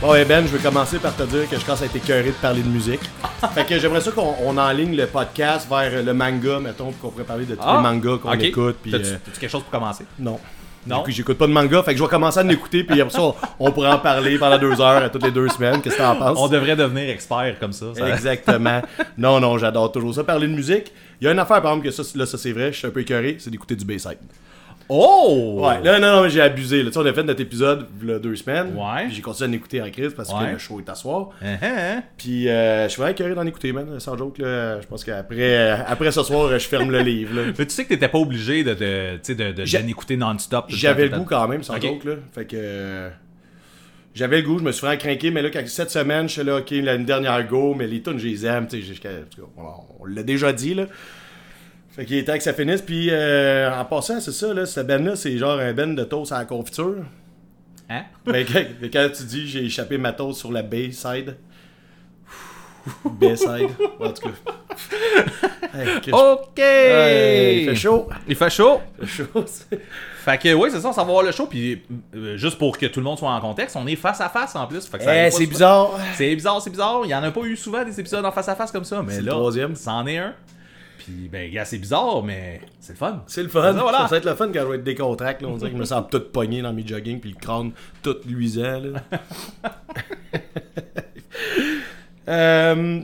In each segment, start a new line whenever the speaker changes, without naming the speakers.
Bon, eh Ben, je veux commencer par te dire que je commence à être écœuré de parler de musique. fait que j'aimerais ça qu'on on enligne le podcast vers le manga, mettons, pour qu'on pourrait parler de tous
Ah,
les mangas qu'on
ok.
écoute. Puis,
T'as-tu
euh,
t'as-tu quelque chose pour commencer?
non.
Non?
Puis j'écoute pas de manga, fait que je vais commencer à en écouter, puis après ça, on, on pourra en parler pendant deux heures, à toutes les deux semaines. Qu'est-ce que t'en penses?
On devrait devenir expert comme ça. ça-
Exactement. non, non, j'adore toujours ça. Parler de musique. Il y a une affaire, par exemple, que ça, là, ça c'est vrai, je suis un peu écœuré, c'est d'écouter du Bayside.
Oh!
Ouais, là, non, non, mais j'ai abusé. Là. Tu sais, on a fait notre épisode il deux semaines.
Ouais.
puis J'ai continué à en écouter en crise parce que
Ouais.
le show est à soir.
Hein, hein?
Puis euh, je suis vraiment curieux d'en écouter, man. Sans joke, là, je pense qu'après euh, après ce soir, je ferme le livre. là.
Mais tu sais que t'étais pas obligé de, de, tu sais, de, de,
J'a-
d'en écouter non-stop. tout
J'avais
temps,
le
tout
goût quand même, sans
Ok.
joke. Là. Fait que. euh, J'avais le goût, je me suis vraiment craqué, mais là, quand- cette semaine, je suis là, ok, la une dernière go, mais les tunes, je les aime, tu sais, jusqu'à. en tout cas, on- on l'a déjà dit, là. Fait qu'il est temps que ça finisse, puis euh, en passant, c'est ça, là, cette ben-là, c'est genre un ben de toast à la confiture.
temps. Hein?
Mais quand, mais quand tu dis j'ai échappé ma toast sur la Bayside. Bayside. En tout cas. Hey, que-
OK!
Hey, il fait chaud.
Il fait chaud.
Il fait chaud, c'est-
Fait que oui, c'est ça, on s'en va voir le show. Puis euh, juste pour que tout le monde soit en contexte, on est face à face en plus. Fait que ça arrive
Eh,
pas
c'est
souvent.
bizarre.
C'est bizarre, c'est bizarre. Il y en a pas eu souvent des épisodes en face à face comme ça. Mais
C'est le
là,
troisième.
c'en est un. Puis ben, gars, c'est bizarre, mais c'est le fun.
C'est le fun.
Ça, voilà.
Ça va être le fun quand je vais être décontracté. là. On dirait que je me sens tout pogné dans mes jogging puis le crâne tout luisant. Là. Euh,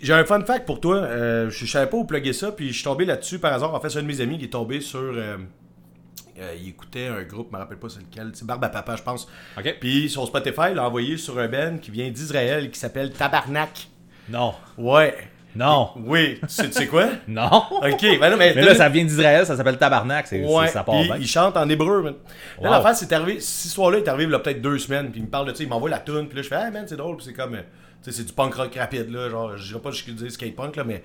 J'ai un fun fact pour toi. Euh, je je savais pas où plugger ça, puis je suis tombé là-dessus par hasard. En fait, c'est un de mes amis qui est tombé sur. euh, euh, il écoutait un groupe, je me rappelle pas c'est lequel. C'est Barbe à Papa, je pense.
OK?
Puis son Spotify il l'a envoyé sur un band qui vient d'Israël qui s'appelle Tabarnak.
Non.
Ouais.
Non.
Oui. Tu sais, tu sais quoi?
Non.
Ok, ben non, mais,
Mais là, ça vient d'Israël, ça s'appelle Tabarnak. c'est
Ouais,
c'est- ça part
puis
bien.
il chante en hébreu, man. Là,
Wow.
l'affaire, c'est arrivé, cette histoire-là est arrivée il y a peut-être deux semaines, puis il me parle de, tu sais, il m'envoie la tune, puis là, je fais, ah, man, c'est drôle, puis c'est comme, euh, tu sais, c'est du punk rock rapide, là, genre, je dirais pas jusqu'à dire skate punk, là, mais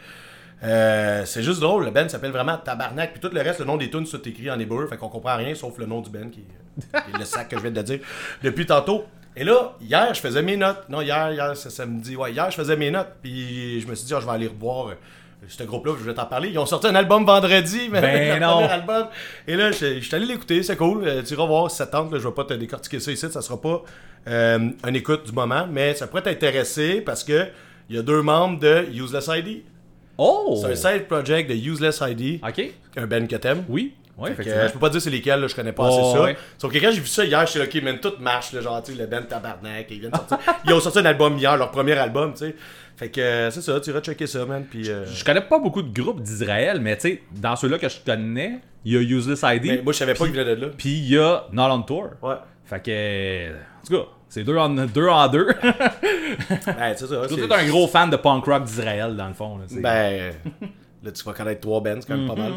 euh, c'est juste drôle, le band s'appelle vraiment Tabarnak, puis tout le reste, le nom des tunes, c'est écrit en hébreu, fait qu'on comprend rien, sauf le nom du band, qui, qui est le sac que je viens de dire depuis tantôt. Et là, hier, je faisais mes notes. Non, hier, hier, c'est samedi. Ouais, hier, je faisais mes notes, puis je me suis dit, Ah, je vais aller revoir euh, ce groupe-là, je vais t'en parler. Ils ont sorti un album vendredi, mais
Ben
avec leur
non.
premier album. Et là, je je suis allé l'écouter, c'est cool. Euh, tu iras voir si ça te tente, là, je vais pas te décortiquer ça ici, ça sera pas euh, un écoute du moment, mais ça pourrait t'intéresser parce que il y a deux membres de Useless ID.
Oh!
C'est un side project de Useless ID,
OK?
un band que t'aimes.
Oui? Oui,
Fait que, euh,
effectivement.
je peux pas dire c'est lesquels, là, je connais pas
Oh,
assez ça.
ouais.
Sauf que quand j'ai vu ça hier, je suis là, ok, man, tout marche, là, genre, tu sais, le Ben Tabarnak, ils viennent de sortir. ils ont sorti un album hier, leur premier album, tu sais. Fait que euh, c'est ça, tu iras checker ça, man. Puis, euh,
Je connais pas beaucoup de groupes d'Israël, mais tu sais, dans ceux-là que je connais, il y a Useless ID,
mais moi, je savais pas qu'ils venaient de là.
puis il y a Not on Tour.
Ouais.
Fait que, en tout cas, c'est deux en deux. En deux.
Ouais, Ben, c'est ça.
Je suis
c'est-
tout un gros fan de punk rock d'Israël, dans le fond. Là, c'est-
Ben, euh, là, tu vas connaître trois bands, c'est quand même pas mal.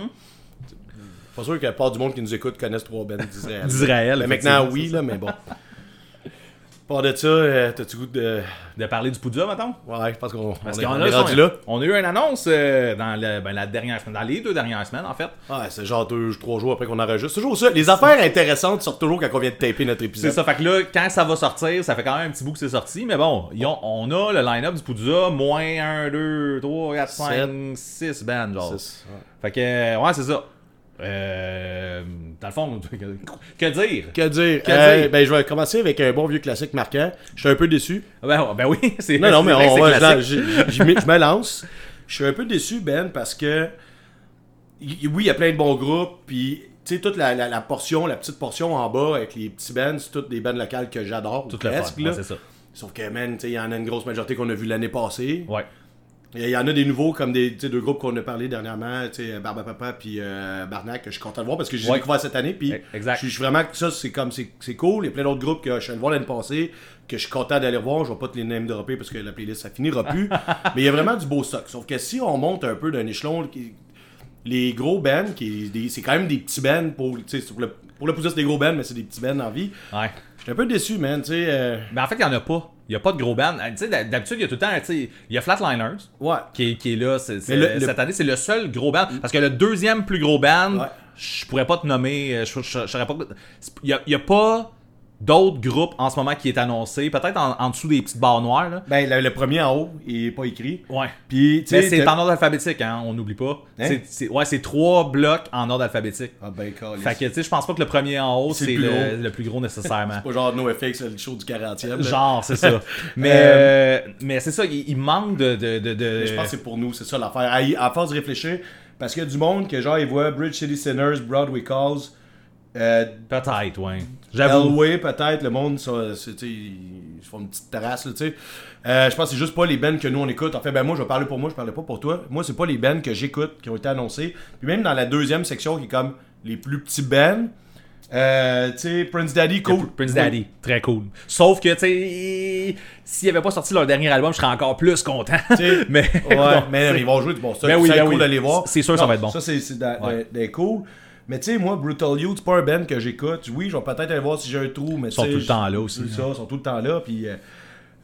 Pas sûr que la part du monde qui nous écoute connaisse trois bands d'Israël.
Mm-hmm. D'Israël,
Mais maintenant,
effectivement,
oui, là, mais bon. Part de ça, euh, t'as-tu goût de.
De parler du Poudja, mettons.
Ouais, je pense qu'on
Parce
on est,
qu'on
on est
a,
rendu là.
on a eu une annonce euh, dans, le- ben, la dernière semaine, dans les deux dernières semaines, en fait.
Ouais, c'est genre deux, trois jours après qu'on enregistre. C'est toujours ça. Les affaires intéressantes sortent toujours quand on vient de taper notre
C'est
épisode.
ça, fait que là, quand ça va sortir, ça fait quand même un petit bout que c'est sorti, mais bon, ils ont- on a le line-up du Poudja, moins 1, 2, 3, 4, 5, 6 bands, genre.
C'est-
Fait que, euh, ouais, c'est ça. Euh, dans le fond, que, que dire?
Que dire?
Que
Euh,
dire?
Ben, je vais commencer avec un bon vieux classique marquant. Je suis un peu déçu.
Ben, ben oui, c'est
Non, non, mais
c'est
on va-
classique.
je, je- je me- je me lance. Je suis un peu déçu, Ben, parce que y- oui, il y a plein de bons groupes, puis tu sais, toute la, la- la portion, la petite portion en bas avec les petits bands, c'est toutes des bands locales que j'adore. ou
Tout le fun,
presque,
ouais,
là.
c'est ça.
Sauf que, man, tu sais, il y en a une grosse majorité qu'on a vu l'année passée.
Ouais.
Il y en a des nouveaux, comme des tu sais, deux groupes qu'on a parlé dernièrement, tu sais, Barbe à Papa puis euh, Barnac, que je suis content de voir parce que j'ai
Ouais.
découvert cette année. Puis
E- exact.
Je suis- je suis vraiment, ça, c'est comme, c'est c'est cool. Il y a plein d'autres groupes que je suis allé voir l'année passée, que je suis content d'aller voir. Je vais pas te les name dropper parce que la playlist, ça finira plus. Mais il y a vraiment du beau stock. Sauf que si on monte un peu d'un échelon, qui- les gros bands, qui des- c'est quand même des petits bands pour, tu sais, c'est pour le, pour le pouce, c'est des gros bands, mais c'est des petits bands en vie.
Ouais.
J'étais un peu déçu, man, tu sais. euh,
Mais en fait, il n'y en a pas. Il n'y a pas de gros band. Tu sais, d'hab- d'habitude, il y a tout le temps, tu sais, il y a Flatliners.
ouais.
Qui est, qui est là c'est- c'est-
Mais le- le-
cette année, c'est le seul gros band. Parce que le deuxième plus gros band,
Ouais.
je pourrais pas te nommer. euh, Je je- je saurais pas. c'est- Il n'y a, il y a pas d'autres groupes en ce moment qui est annoncé, peut-être en, en dessous des petites barres noires. Là.
Ben, le, le premier en haut, il est pas écrit.
Ouais.
Puis, tu sais.
c'est
t'as-
en ordre alphabétique, hein, on n'oublie pas.
Hein?
C'est- c'est- ouais, c'est trois blocs en ordre alphabétique.
Ah, ben, calisse.
Fait que, tu sais, je pense pas que le premier en haut,
C'est
c'est
le plus
le,
gros.
le plus gros nécessairement.
Pas genre NoFX, le show du 40e. là.
Genre, c'est ça. Mais, euh, mais c'est ça, il, il manque de. de, de, de-
Mais Je pense que c'est pour nous, c'est ça l'affaire. À, à force de réfléchir, parce qu'il y a du monde que genre, ils voient Bridge City Sinners, Broadway Calls, euh,
Peut-être, ouais. J'avoue.
Elway peut-être, le monde, ça, c'est, tu sais, ils se font une petite terrasse, là, tu sais. Euh, je pense que c'est juste pas les bands que nous on écoute. En fait, ben moi, je vais parler pour moi, je parlais pas pour toi. Moi, c'est pas les bands que j'écoute qui ont été annoncés. Puis même dans la deuxième section qui est comme les plus petits bands, euh, tu sais, Prince Daddy, cool.
Prince Daddy, très cool. Sauf que, tu sais, s'ils n'avaient pas sorti leur dernier album, je serais encore plus content.
Tu sais,
mais.
Ouais,
bon,
mais
c'est-
ils vont jouer du bon stock.
Ben oui,
c'est
ben
cool
oui.
d'aller voir.
C'est sûr, ça
Non,
va être bon.
Ça, c'est c'est da-
Ouais.
da- da- cool. Mais tu sais, moi, Brutal Youth, c'est pas un band que j'écoute. Oui, je vais peut-être aller voir si j'ai un trou, mais Ils
sont tout le temps là aussi, hein.
Ça, ils sont tout le temps là. Puis, euh,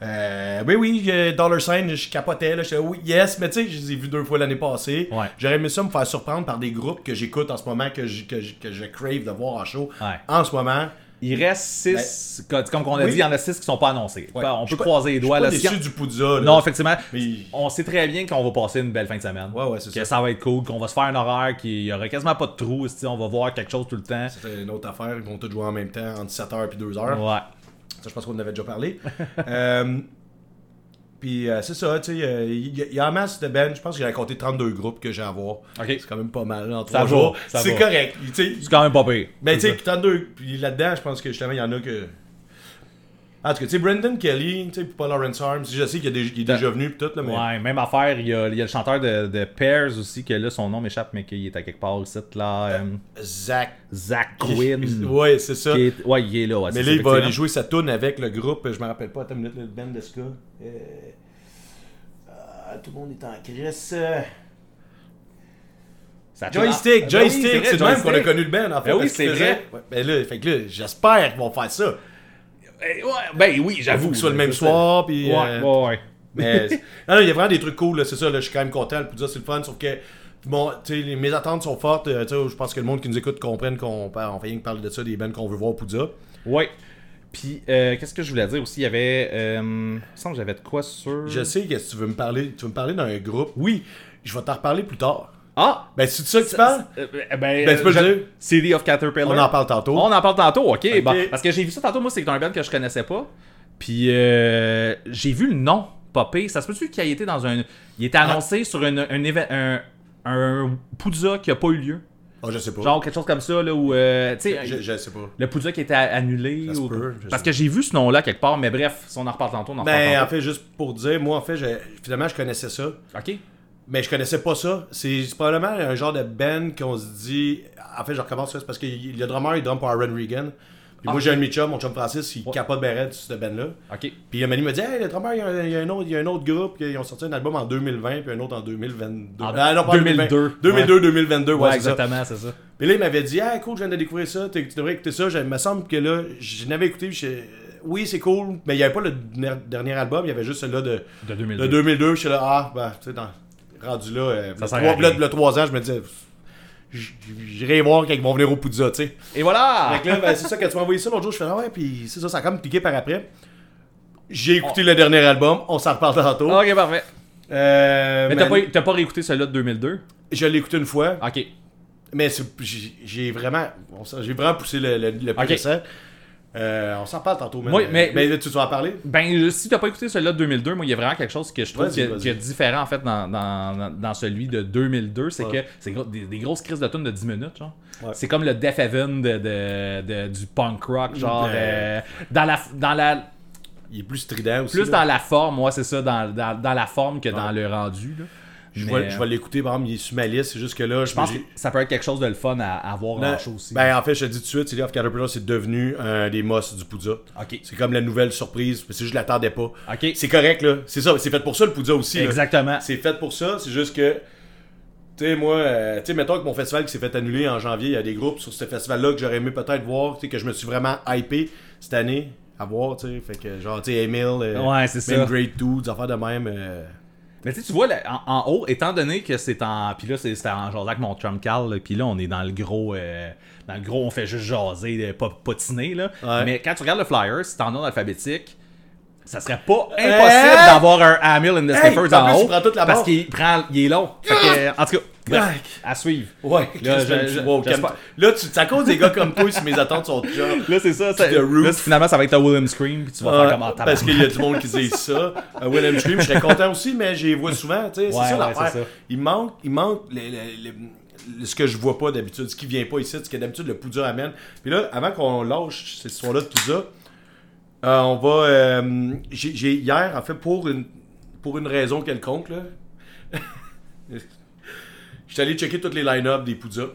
euh, oui, oui, euh, Dollar Sign, je capotais. Là, j'étais, oui, yes, mais tu sais, je les ai vus deux fois l'année passée.
Ouais.
J'aurais aimé ça me faire surprendre par des groupes que j'écoute en ce moment, que, j- que, j- que je crave de voir en show.
Ouais.
En ce moment,
Il reste 6, comme on a
Ben, Oui.
dit, il y en a 6 qui sont pas annoncés.
Ouais.
ben, On
Je suis
peut
pas-
croiser les
je suis
doigts.
pas
là,
déçu
si-
du Poudza. là.
Non, effectivement.
Mais-
On sait très bien qu'on va passer une belle fin de semaine.
Ouais, ouais, c'est
que
ça.
ça. va être cool, qu'on va se faire un horaire, qu'il y aura quasiment pas de trou. si On va voir quelque chose tout le temps.
C'est une autre affaire. Ils vont tous jouer en même temps, entre 7h et 2h.
Ouais.
Ça, je pense qu'on en avait déjà parlé. Euh, Puis euh, c'est ça, tu sais, euh, il y, a- il y a en masse de bands. Je pense que j'ai raconté 32 groupes que j'ai à voir.
Ok.
C'est quand même pas mal en
Ça
trois
va,
jours.
ça
C'est
va.
correct. tu sais.
C'est quand même pas pire.
Mais Ben, tu sais, 32. Puis là-dedans, je pense que justement, il y en a que. En tout cas, tu sais, Brendan Kelly, tu sais, puis pas Lawrence Arms. Je sais qu'il est déjà- il est déjà venu, puis tout, là, mais.
Ouais, même affaire, il y a, il y a le chanteur de, de Pears aussi, que là son nom m'échappe, mais qui est à quelque part ici, là. euh,
Zach.
Zach Quinn.
ouais, c'est ça.
Qui est- ouais, il est là. ouais,
Mais
c'est
là,
ça,
il va aller
effectivement.
jouer sa tune avec le groupe. Je me rappelle pas, attends une minute, le band de Ska. Euh, euh, tout le monde est en crise. euh.
Ça tourne en-
Joystick,
Ben oui,
joystick,
vrai,
c'est le même qu'on
joystick.
a connu le band en fait.
Ben oui,
parce qu'il
c'est
faisait-
vrai.
Ouais, ben là, fait que là, j'espère qu'ils vont faire ça.
Eh, ouais, ben oui,
Faut
j'avoue.
que ce soit le même
C'est ça.
soir, puis.
Ouais,
euh,
ouais, ouais.
mais c'est- non, non, il y a vraiment des trucs cool, là, c'est ça, là, je suis quand même content. Pour dire, c'est le fun, sauf que bon, tu sais, les- mes attentes sont fortes. euh, tu sais, je pense que le monde qui nous écoute comprenne qu'on parle, on fait rien que parler de ça, des bands qu'on veut voir au Poudza.
Ouais. Puis, euh, qu'est-ce que je voulais dire aussi Il y avait. Euh, il me semble que j'avais de quoi sur.
Je sais que si tu veux me parler, tu veux me parler d'un groupe,
Oui.
je vais t'en reparler plus tard.
Ah
Ben, c'est de ça que tu parles?
Euh, ben,
Ben, tu peux le
euh, je-
dire.
City of Caterpillar.
On en parle tantôt.
On en parle tantôt, ok. Bon,
Ok.
parce que j'ai vu ça tantôt, moi, c'est un band que je connaissais pas. Puis, euh, j'ai vu le nom popper. Ça se peut-tu qu'il ait été dans un. Il était
Ah.
annoncé sur une, un, éve- un, un Poudza qui a pas eu lieu.
Ah, je sais pas.
Genre quelque chose comme ça, là, où. euh, tu sais,
Ben, Je, je sais pas.
Le Poudza qui était annulé.
Ça se
ou-
peut, je
Parce
sais.
que j'ai vu ce nom-là quelque part, mais bref, si on en reparle tantôt, on en reparle
Ben, en
tantôt.
fait, juste pour dire, moi, en fait, je- finalement, je connaissais ça.
Ok.
Mais je connaissais pas ça. C'est c'est probablement un genre de band qu'on se dit. En fait, je recommence ça, c'est parce que y- le drummer, il drum pour Aaron Regan. Puis
Ah.
moi, j'ai un de mes chums, mon chum Francis, il capote bien raide sur ce band-là.
Ok.
Puis Mani me dit Hey, le drummer, il y, a un- il y a un autre- il y a un autre groupe, ils ont sorti un album en 2020, puis un autre en 2022.
En
ah non, pas en
2002.
2002, 2022, ouais,
Ouais,
c'est ça.
exactement, c'est ça.
Puis là, il m'avait dit, ah, cool, je viens de découvrir ça, t'es- tu devrais écouter ça. Je- Il me semble que là, je n'avais écouté, puis je- oui, c'est cool, mais il n'y avait pas le dernier- dernier album, il y avait juste celui-là de,
De 2002.
de 2002. Je suis là, ah, bah, tu sais, dans- rendu là, euh, le,
sert à
trois,
rien.
là, le 3 ans, je me disais, pff, j- j'irai voir quand ils vont venir au Poudza, tu sais.
Et voilà!
Fait que là, ben, c'est ça, quand tu m'as envoyé ça l'autre jour, je fais, ah ouais, puis c'est ça, ça a comme piqué par après. J'ai écouté le dernier album, on s'en reparle tantôt.
Ah. Ok, parfait.
Euh,
Mais t'as
Manu-
pas, t'as pas réécouté celui-là de 2002?
Je l'ai écouté une fois,
Ok.
Mais c'est- j'ai j'ai vraiment, on s'en- j'ai vraiment poussé le, le, le plus
Ok.
récent. Euh, on s'en parle tantôt, mais,
Oui, mais-
mais tu vas en parler.
Ben, euh, si t'as pas écouté celui-là de 2002, moi, il y a vraiment quelque chose que je trouve
Vas-y,
qui
vas-y.
est différent, en fait, dans, dans, dans- dans celui de 2002. C'est
Ouais.
que c'est gros- des, des grosses crises de tunes de 10 minutes, genre.
Ouais.
C'est comme le Death Heaven de, de- de- du punk rock, genre.
Ben.
euh, dans la. Dans la
Il est plus strident aussi.
plus
là.
dans la forme, ouais, c'est ça, dans, dans, dans la forme que dans le rendu. là.
je,
Mais, euh,
vais, je vais l'écouter, par exemple, il est sur ma liste, c'est juste que là, je
je pense que
j'ai-
ça peut être quelque chose de le fun à, à voir
Ben,
en show aussi.
ben, en fait, je te dis tout de suite, City of Caterpillar, c'est devenu un des mosses du Poudza.
Ok.
C'est comme la nouvelle surprise, parce que je l'attendais pas.
Ok.
C'est correct, là. C'est ça, c'est fait pour ça le Poudza aussi. là.
Exactement.
C'est fait pour ça, c'est juste que. Tu sais, moi, euh, tu sais, mettons que mon festival qui s'est fait annuler en janvier, il y a des groupes sur ce festival-là que j'aurais aimé peut-être voir, tu sais, que je me suis vraiment hypé cette année à voir, tu sais. Fait que, genre, tu sais, Emile, euh,
Ouais, c'est ça.
même Grade 2, des affaires de même. euh,
Mais tu sais, tu vois, là, en, en haut, étant donné que c'est en. Puis là, c'est- c'était en jasant avec mon chum Carl, là, puis là, on est dans le gros. euh, dans le gros, on fait juste jaser, euh, pas patiner, là.
Ouais.
Mais quand tu regardes le flyer, c'est en ordre alphabétique. Ça serait pas impossible
Hein?
d'avoir un Hamill and the
Hey,
Sniffers
en
en
plus, il
haut.
prend toute la
parce
barre.
qu'il prend, il est long. Fait que, euh, en tout cas, bref, à suivre.
Ouais,
Là,
Chris,
je-
même,
ben, je-
wow,
j'espère-
calme-toi. Là, tu, c'est à cause des gars comme toi si mes attentes sont déjà.
Là, c'est ça. ça
the roof.
là, c'est- finalement, ça va être un William Scream, puis tu vas faire
Ouais,
comme ah, en
Euh, parce qu'il y a du monde qui dit ça. Euh, Willem Scream, je serais content aussi, mais je les vois souvent. tu sais,
Ouais,
c'est ça
ouais,
l'affaire.
c'est ça.
Il manque, il manque le- le- le- le- ce que je vois pas d'habitude, ce qui vient pas ici, ce que d'habitude le Poudra amène. Puis là, avant qu'on lâche cette histoire-là de Poudra, euh, on va. euh, j'ai, j'ai- hier, en fait, pour une, pour une raison quelconque, là, j'étais allé checker toutes les line-up des Poudra.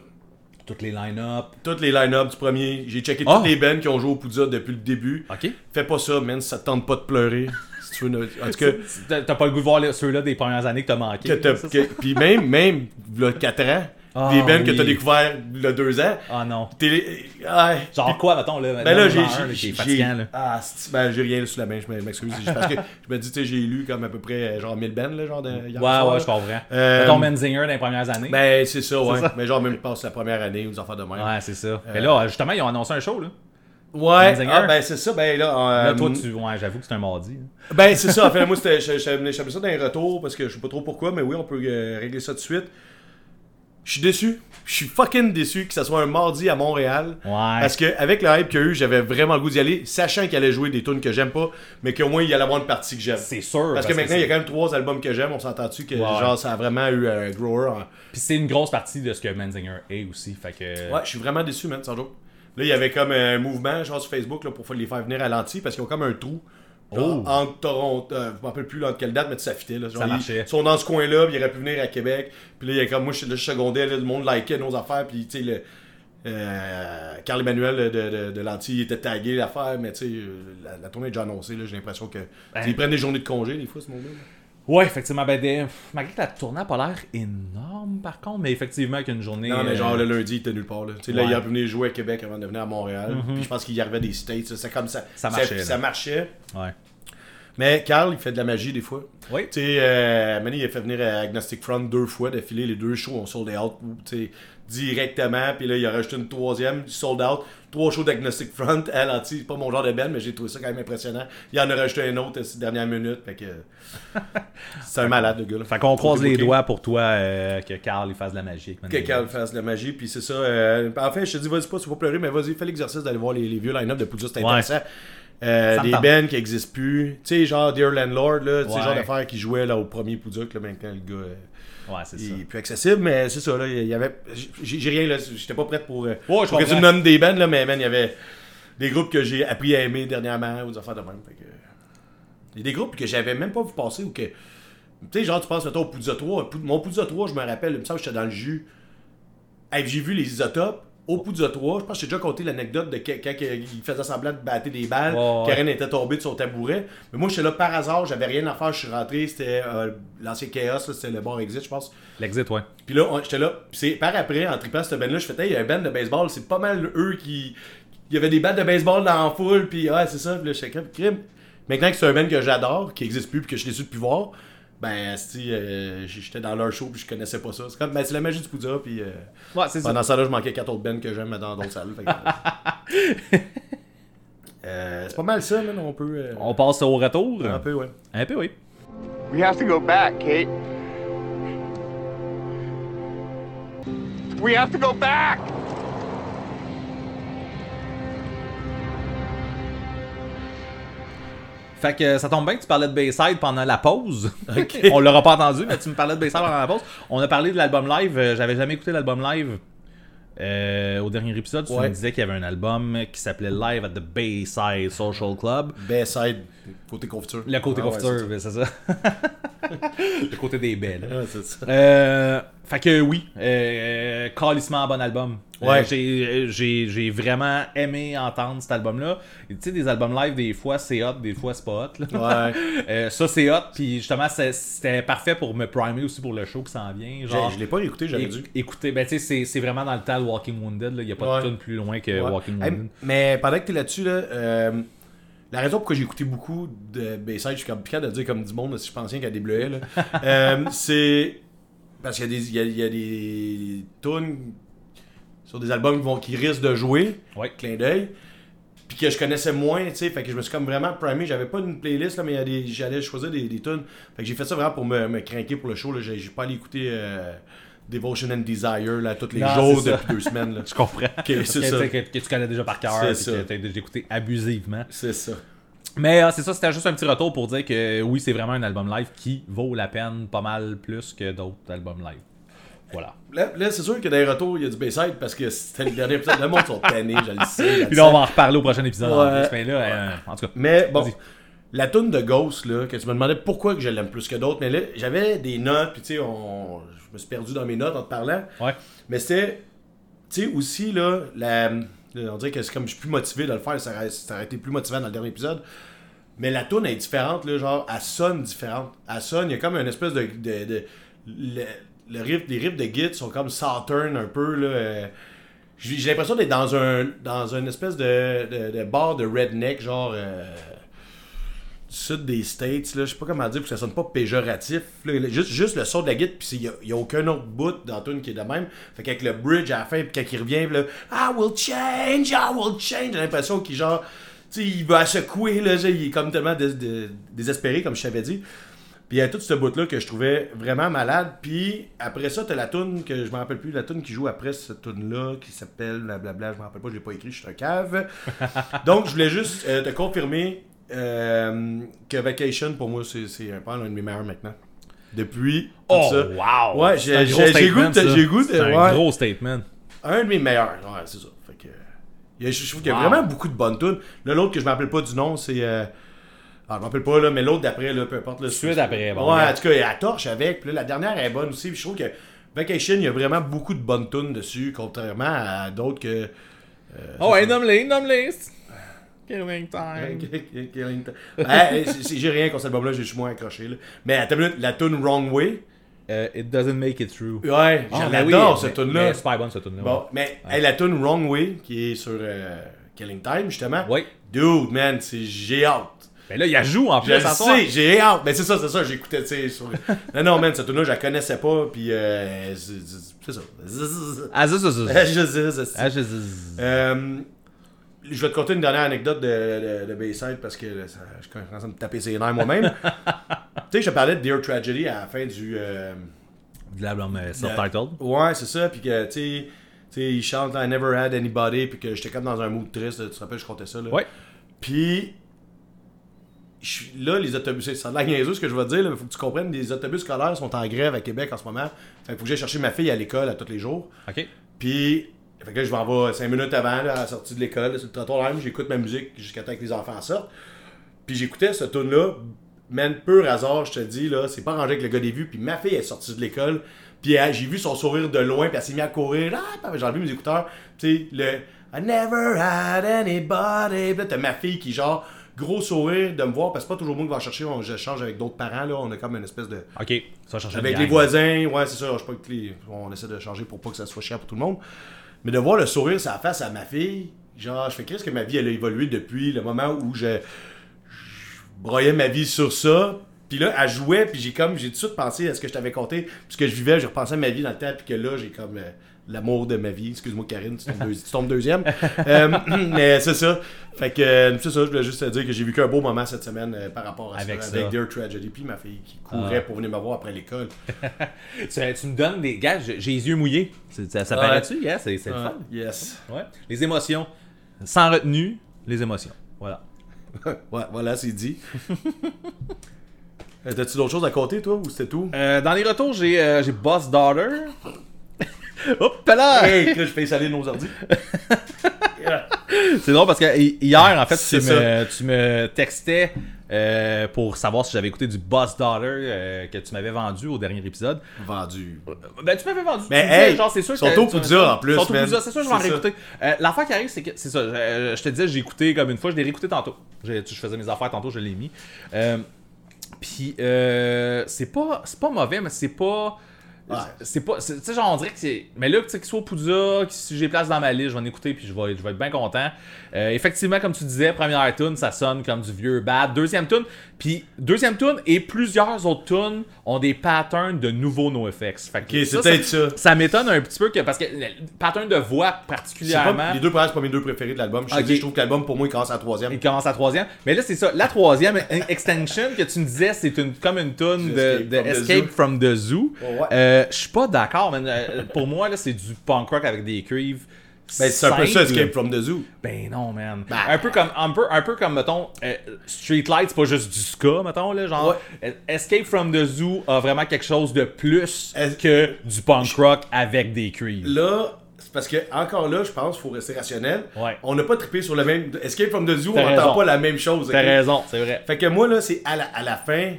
Toutes les line-up.
Toutes les line-up du premier. J'ai checké
Ah!
toutes les bands qui ont joué au Poudra depuis le début.
OK.
Fais pas ça, man, ça te tente pas de pleurer. Si tu veux une- En tout cas,
T'as t'as pas le goût de voir là, ceux-là des premières années que t'as manqué.
que t'as-
là, ça, ça.
que- puis même, même, là, 4 ans,
Ah,
des bands que
oui.
t'as découvert le 2 ans,
Ah non.
t'es les- ah,
Genre quoi, mettons, là?
ben là, j'ai.
J'ai
j'ai-
fatigant,
j'ai-
là.
Ah, c'est- ben, j'ai rien sous la main, je m'excuse. c'est parce que je me dis, tu sais, j'ai lu comme à peu près euh, genre 1000 bands, là, genre de. hier soir,
Ouais, ouais,
là.
je comprends.
Euh,
Mettons Menzinger dans les premières années.
Ben, c'est ça, ouais.
ça.
Mais genre, même, je pense la première année ou des affaires de même.
ouais, c'est ça. Mais là, justement, ils ont annoncé un show, là.
Ouais,
Danziger.
ah, ben, c'est ça, ben, là. euh,
Là, toi, tu. Ouais, j'avoue que c'est un mardi. là.
Ben, c'est ça. En fait, moi, c'était- j'ai- j'ai amené j'ai amené ça dans les retours parce que je sais pas trop pourquoi, mais oui, on peut euh, régler ça tout de suite. Je suis déçu. Je suis fucking déçu que ça soit un mardi à Montréal.
Ouais.
Parce que avec le hype qu'il y a eu, j'avais vraiment le goût d'y aller, sachant qu'il allait jouer des tunes que j'aime pas, mais qu'au moins il allait avoir une partie que j'aime.
C'est sûr.
Parce que maintenant, il y a
c'est-
quand même trois albums que j'aime, on s'entend-tu que
Ouais.
genre ça a vraiment eu un grower. en-
Puis c'est une grosse partie de ce que Menzinger est aussi. Fait que.
Ouais, je suis vraiment déçu, man, sans joke. Là, il y avait comme un mouvement, genre sur Facebook, là, pour les faire venir à l'anti, parce qu'ils ont comme un trou. genre,
Oh.
Entre Toronto, euh, je me rappelle plus entre quelle date, mais ça fitait. Là, Genre,
Ça
ils-
marchait.
Ils sont dans ce coin-là, puis ils auraient pu venir à Québec. Puis là, il y a comme moi, je, là, je secondais, là, le monde likait nos affaires, puis tu sais, le. euh, Carl Emmanuel de, de, de l'anti il était tagué l'affaire, mais tu sais, euh, la, la tournée est déjà annoncée, là, j'ai l'impression
Ben.
que. tu sais, Ils prennent des journées de congé des fois, ce monde-là. là.
Ouais, effectivement. Ben, des- pff, malgré que la tournée a pas l'air énorme, par contre, mais effectivement, qu'une journée.
Non, mais genre
euh,
le lundi, il était nulle part. Là, Tu sais, là
Ouais. Mhm.
il a venu jouer à Québec avant de venir à Montréal. Puis je pense qu'il y arrivait des States. là, C'est comme ça.
Ça marchait, là.
Ça, marchait.
Ouais.
Mais Carl, il fait de la magie des fois.
Oui.
Tu sais, euh, Manny, il a fait venir à Agnostic Front deux fois d'affilée. Les deux shows ont sold out tu sais, directement. Puis là, il a rajouté une troisième, sold out. Trois shows d'Agnostic Front à l'anti. C'est pas mon genre de band, mais j'ai trouvé ça quand même impressionnant. Il en a rajouté un autre euh, à cette dernière minute. Fait que. euh, C'est un malade, le gars. là.
Fait qu'on croise les
Booké.
doigts pour toi euh, que Carl il fasse de la magie. avec
que
Menzinger.
Carl fasse de la magie, puis c'est ça. euh, en fait, je te dis, vas-y pas, c'est pas pleurer, mais vas-y, fais l'exercice d'aller voir les, les vieux line-up de Poudja, c'est
Ouais.
intéressant. Euh,
Ça me
des
tente.
bands qui existent plus. Tu sais, genre Dear Landlord, là, tu sais,
Ouais.
genre d'affaires qui jouait là, au premier Poudja, que là, maintenant, le gars, euh,
Ouais, c'est ça.
il est plus accessible, mais c'est ça, là, il y avait... J'ai j'ai rien, là, j'étais pas prêt pour, euh, pour que
comprends.
tu me nommes des bands, là, mais man, il y avait des groupes que j'ai appris à aimer dernièrement, ou des affaires de même, fait que... Il y a des groupes que j'avais même pas vu passer, ou que... Tu sais, genre, tu penses, mettons, au Poudja 3, Pou- mon Poudja 3, je me rappelle, il me semble que j'étais dans le jus, Hey, j'ai vu les isotopes au Poudja 3. Je pense que j'ai déjà conté l'anecdote de que- quand il faisait semblant de battre des balles.
Ouais, ouais.
Karen était tombée de son tabouret. Mais moi, j'étais là par hasard. J'avais rien à faire. Je suis rentré. C'était euh, l'ancien Chaos. là, C'était le bar Exit, je pense.
L'exit, ouais.
Puis là, on- j'étais là. Puis c'est par après, en tripant cette band-là, je faisais, Hey, il y a un band de baseball. C'est pas mal eux qui. Il y avait des battes de baseball dans la foule. Puis ouais, c'est ça. Puis là, j'étais comme crime. Maintenant que c'est un band que j'adore, qui existe plus, puis que je suis déçu de plus voir, ben, si euh, j'étais dans leur show, puis je connaissais pas ça. C'est comme, ben, c'est la magie du Poudra, puis. euh,
Ouais, c'est ça.
pendant ça, là, je manquais 4 autres bands que j'aime mais dans d'autres salles. fait que- Euh, c'est pas mal ça, man. On peut. euh,
On passe au retour.
Un peu, ouais.
Un peu, oui.
We have to go back, Kate. We have to go back!
Fait que euh, ça tombe bien que tu parlais de Bayside pendant la pause. On l'aura pas entendu, mais tu me parlais de Bayside pendant la pause. On a parlé de l'album live. Euh, J'avais jamais écouté l'album live. Euh, au dernier épisode, tu
Ouais.
me disais qu'il y avait un album qui s'appelait Live at the Bayside Social Club.
Bayside, côté confiture.
Le côté
Ah ouais,
confiture, ben, c'est ça. le côté des belles.
c'est ça. Ouais, c'est ça.
Euh, fait que oui, euh, calissement bon album. Euh,
Ouais.
j'ai- j'ai j'ai vraiment aimé entendre cet album-là. Et Tu sais, des albums live, des fois c'est hot, des fois c'est pas hot. là.
Ouais.
Euh, ça c'est hot, puis justement c'est- c'était parfait pour me primer aussi pour le show qui s'en vient. Genre,
J'ai- Je l'ai pas écouté, j'avais dû.
éc- écoutez, ben tu sais, c'est- c'est vraiment dans le temps de Walking Wounded, il n'y a pas
Ouais.
de tune plus loin que
Ouais.
Walking
Hey,
Wounded.
mais pendant que t'es là-dessus, là, euh, La raison pourquoi j'ai écouté beaucoup de Bayside, je suis comme piquant de dire comme du monde, si je pensais qu'il y a des bleuets, E, là. Euh, c'est parce qu'il y a des, il y a, il y a des tunes sur des albums qui, vont, qui risquent de jouer,
Ouais.
clin d'œil, puis que je connaissais moins, tu sais, fait que je me suis comme vraiment primé, j'avais pas une playlist, là, mais il y a des- j'allais choisir des, des tunes, fait que j'ai fait ça vraiment pour me, me craquer pour le show, là, j'ai j'ai pas allé écouter euh, Devotion and Desire, là, tous les
Non,
jours
c'est ça.
depuis deux semaines, là.
Je comprends.
c'est
que,
ça.
que- que tu connais déjà par cœur,
C'est
puis
ça.
que t'as déjà écouté abusivement.
C'est ça.
Mais euh, c'est ça, c'était juste un petit retour pour dire que oui, c'est vraiment un album live qui vaut la peine pas mal plus que d'autres albums live. Voilà.
Là, là, c'est sûr que dans les retours, il y a du Bayside parce que c'était le dernier épisode. Le monde sont tannés, je le sais. je le
Puis là, on
sais.
va en reparler au prochain épisode. en
Ouais.
plus. Mais là, euh, en tout cas.
Mais bon,
Vas-y.
la toune de Ghost, là, que tu me demandais pourquoi que je l'aime plus que d'autres, mais là, j'avais des notes, puis tu sais, on... je me suis perdu dans mes notes en te parlant.
Ouais.
Mais c'était, tu sais, aussi, là, la... là, on dirait que c'est comme je suis plus motivé de le faire, ça aurait, ça aurait été plus motivant dans le dernier épisode. Mais la toune est différente, là, genre, elle sonne différente. Elle sonne, il y a comme une espèce de. de- de- le, le riff, les riffs de Git sont comme Saturn un peu, là. euh, j'ai j'ai l'impression d'être dans un dans une espèce de, de, de bar de redneck, genre euh, du sud des States. là. Je sais pas comment dire, parce que ça sonne pas péjoratif. là. Juste, juste le son de la guitare, puis il n'y a, aucun autre bout dans la tune qui est de même. Fait qu'avec le bridge à la fin, puis quand il revient, puis là, I will change, I will change. J'ai l'impression qu'il genre, tu sais, il va secouer, là, genre, il est comme tellement dés- dés- désespéré, comme je t'avais dit. Puis il y a tout ce bout-là que je trouvais vraiment malade. Puis après ça, t'as la toune que je me rappelle plus, la toune qui joue après cette toune-là, qui s'appelle blablabla, je me rappelle pas, je l'ai pas écrit, je suis un cave. Donc je voulais juste euh, te confirmer euh, que Vacation, pour moi, c'est c'est un pan, un de mes meilleurs maintenant. Depuis. comme
Oh,
ça.
wow!
Ouais,
C'est un
j'ai-
gros
j'ai j'ai
statement,
goût, de-
ça.
j'ai goût. de-
C'est un
ouais. Euh,
gros statement.
Un de mes meilleurs, ouais, c'est ça. Fait que, il y a- je, je trouve qu'il y a
Wow.
vraiment beaucoup de bonnes tunes. Là, l'autre que je m'appelle pas du nom, c'est. euh, ah, je m'appelle pas, là, mais l'autre d'après, là, peu importe. Là,
Suite
c'est-
après, bon,
Ouais,
regarde.
en tout cas, il y a la torche avec. Puis là, la dernière est bonne aussi. Puis je trouve que Vacation, il y a vraiment beaucoup de bonnes tunes dessus, contrairement à d'autres que.
Oh, ouais, nomme-les, nomme-les! Killing
Hey,
time.
Ben, c'est- c'est- j'ai rien contre cet album-là, je suis moins accroché. Là. Mais attends une minute, la tune Wrong Way.
Euh, it doesn't make it through.
Ouais,
Ah, ben
j'adore
oui, mais-
cette
mais
tune-là.
C'est super bonne cette tune-là.
Bon, mais hey, la tune Wrong Way, qui est sur euh, Killing Time, justement.
Oui.
Dude, man, c'est j'ai hâte.
Mais là, il y a joue en plus.
Je le
ce soir.
sais, j'ai hâte. Mais c'est ça, c'est ça, j'écoutais, tu sais. Sur... non, non, man, cette tune-là, je la connaissais pas, puis euh, c'est c'est ça.
Ah, ça, ça, ça.
Je sais, c'est ça.
Ah, ça, ça, ça.
Euh, je vais te conter une dernière anecdote de, de, de Bayside parce que là, ça- je commence à me taper ses nerfs moi-même. tu sais, je te parlais de Dear Tragedy à la fin du. euh,
De l'album euh,
euh,
self-titled.
Ouais, c'est ça. Puis que, tu sais, tu sais, il chante là, I never had anybody. Puis que j'étais comme dans un mood triste. là, Tu te rappelles, je comptais ça. Là.
Ouais.
Puis. je suis- Là, les autobus, ça a de la niaiseuse ce que je vais te dire, là, mais faut que tu comprennes, les autobus scolaires sont en grève à Québec en ce moment. Fait que faut que j'aille chercher ma fille à l'école à tous les jours.
Ok.
Puis, fait que là, je m'en vais 5 minutes avant, là, à la sortie de l'école, là, sur le trottoir même, j'écoute ma musique jusqu'à temps que les enfants sortent. Puis j'écoutais ce tune-là, man, pur hasard, je te dis, là, c'est pas rangé avec le gars des vues, puis ma fille est sortie de l'école, puis elle- j'ai vu son sourire de loin, puis elle s'est mise à courir, ah, papa, j'ai enlevé mes écouteurs, tu sais, le I never had anybody, Puis là, t'as ma fille qui, genre, gros sourire de me voir, parce que c'est pas toujours moi qui vais en chercher, on, je change avec d'autres parents, là, on a comme une espèce de...
Ok. Ça va changer
Avec
de
les
gang.
voisins, ouais, c'est ça. Je sais pas que les- on essaie de changer pour pas que ça soit cher pour tout le monde. Mais de voir le sourire sur la face à ma fille, genre, je fais qu'est-ce que ma vie elle a évolué depuis le moment où je, je broyais ma vie sur ça. Puis là, elle jouait, puis j'ai comme, j'ai tout de suite pensé à ce que je t'avais compté, puis ce que je vivais, je repensais à ma vie dans le temps, puis que là, j'ai comme euh, l'amour de ma vie. Excuse-moi, Karine, tu tombes, deuxi- tu tombes deuxième. Euh, mais c'est ça. Fait que, euh, c'est ça, je voulais juste te dire que j'ai vécu un beau moment cette semaine euh, par rapport à
Avec
ça,
ça. Ah.
avec Dear Tragedy, puis ma fille qui courait pour venir me voir après l'école.
Tu, tu me donnes des. Gars, j'ai j'ai les yeux mouillés. C'est- Ça, ça
Ouais.
paraît-tu? Yeah, c'est c'est le
Ouais,
fun.
Yes.
Ouais. Les émotions. Sans retenue, les émotions. Voilà.
Ouais, voilà, c'est dit. Euh, T'as-tu d'autres choses à compter, toi, ou c'était tout?
Euh, dans les retours, j'ai euh, j'ai Boss Daughter. Euh. Hop là!
Hey, que je fais saler nos ordi.
C'est drôle parce que hi- hier, en fait, tu
C'est
me, tu me textais euh, pour savoir si j'avais écouté du Boss Daughter euh, que tu m'avais vendu au dernier épisode.
Vendu.
Ben, tu m'avais vendu.
Mais
tu me disais,
hey,
genre, c'est sûr
sont
que-
au Poudja, en plus,
Sont au
man.
Poudja, c'est sûr, je vais en
C'est ça.
réécouter. Euh, L'affaire qui arrive, c'est que, c'est ça, je, je te disais, j'ai écouté comme une fois, je l'ai réécouté tantôt. Je, je faisais mes affaires tantôt, je l'ai mis. Euh, Puis, euh, c'est pas, c'est pas mauvais, mais c'est pas.
Ouais.
C'est pas. c'est- Tu sais, genre, on dirait que c'est. Mais là, tu sais, qu'il soit au Poudza, que si j'ai place dans ma liste, je vais en écouter puis je vais, je vais être bien content. Euh, effectivement, comme tu disais, première tune, ça sonne comme du vieux bad. Deuxième tune, puis deuxième tune et plusieurs autres tunes ont des patterns de nouveaux NoFX. Fait que
Ok, c'est peut-être ça.
Ça m'étonne un petit peu que. Parce que. le Pattern de voix
C'est pas
particulièrement.
les deux premières, c'est pas mes deux préférés de l'album. Je te
Ok.
dis, je trouve que l'album, pour moi, il commence à la troisième.
Il commence à la troisième. Mais là, c'est ça. La troisième e- extension que tu me disais, c'est une, comme une tune de,
Escape from the
de Escape
Zoo.
from the Zoo.
Ouais, ouais.
Euh, Je suis pas d'accord, man. Euh, Pour moi, là, c'est du punk rock avec des cuivres.
Ben, c'est un peu ça,
simples.
Escape from Bah. the Zoo.
Ben non, man. un, peu comme, un, peu, un peu comme, mettons, euh, Streetlight, c'est pas juste du ska, mettons, là, genre. Euh, Escape from the Zoo a vraiment quelque chose de plus
Est-
que du punk rock avec des cuivres.
Là, c'est parce que, encore là, je pense qu'il faut rester rationnel.
Ouais.
On n'a pas trippé sur le même. Escape from the Zoo,
T'as
on n'entend
raison.
pas la même chose.
T'as
ok?
raison, c'est vrai.
Fait que moi, là, c'est à la, à la fin,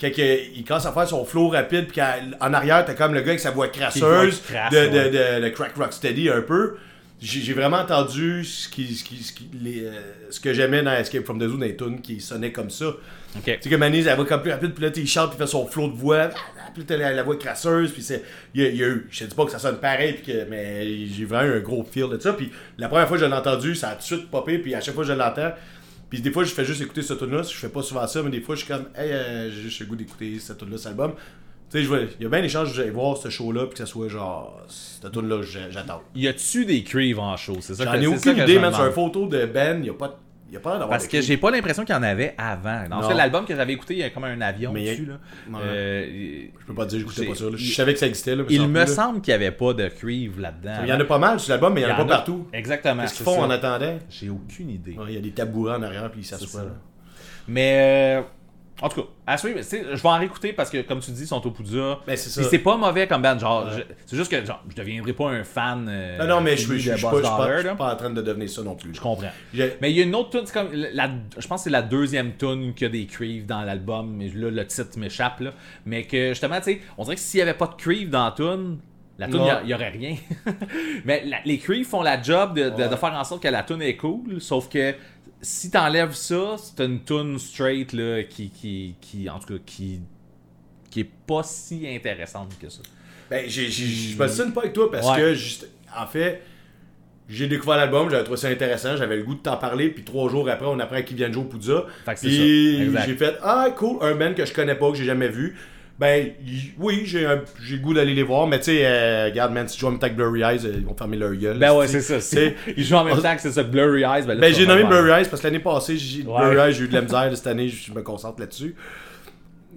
quand que- il commence à faire son flow rapide, puis qu'à- en arrière, t'as comme le gars avec sa voix crasseuse,
Qui crasse,
de, de,
ouais.
de- de crack rock steady un peu. J'ai j'ai vraiment entendu ce, qui, ce, qui- ce qui- les, euh, ce que j'aimais dans Escape from the Zoo, dans les tunes qui sonnaient comme ça.
Ok.
Tu sais que Manis, elle va comme plus rapide, puis là, il chante, puis il fait son flow de voix, puis t'as la, la voix crasseuse, puis c'est. Il y a, il y a eu. Je te dis pas que ça sonne pareil, puis que, mais j'ai vraiment eu un gros feel de ça. Puis la première fois que je l'ai entendu, ça a tout de suite popé, puis à chaque fois que je l'entends, puis des fois, je fais juste écouter ce tune là je fais pas souvent ça, mais des fois, je suis comme, hey, euh, j'ai juste le goût d'écouter ce tune là cet album. Tu sais, je vais- il y a bien des chances que j'aille voir ce show-là, puis que ça soit genre, cette tune là j'attends.
Y a-tu des cuivres en show? C'est ça que
J'en ai
c'est ça
aucune
que je
idée,
me
même sur
demande.
une photo de Ben, il y a pas y a pas l'air d'avoir
Parce
de
que
clip.
j'ai pas l'impression qu'il y en avait avant. En
Non.
fait, l'album que j'avais écouté, il y a comme un avion
Mais il y a-
dessus. Là.
Ouais.
Euh, il-
Je peux pas dire, j'écoutais
j'ai-
pas ça. là. Je
il-
savais que ça existait, là. mais
Il
sans
me
plus, là.
semble qu'il n'y avait pas de cuivre là-dedans.
Il y en a pas mal sur l'album, mais il y en
Il
a
y
pas
en a-
partout.
Exactement.
Qu'est-ce qu'ils
c'est
font
ça.
en attendant
J'ai aucune idée.
Ouais, Il y a des tabourets en arrière, puis ils s'assoient.
ça.
là.
Mais euh, en tout cas, à suivre, tu sais, je vais en réécouter parce que comme tu dis, ils sont au Poudja.
Ben, c'est ça.
Puis c'est pas mauvais comme band. Genre, je- c'est juste que genre, je deviendrai pas un fan. euh,
Non, non, mais je
fini
suis je
de
suis pas
Boss
je suis pas-
Dollar,
je suis
là.
pas en train de devenir ça non plus.
Je comprends.
J'ai-
Mais il y a une autre tune, c'est comme la, je pense que c'est la deuxième tune qu'il y a des cuivres dans l'album, mais là le titre m'échappe là, mais que justement tu sais, on dirait que s'il y avait pas de cuivres dans la tune, la tune
Non.
il y, aurait rien. mais la- les cuivres font la job de, de- de faire en sorte que la tune est cool, sauf que si t'enlèves ça, c'est une tune straight là qui qui qui en tout cas qui qui est pas si intéressante que ça.
Ben, j'ai- j'ai- je me signe pas avec toi parce
Ouais.
que, juste, en fait, j'ai découvert l'album, j'avais trouvé ça intéressant, j'avais le goût de t'en parler, puis trois jours après, on apprend qu'ils viennent jouer au Poudza.
Fait que c'est ça,
Puis
exact.
j'ai fait Ah, cool, un band que je connais pas, que j'ai jamais vu. Ben, y- oui, j'ai un- j'ai le goût d'aller les voir, mais tu sais, euh, regarde, man, si tu joues en même temps que Blurry Eyes, euh, ils vont fermer leur gueule.
Ben ouais,
Tu
c'est
sais,
ça.
tu
c'est-
sais.
Ils jouent en même temps que c'est ça Blurry Eyes. là,
Ben,
tu
j'ai
vas
nommé
faire-
Blurry Eyes parce que l'année passée, j'ai
Ouais.
Blurry Eyes, j'ai eu de la misère. Cette année, je me concentre là-dessus.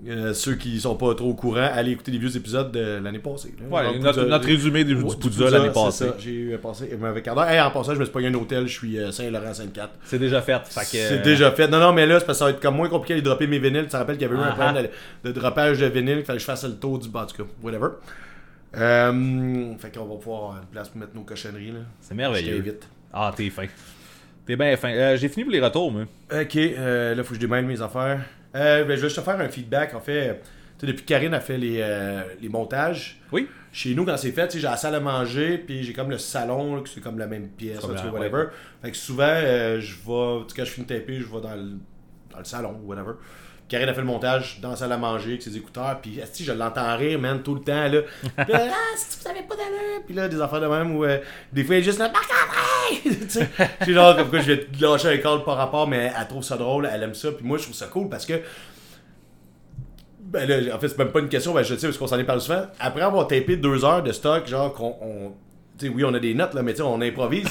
Euh, ceux qui sont pas trop au courant, allez écouter les vieux épisodes de l'année passée. là.
Ouais,
Genre,
notre,
Poudza-
notre résumé du,
Ouais,
du Poudza
Poudza,
l'année
c'est
passée.
ça. J'ai eu euh, passé un mauvais quart d'heure. Hey, en passant, je me suis pogné un hôtel, je suis euh, Saint-Laurent-Sainte-Cat.
C'est déjà fait. fait que- euh,
C'est déjà fait. Non, non, mais là, c'est parce que ça va être comme moins compliqué de dropper mes vinyles. Tu te rappelles qu'il y avait eu un
Ah,
plan
ah.
de, de dropage de vinyles, il fallait que je fasse le tour du bas, en tout cas, whatever. Euh, fait qu'on va pouvoir avoir une place pour mettre nos cochonneries. Là.
C'est
Je
merveilleux.
t'invite.
Ah, t'es fin. T'es bien fin. Euh, J'ai fini pour les retours, moi.
Ok, euh, là, faut que je démêle mes affaires. Euh, ben, je vais juste te faire un feedback. En fait, tu sais, depuis que Karine a fait les, euh, les montages,
Oui.
Chez nous, quand c'est fait, tu sais, j'ai la salle à manger, puis j'ai comme le salon, là, que c'est comme la même pièce,
Ça
là, tu
va,
vois, whatever. Fait que souvent, euh, je vais, tu sais, quand je finis de taper, je vais dans le, dans le salon, whatever. Karine a fait le montage dans la salle à manger avec ses écouteurs, puis esti, je l'entends rire, man, tout le temps, là. Puis, ah, si tu savais pas d'aller, puis là, des affaires de même où, euh, des fois, elle est juste là, Marc-André! tu sais, c'est genre, comme quoi, je vais te lâcher un call par rapport, mais elle trouve ça drôle, elle aime ça, puis moi, je trouve ça cool parce que, ben là, en fait, c'est même pas une question, ben je le sais parce qu'on s'en est parlé souvent. Après avoir tapé deux heures de stock, genre qu'on. on- tu sais, oui, on a des notes, là, mais tu sais, on improvise.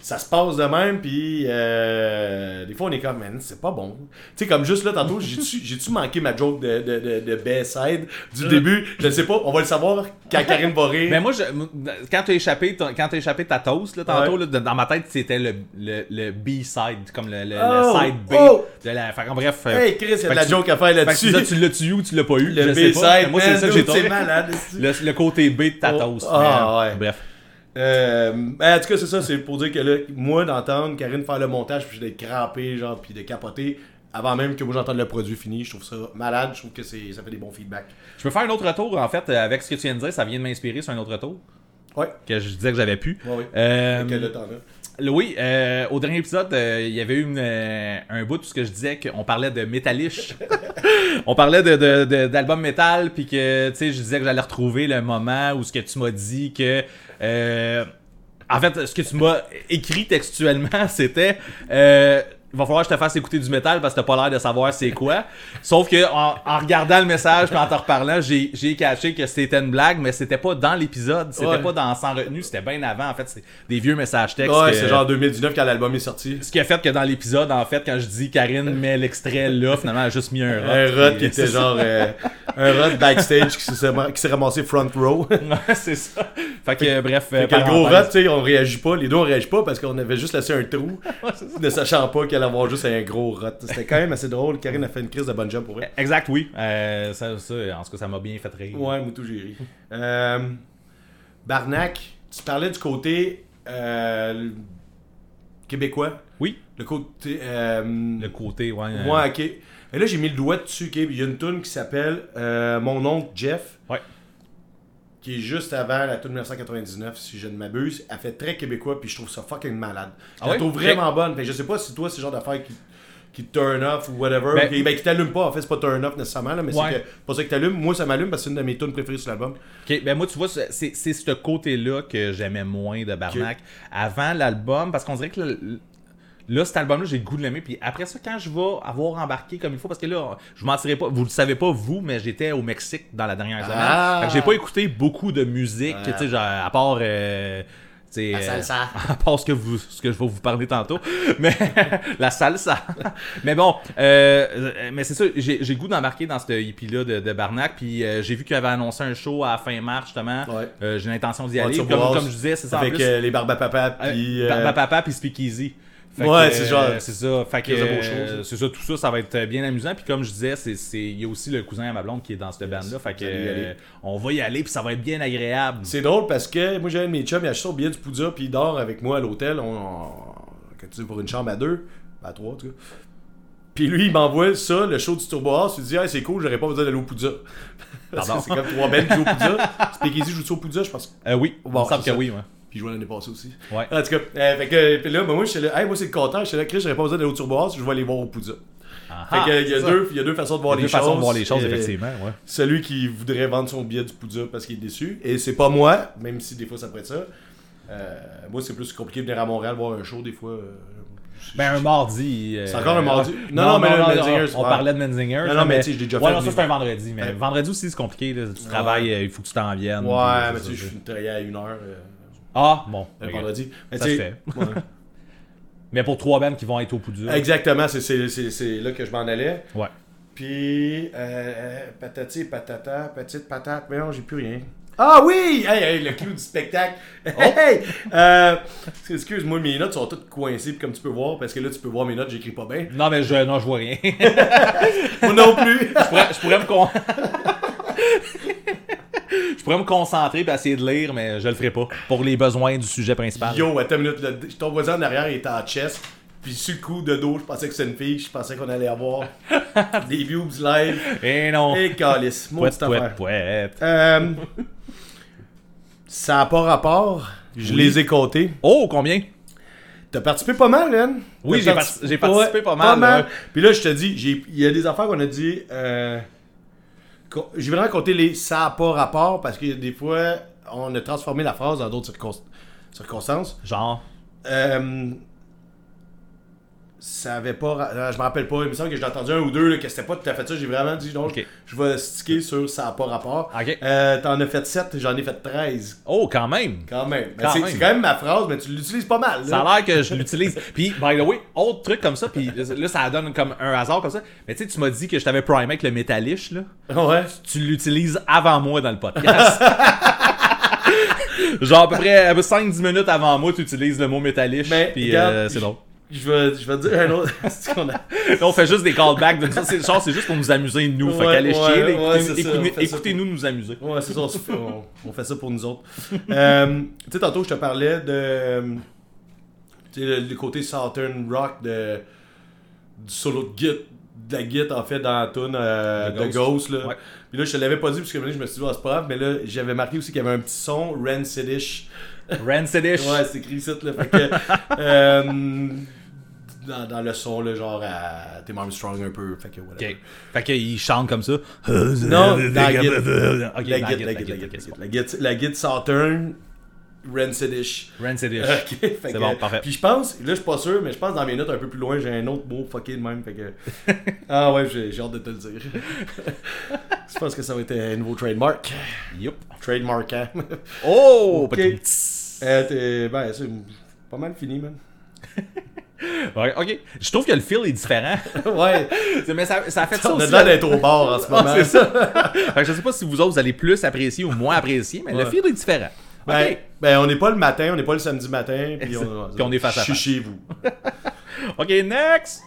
ça se passe de même, puis euh, des fois, on est comme, man, c'est pas bon. Tu sais, comme juste là, tantôt, j'ai-tu j'ai-tu manqué ma joke de, de, de, de Bayside
Euh.
du début? Je le sais pas, on va le savoir quand Karine va rire.
Mais moi, je, m- quand t'as échappé, ton- quand t'as échappé ta toast, là, tantôt,
Ouais.
là, dans ma tête, c'était le, le, le B-side, comme le, le- le
Oh!
side B.
Oh!
De la, fait qu'en bref. euh,
Hey, Chris, il y a
fait
de la
que tu-
joke à faire
fait que
là-dessus.
tu, là, tu l'as-tu eu ou tu l'as pas eu?
Le
je sais pas.
B-side,
Moi, c'est
man,
ça que j'ai
dude, c'est
trouvé.
malade, esti.
Le, le côté B de ta
Oh,
toast.
ah,
mais,
ouais.
Bref.
Euh, ben, en tout cas, c'est ça, c'est pour dire que là, moi, d'entendre Karine faire le montage, puis d'être crampé, genre, puis de capoter, avant même que moi j'entende le produit fini, je trouve ça malade, je trouve que c'est, ça fait des bons feedbacks.
Je peux faire un autre retour, en fait, euh, avec ce que tu viens de dire. Ça vient de m'inspirer sur un autre retour
Ouais,
que je disais que j'avais pu.
Ouais, ouais.
Euh,
quel le temps là.
Oui, euh, au dernier épisode, euh, il y avait eu une, euh, un bout où ce que je disais qu'on parlait de métallish. on parlait de, de, de- d'album métal, puis que tu sais, je disais que j'allais retrouver le moment où ce que tu m'as dit que. euh, en fait, ce que tu m'as écrit textuellement, c'était. euh, il va falloir que je te fasse écouter du métal parce que t'as pas l'air de savoir c'est quoi. Sauf que en, en regardant le message puis en te reparlant, j'ai, j'ai caché que c'était une blague, mais c'était pas dans l'épisode, c'était
Ouais.
pas dans Sans retenu, c'était bien avant. En fait, c'est des vieux messages textes.
Ouais,
que-
c'est genre 2019 quand l'album est sorti.
ce qui a fait que dans l'épisode, en fait, quand je dis Karine met l'extrait là, finalement, elle a juste mis un rot.
Un rod qui
Ah, Puis-
était genre euh, un rod backstage qui s'est qui s'est ramassé front row.
Ouais, c'est ça. Fait que, euh, bref.
Fait que le gros rod, tu sais, on réagit pas, les deux on réagit pas parce qu'on avait juste laissé un trou, ne sachant pas qu'elle allait avoir juste un gros rot. C'était quand même assez drôle. Karine a fait une crise de bonne job pour elle.
Exact, oui. Euh, ça, ça, en tout cas, ça m'a bien fait rire.
Ouais, Moutou, j'ai ri. Euh, Barnac, tu parlais du côté euh, québécois.
Oui,
Le côté. euh,
le côté, ouais. euh,
Ouais, ok. Et là, j'ai mis le doigt dessus, ok. Il y a une tune qui s'appelle euh, Mon oncle Jeff,
ouais.
qui est juste avant la tune 1999, si je ne m'abuse. Elle fait très québécois, puis je trouve ça fucking malade. Je
Ah
la
ouais?
trouve
Ok.
vraiment bonne. Fait que je sais pas si toi, c'est le genre d'affaire qui, qui te turn off ou whatever.
Ben-
qui- ben, qui t'allume pas, en fait, c'est pas turn off nécessairement, là, mais
Ouais.
c'est que- pas ça qui t'allume. Moi, ça m'allume parce que c'est une de mes tunes préférées sur l'album.
Ok, ben moi, tu vois, c'est c'est- c'est ce côté-là que j'aimais moins de Barnac. Avant l'album, parce qu'on dirait que le- là, cet album-là, j'ai le goût de l'aimer. Puis après ça, quand je vais avoir embarqué comme il faut, parce que là, je m'en tirais pas, vous le savez pas, vous, mais j'étais au Mexique dans la dernière semaine.
Ah!
Fait que j'ai pas écouté beaucoup de musique,
Ouais.
tu sais, genre, à part. euh, tu sais,
La
euh,
salsa.
à part ce que, vous, ce que je vais vous parler tantôt. Mais la salsa. mais bon, euh, euh, mais c'est ça, j'ai j'ai le goût d'embarquer dans ce hippie-là de, de Barnac. Puis euh, j'ai vu qu'il avait annoncé un show à la fin mars, justement.
Ouais.
Euh, j'ai l'intention d'y
Ouais,
aller.
Turbo
Comme, comme
House,
je disais, c'est ça. en
Avec
plus,
euh, les Barbapapa,
euh,
puis.
Pa-
euh,
Pa- Papa puis Speakeasy. Fait
Ouais,
que,
c'est genre-
euh, C'est ça. Fait que,
Chris de Beau
euh,
Show,
c'est ça, tout ça, ça va être euh, bien amusant. Puis comme je disais, c'est- c'est- il y a aussi le cousin à ma blonde qui est dans cette bande-là. Fait que,
vous allez y aller.
euh, on va y aller, puis ça va être bien agréable.
C'est drôle parce que moi j'avais mes chums, il a acheté son billet du Poudja puis il dort avec moi à l'hôtel. On, on- quand tu veux, pour une chambre à deux, à trois en tout cas. Puis lui il m'envoie ça, le show du Turbo House, il dit ah c'est cool, j'aurais pas besoin d'aller au Poudja. Parce que
Pardon.
c'est comme trois Ben qui jouent au Poudja. Speakeasy joue au Poudja, je pense.
Euh, oui,
Bon,
il me semble
c'est ça.
que oui. ouais.
Puis il jouait l'année passée aussi.
Ouais.
En tout cas, euh, fait que puis là, ben, moi je suis là, hey, moi c'est le content, je suis là, Chris, j'aurais pas besoin d'aller au Turbo House, je vais aller voir au Poudja.
Ah,
fait que, il y a
c'est ça.
deux, il y a deux façons de voir les
Il y a deux
choses.
façons de voir les choses,
Euh,
effectivement. Ouais.
celui qui voudrait vendre son billet du Poudja parce qu'il est déçu. Et c'est pas moi, même si des fois ça pourrait être ça. Euh, moi, c'est plus compliqué de venir à Montréal voir un show des fois. euh, je-
Ben, un mardi. euh,
C'est encore un mardi. Non, non, mais le Menzinger, c'est
on, on
pas-
parlait de Menzinger.
Non, non, mais tu sais, je l'ai déjà
ouais,
fait,
non, ça,
mais-
c'est un vendredi. Mais
Ouais.
vendredi aussi, c'est compliqué. là, Tu travailles, euh, il faut que tu t'en
Ouais,
viennes. puis
mais
c'est
tu sais, je
ça, c'est-
finis de travailler à une heure euh,
Ah, bon.
le
ok.
vendredi. Mais
Ça
tu
se
sais,
fait.
ouais.
Mais pour trois bandes qui vont être au Poudure.
Exactement, c'est- c'est c'est- c'est là que je m'en allais.
Ouais.
Puis, euh, patati, patata, petite patate, mais non, j'ai plus rien. Ah oui! Hey, hey, le clou du spectacle!
Oh.
Hey! Euh, Excuse-moi, mes notes sont toutes coincées, puis comme tu peux voir, parce que là, tu peux voir mes notes, j'écris pas bien.
Non, mais je, non, je vois rien. je,
Moi non plus!
pourrais, je pourrais me con- Je pourrais me concentrer et essayer de lire, mais je le ferai pas. Pour les besoins du sujet principal.
Yo, attends une minute, le- ton voisin en arrière il était en chest. Puis sur le coup de dos, je pensais que c'était une fille, je pensais qu'on allait avoir des views live.
Eh non.
Et calice, moi
Pouette,
petite
pouette,
affaire.
pouette.
Euh, ça n'a pas rapport, je les ai comptés.
Oh, combien?
T'as participé pas mal, Len.
Oui,
T'as
j'ai
partici-
par- j'ai participé pas mal, hein. ouais.
Puis là, je te dis, j'ai- il y a des affaires qu'on a dit. Euh, qu'on- j'ai vraiment compté les ça n'a pas rapport parce que des fois, on a transformé la phrase dans d'autres circon- circonstances.
Genre.
Euh, ça avait pas. ra- non, je me rappelle pas. Il me semble que j'ai entendu un ou deux là, que c'était pas tout à fait ça. J'ai vraiment dit donc,
Ok.
je vais sticker sur ça n'a pas rapport.
Ok.
Euh, T'en as fait 7, j'en ai fait 13.
Oh, quand même.
Quand même. Ben,
Quand
c'est
même.
c'est quand même ma phrase, mais tu l'utilises pas mal. là.
Ça a l'air que je l'utilise. Puis, by the way, autre truc comme ça, puis là, ça donne comme un hasard comme ça. Mais tu sais, tu m'as dit que je t'avais primé avec le métallish, là.
Ouais.
Tu l'utilises avant moi dans le podcast. Genre, à peu près 5-10 minutes avant moi, tu utilises le mot métallish.
Mais,
Puis,
regarde,
euh, c'est drôle.
Je vais, je vais te dire un autre. C'est qu'on a-
Là, on fait juste des callbacks. De... ça, c'est- Genre, c'est juste pour nous amuser, nous. fait
Ouais,
qu'allez
ouais,
chier, là,
ouais,
écoutez-
c'est ça, on
écoutez-
fait ça
écoutez-nous nous amuser.
Ouais, c'est ça, on, se fait- on- on fait ça pour nous autres. Euh, tu sais, tantôt, je te parlais de. euh, Tu sais, le, le côté Southern Rock de, du solo de Git, de la Git, en fait, dans la tune euh,
The
de
Ghost.
Ghost. là.
Ouais.
oh, Puis là, je te l'avais pas dit, parce que je me suis dit, Ah, c'est pas grave, mais là, j'avais marqué aussi qu'il y avait un petit son Rancidish
Rancidish.
Ouais, c'est écrit ici, là. Fait que. euh, dans, dans le son, là, genre à Tim Armstrong un peu. Fait que, whatever.
Ok. Fait qu'il chante comme ça.
Non,
Ok,
la guide. La
ok, dans
guide, la
guide,
guide, la guide,
ok, c'est bon.
la guide. La guide Saturn, Rancidish.
Rancidish.
Ok, fait
C'est
que-
bon, parfait.
Puis je pense, là je suis pas sûr, mais je pense que dans mes notes un peu plus loin, j'ai un autre mot fucké de même. Fait que. ah ouais, j'ai j'ai hâte de te le dire. je pense que ça va être un nouveau trademark.
Yup.
Trademark, hein.
Oh!
Ok.
petit tss.
Euh, t'es- ben, c'est pas mal fini, man.
Ouais, ok. Je trouve que le feel est différent.
ouais.
Mais ça, ça a fait ça
On a
aussi.
l'air d'être au bord en ce moment.
Ah, c'est ça. Fait que je sais pas si vous autres, vous allez plus apprécier ou moins apprécier, mais le
Ouais.
feel est différent.
Ben,
Ok.
ben, on n'est pas le matin, on n'est pas le samedi matin, puis on,
Puis on est face à
Je
face.
suis chez vous.
OK, next!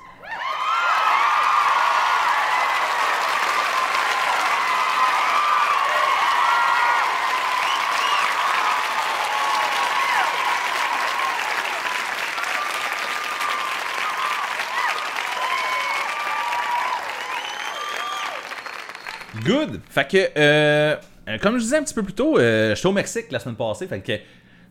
Good! Fait que, euh, euh, comme je disais un petit peu plus tôt, euh, j'étais au Mexique la semaine passée, fait que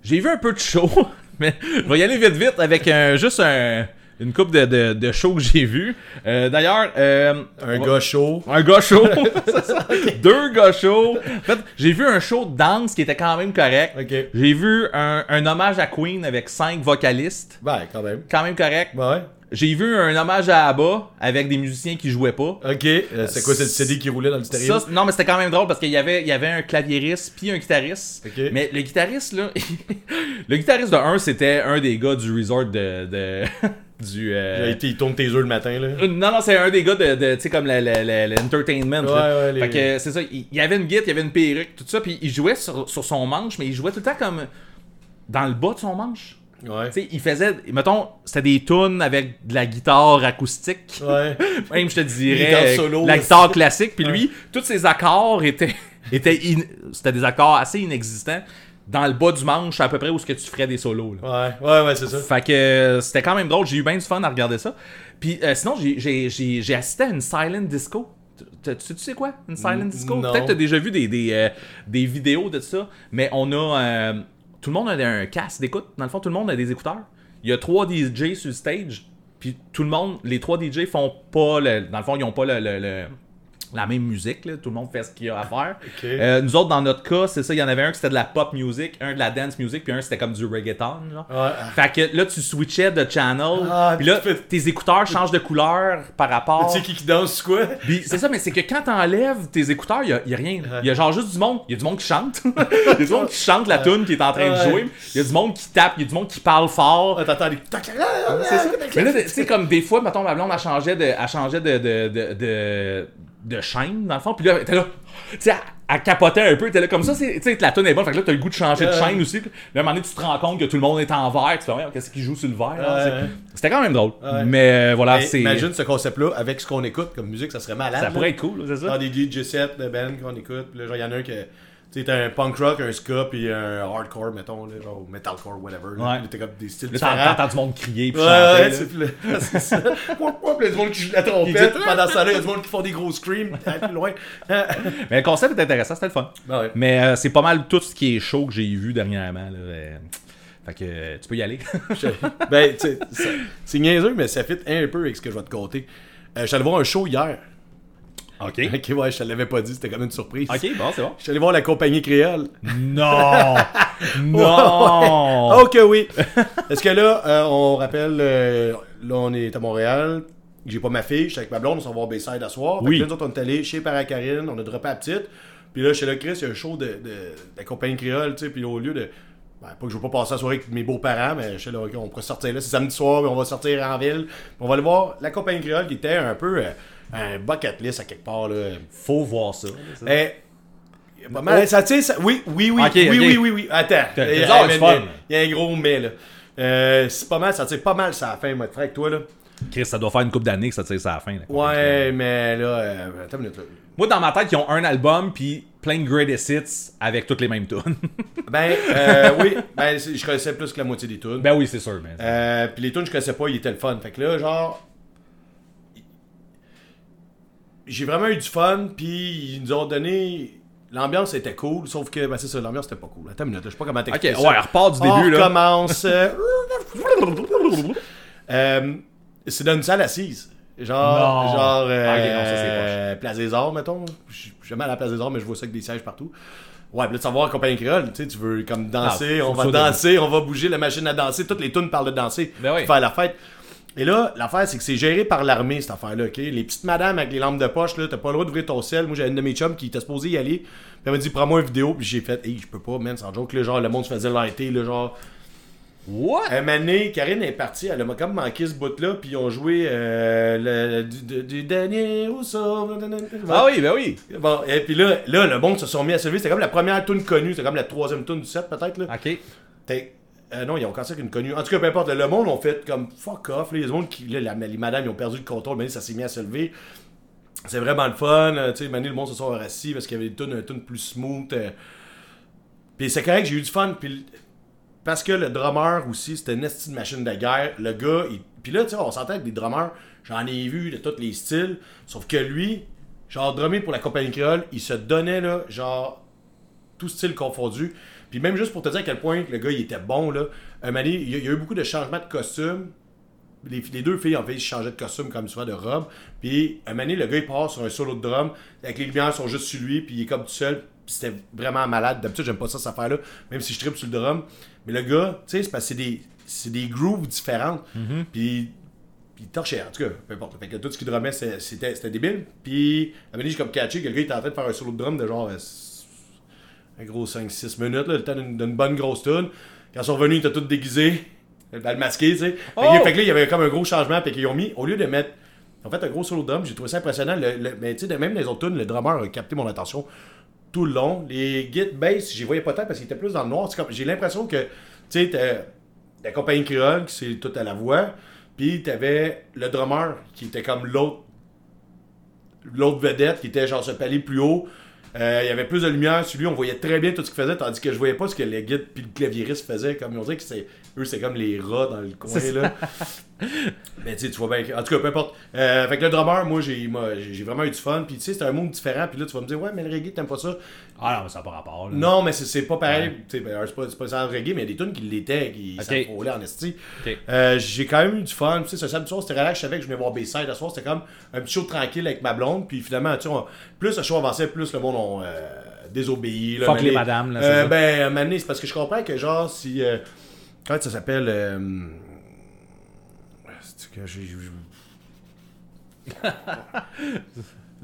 j'ai vu un peu de show, mais je vais y aller vite vite avec un, juste un- une coupe de, de, de shows que j'ai vu. Euh, D'ailleurs, euh,
Un
on va-
gars chaud.
un gars chaud. C'est ça. Deux gars chauds. En fait, j'ai vu un show de danse qui était quand même correct.
Ok.
J'ai vu un, un hommage à Queen avec cinq vocalistes.
Ben, quand même.
Quand même correct.
Ouais.
J'ai vu un hommage à ABBA avec des musiciens qui jouaient pas.
Ok. Euh, c'est quoi, c'est le CD qui roulait dans le stéréo?
Ça, c'est- non, mais c'était quand même drôle parce qu'il y avait, il y avait un claviériste puis un guitariste.
Ok.
Mais le guitariste, là. le guitariste de un, c'était un des gars du resort de. de- du. euh,
J'ai été, il tourne tes œufs le matin, là.
Euh, Non, non, c'est un des gars de, de tu sais, comme le- le- le- l'entertainment. là.
Ouais, ouais, les-
Fait que c'est ça, il, il avait une guitare, il avait une perruque, tout ça, puis il jouait sur, sur son manche, mais il jouait tout le temps comme dans le bas de son manche.
Ouais.
Tu sais, il faisait, mettons, c'était des tunes avec de la guitare acoustique.
Ouais.
Même, je te
Guitare
dirais, euh,
solo
la
aussi.
guitare classique, puis lui, tous ses accords étaient, étaient in- c'était des accords assez inexistants dans le bas du manche, à peu près où ce que tu ferais des solos. là.
Ouais, ouais, ouais, c'est ça.
Fait que euh, c'était quand même drôle, j'ai eu bien du fun à regarder ça. Puis euh, sinon, j'ai- j'ai- j'ai j'ai assisté à une silent disco. Tu- tu- Tu sais, tu sais quoi? Une silent
Mm,
disco?
non.
Peut-être que t'as déjà vu des, des, euh, des vidéos de ça, mais on a... euh, tout le monde a un casque d'écoute. Dans le fond, tout le monde a des écouteurs. Il y a trois DJ sur le stage, puis tout le monde, les trois DJ font pas... Le, dans le fond, ils ont pas le- le- le- la même musique, là. tout le monde fait ce qu'il a à faire.
Ok.
Euh, nous autres, dans notre cas, c'est ça, il y en avait un qui c'était de la pop music, un de la dance music, puis un c'était comme du reggaeton. Genre.
Ouais.
Fait que là, tu switchais de channel,
Ah,
puis là,
tu fais-
tes écouteurs changent de couleur par rapport.
Tu sais qui qui danse ou quoi?
Puis c'est ça, mais c'est que quand t'enlèves tes écouteurs, y a, y a rien. Y a genre juste du monde. Y a du monde qui chante. y a du monde qui chante la tune qui est en train de
Ouais.
jouer. Y a du monde qui tape. Y a du monde qui parle fort.
Ah, T'entends des.
C'est ça. Mais là, tu sais, comme des fois, mettons, ma blonde, elle changeait de, elle changeait de, de, de, de, de chaîne, dans le fond. Puis là, elle était là. Tu sais, elle, elle capotait un peu. Elle était là comme ça. c'est- Tu sais, la tonne est bonne. Fait que là, t'as le goût de changer de
Ouais.
chaîne aussi. Là, à un moment donné, tu te rends compte que tout le monde est en vert. Tu fais, ouais, qu'est-ce qu'ils jouent sur le vert? là?
Ouais.
C'est- C'était quand même drôle.
Ouais.
Mais euh, voilà,
Hey,
c'est.
Imagine ce concept-là avec ce qu'on écoute comme musique, ça serait malade.
Ça
là.
pourrait être cool, c'est ça?
Dans des DJ sets de band qu'on écoute, pis là, genre, y en a un que. Tu sais, t'as un punk rock, un ska, puis un hardcore, mettons, là, genre, ou metalcore, whatever.
Ouais.
Là, Pis t'as comme des styles
Là,
différents.
t'entends du monde crier puis
Ouais,
chanter.
ouais,
là.
c'est plus- c'est ça. Pouah, pouah, pis y a du monde qui joue de la trompette.
Exactement.
Pendant ça, là, y a du monde qui font des gros screams, hein, plus loin.
Mais le concept est intéressant, c'était le fun.
Ben ouais.
Mais euh, c'est pas mal tout ce qui est chaud que j'ai vu dernièrement. Là. euh, Fait que euh, tu peux y aller.
Je- ben, tu sais, ça- c'est niaiseux, mais ça fit un peu avec ce que je vais te compter. Euh, je suis allé voir un show hier.
OK.
Ok, ouais, je te l'avais pas dit, c'était comme une surprise.
OK, bon, c'est bon.
Je suis allé voir la compagnie créole.
Non!
Ouais.
non!
Oh que oui! Parce que là, euh, on rappelle, euh, là, on est à Montréal. J'ai pas ma fille, je suis avec ma blonde, on s'en va au Bayside à soir. Fait que
Oui.
là, nous autres, on est allés chez Paracarine, on a droppé la petite. Puis là, chez le Chris, il y a un show de, de, de la compagnie créole, tu sais. Puis au lieu de. ben, pas que je veux pas passer la soirée avec mes beaux-parents, mais je sais là, ok, on pourrait sortir là. C'est samedi soir, mais on va sortir en ville. Puis on va aller voir la compagnie créole qui était un peu euh, un bucket list à quelque part, là.
Faut voir Oh, ça.
Eh, pas mal. Eh, ça, tu sais, ça- oui, oui, oui,
Ok,
oui,
ok.
oui, oui, oui. Attends.
T'as- t'as
Eh,
bizarre,
eh,
c'est
man,
fun.
Il y, a- il y a un gros mais, là. Euh, c'est pas mal, ça tire pas mal ça la fin, moi, de frère, avec toi, là.
Chris, ça doit faire une coupe d'années que ça tire ça à la fin. là.
Ouais, mais là, euh, attends une minute, là.
Moi, dans ma tête, ils ont un album puis plein de greatest hits avec toutes les mêmes tunes.
Ben, euh, oui, ben, c'est- je connaissais plus que la moitié des tunes.
ben oui, c'est sûr. Mais...
Euh, puis les tunes, je connaissais pas, il était le fun. Fait que là, genre. J'ai vraiment eu du fun, puis ils nous ont donné L'ambiance était cool, sauf que, ben c'est ça, l'ambiance était pas cool. Attends une minute, là, je sais pas comment
Ok,
t'expliquer
ouais,
ça.
repart du
on
début là.
recommence. Euh, c'est dans une salle assise. Genre,
Non.
genre
Ah, Ok, non, ça, c'est
euh, Place des Arts, mettons. Je suis jamais à la Place des Arts, mais je vois ça avec des sièges partout. Ouais, puis là, de savoir compagnie créole, tu sais, tu veux comme danser,
Ah,
on
faut
va
ça,
danser, on va bouger la machine à danser, toutes les tunes parlent de danser,
Ben oui.
faire la fête. Et là, l'affaire, c'est que c'est géré par l'armée, cette affaire-là, OK? Les petites madames avec les lampes de poche, là, t'as pas le droit d'ouvrir ton sel. Moi, j'avais une de mes chums qui était supposée y aller, puis elle m'a dit, prends-moi une vidéo, puis j'ai fait, hey, je peux pas, man, sans joke, là, genre, le monde se faisait lighter, là, genre, Euh,
What?
un moment donné, Karine est partie, elle m'a comme manqué ce bout-là, puis ils ont joué euh, le, du, du- du dernier Rousseau.
Ah oui, ben oui.
Bon, et puis là, là, le monde se sont mis à se lever. C'était comme la première tune connue, c'était comme la troisième tune du set, peut-être. là.
Ok.
T'es- euh, non, ils ont cassé qu'une connue. En tout cas, peu importe. Le monde ont fait comme fuck off. là. Les monde qui, là, la- les madames, ils ont perdu le contrôle. Mais ça s'est mis à se lever. C'est vraiment le fun. euh, tu sais, Mané, le monde se sont rassis parce qu'il y avait des tunes, un tune plus smooth. euh. Puis c'est correct, j'ai eu du fun. Puis le- parce que le drummer aussi, c'était une esti de machine de guerre. Le gars, il... puis là, tu sais, on s'entend avec des drummers. J'en ai vu de tous les styles. Sauf que lui, genre, drummer pour la compagnie créole, il se donnait, là, genre, tout style confondu. Puis même juste pour te dire à quel point le gars il était bon, là, un moment donné, il y, a- il y a eu beaucoup de changements de costume. Les, les deux filles en fait ils changeaient de costume comme souvent de robe. Puis un moment donné, le gars il part sur un solo de drum, avec les lumières sont juste sur lui, puis il est comme tout seul. Puis c'était vraiment malade. D'habitude, j'aime pas ça cette affaire-là, même si je tripe sur le drum. Mais le gars, tu sais, c'est parce que c'est des, c'est des grooves différentes. Puis puis il torchait, en tout cas, peu importe. Fait que tout ce qu'il drummait, c'est- c'était c'était débile. Puis, à un moment donné, j'ai comme catché que le gars il était en train de faire un solo de drum de genre euh, s- un gros 5-6 minutes, là, le temps d'une d'une bonne grosse tune. Quand ils sont revenus, ils étaient tous déguisés, dans le masqué, tu sais. Fait, que-
Oh!
fait que là, il y avait comme un gros changement, puis qu'ils ont mis, au lieu de mettre, en fait, un gros solo de drum, j'ai trouvé ça impressionnant. Le- le- mais tu sais, même dans les autres tunes, le drummer a capté mon attention tout le long. Les guides bass, j'y voyais pas tant parce qu'ils étaient plus dans le noir. C'est comme- J'ai l'impression que, tu sais, t'as la compagnie créole qui c'est tout à la voix, puis t'avais le drummer qui était comme l'autre l'autre vedette qui était genre ce palier plus haut. Euh, il y avait plus de lumière sur lui, on voyait très bien tout ce qu'il faisait, tandis que je voyais pas ce que les guides puis le claviériste faisaient. Comme on dirait que c'est eux, c'est comme les rats dans le coin
C'est ça.
là. Mais tu sais, tu vois bien. que- En tout cas, peu importe. Euh, fait que le drummer, moi, j'ai, moi, j'ai j'ai vraiment eu du fun. Puis tu sais, c'est un monde différent. Puis là, tu vas me dire, ouais, mais le reggae, t'aimes pas ça.
Ah non, mais ça n'a pas rapport. Là.
Non, mais c'est- c'est pas pareil. Tu sais, ben, alors, c'est pas, c'est pas ça en reggae, mais il y a des tunes qui l'étaient, qui
Ok.
s'en frôlaient en esti.
Ok.
Euh, j'ai quand même eu du fun. Tu sais, ce samedi soir, c'était relax. Je savais que je venais voir Bayside. Le soir, c'était comme un petit show tranquille avec ma blonde. Puis finalement, tu sais, on- plus le show avançait, plus le monde on, euh, désobéit. là.
Fuck
Mais
les
les-
madames, là, c'est
Euh,
ça.
ben, mané, c'est parce que je comprends que genre, si. euh, Comment ça s'appelle euh, c'est-tu que j'ai- j'ai-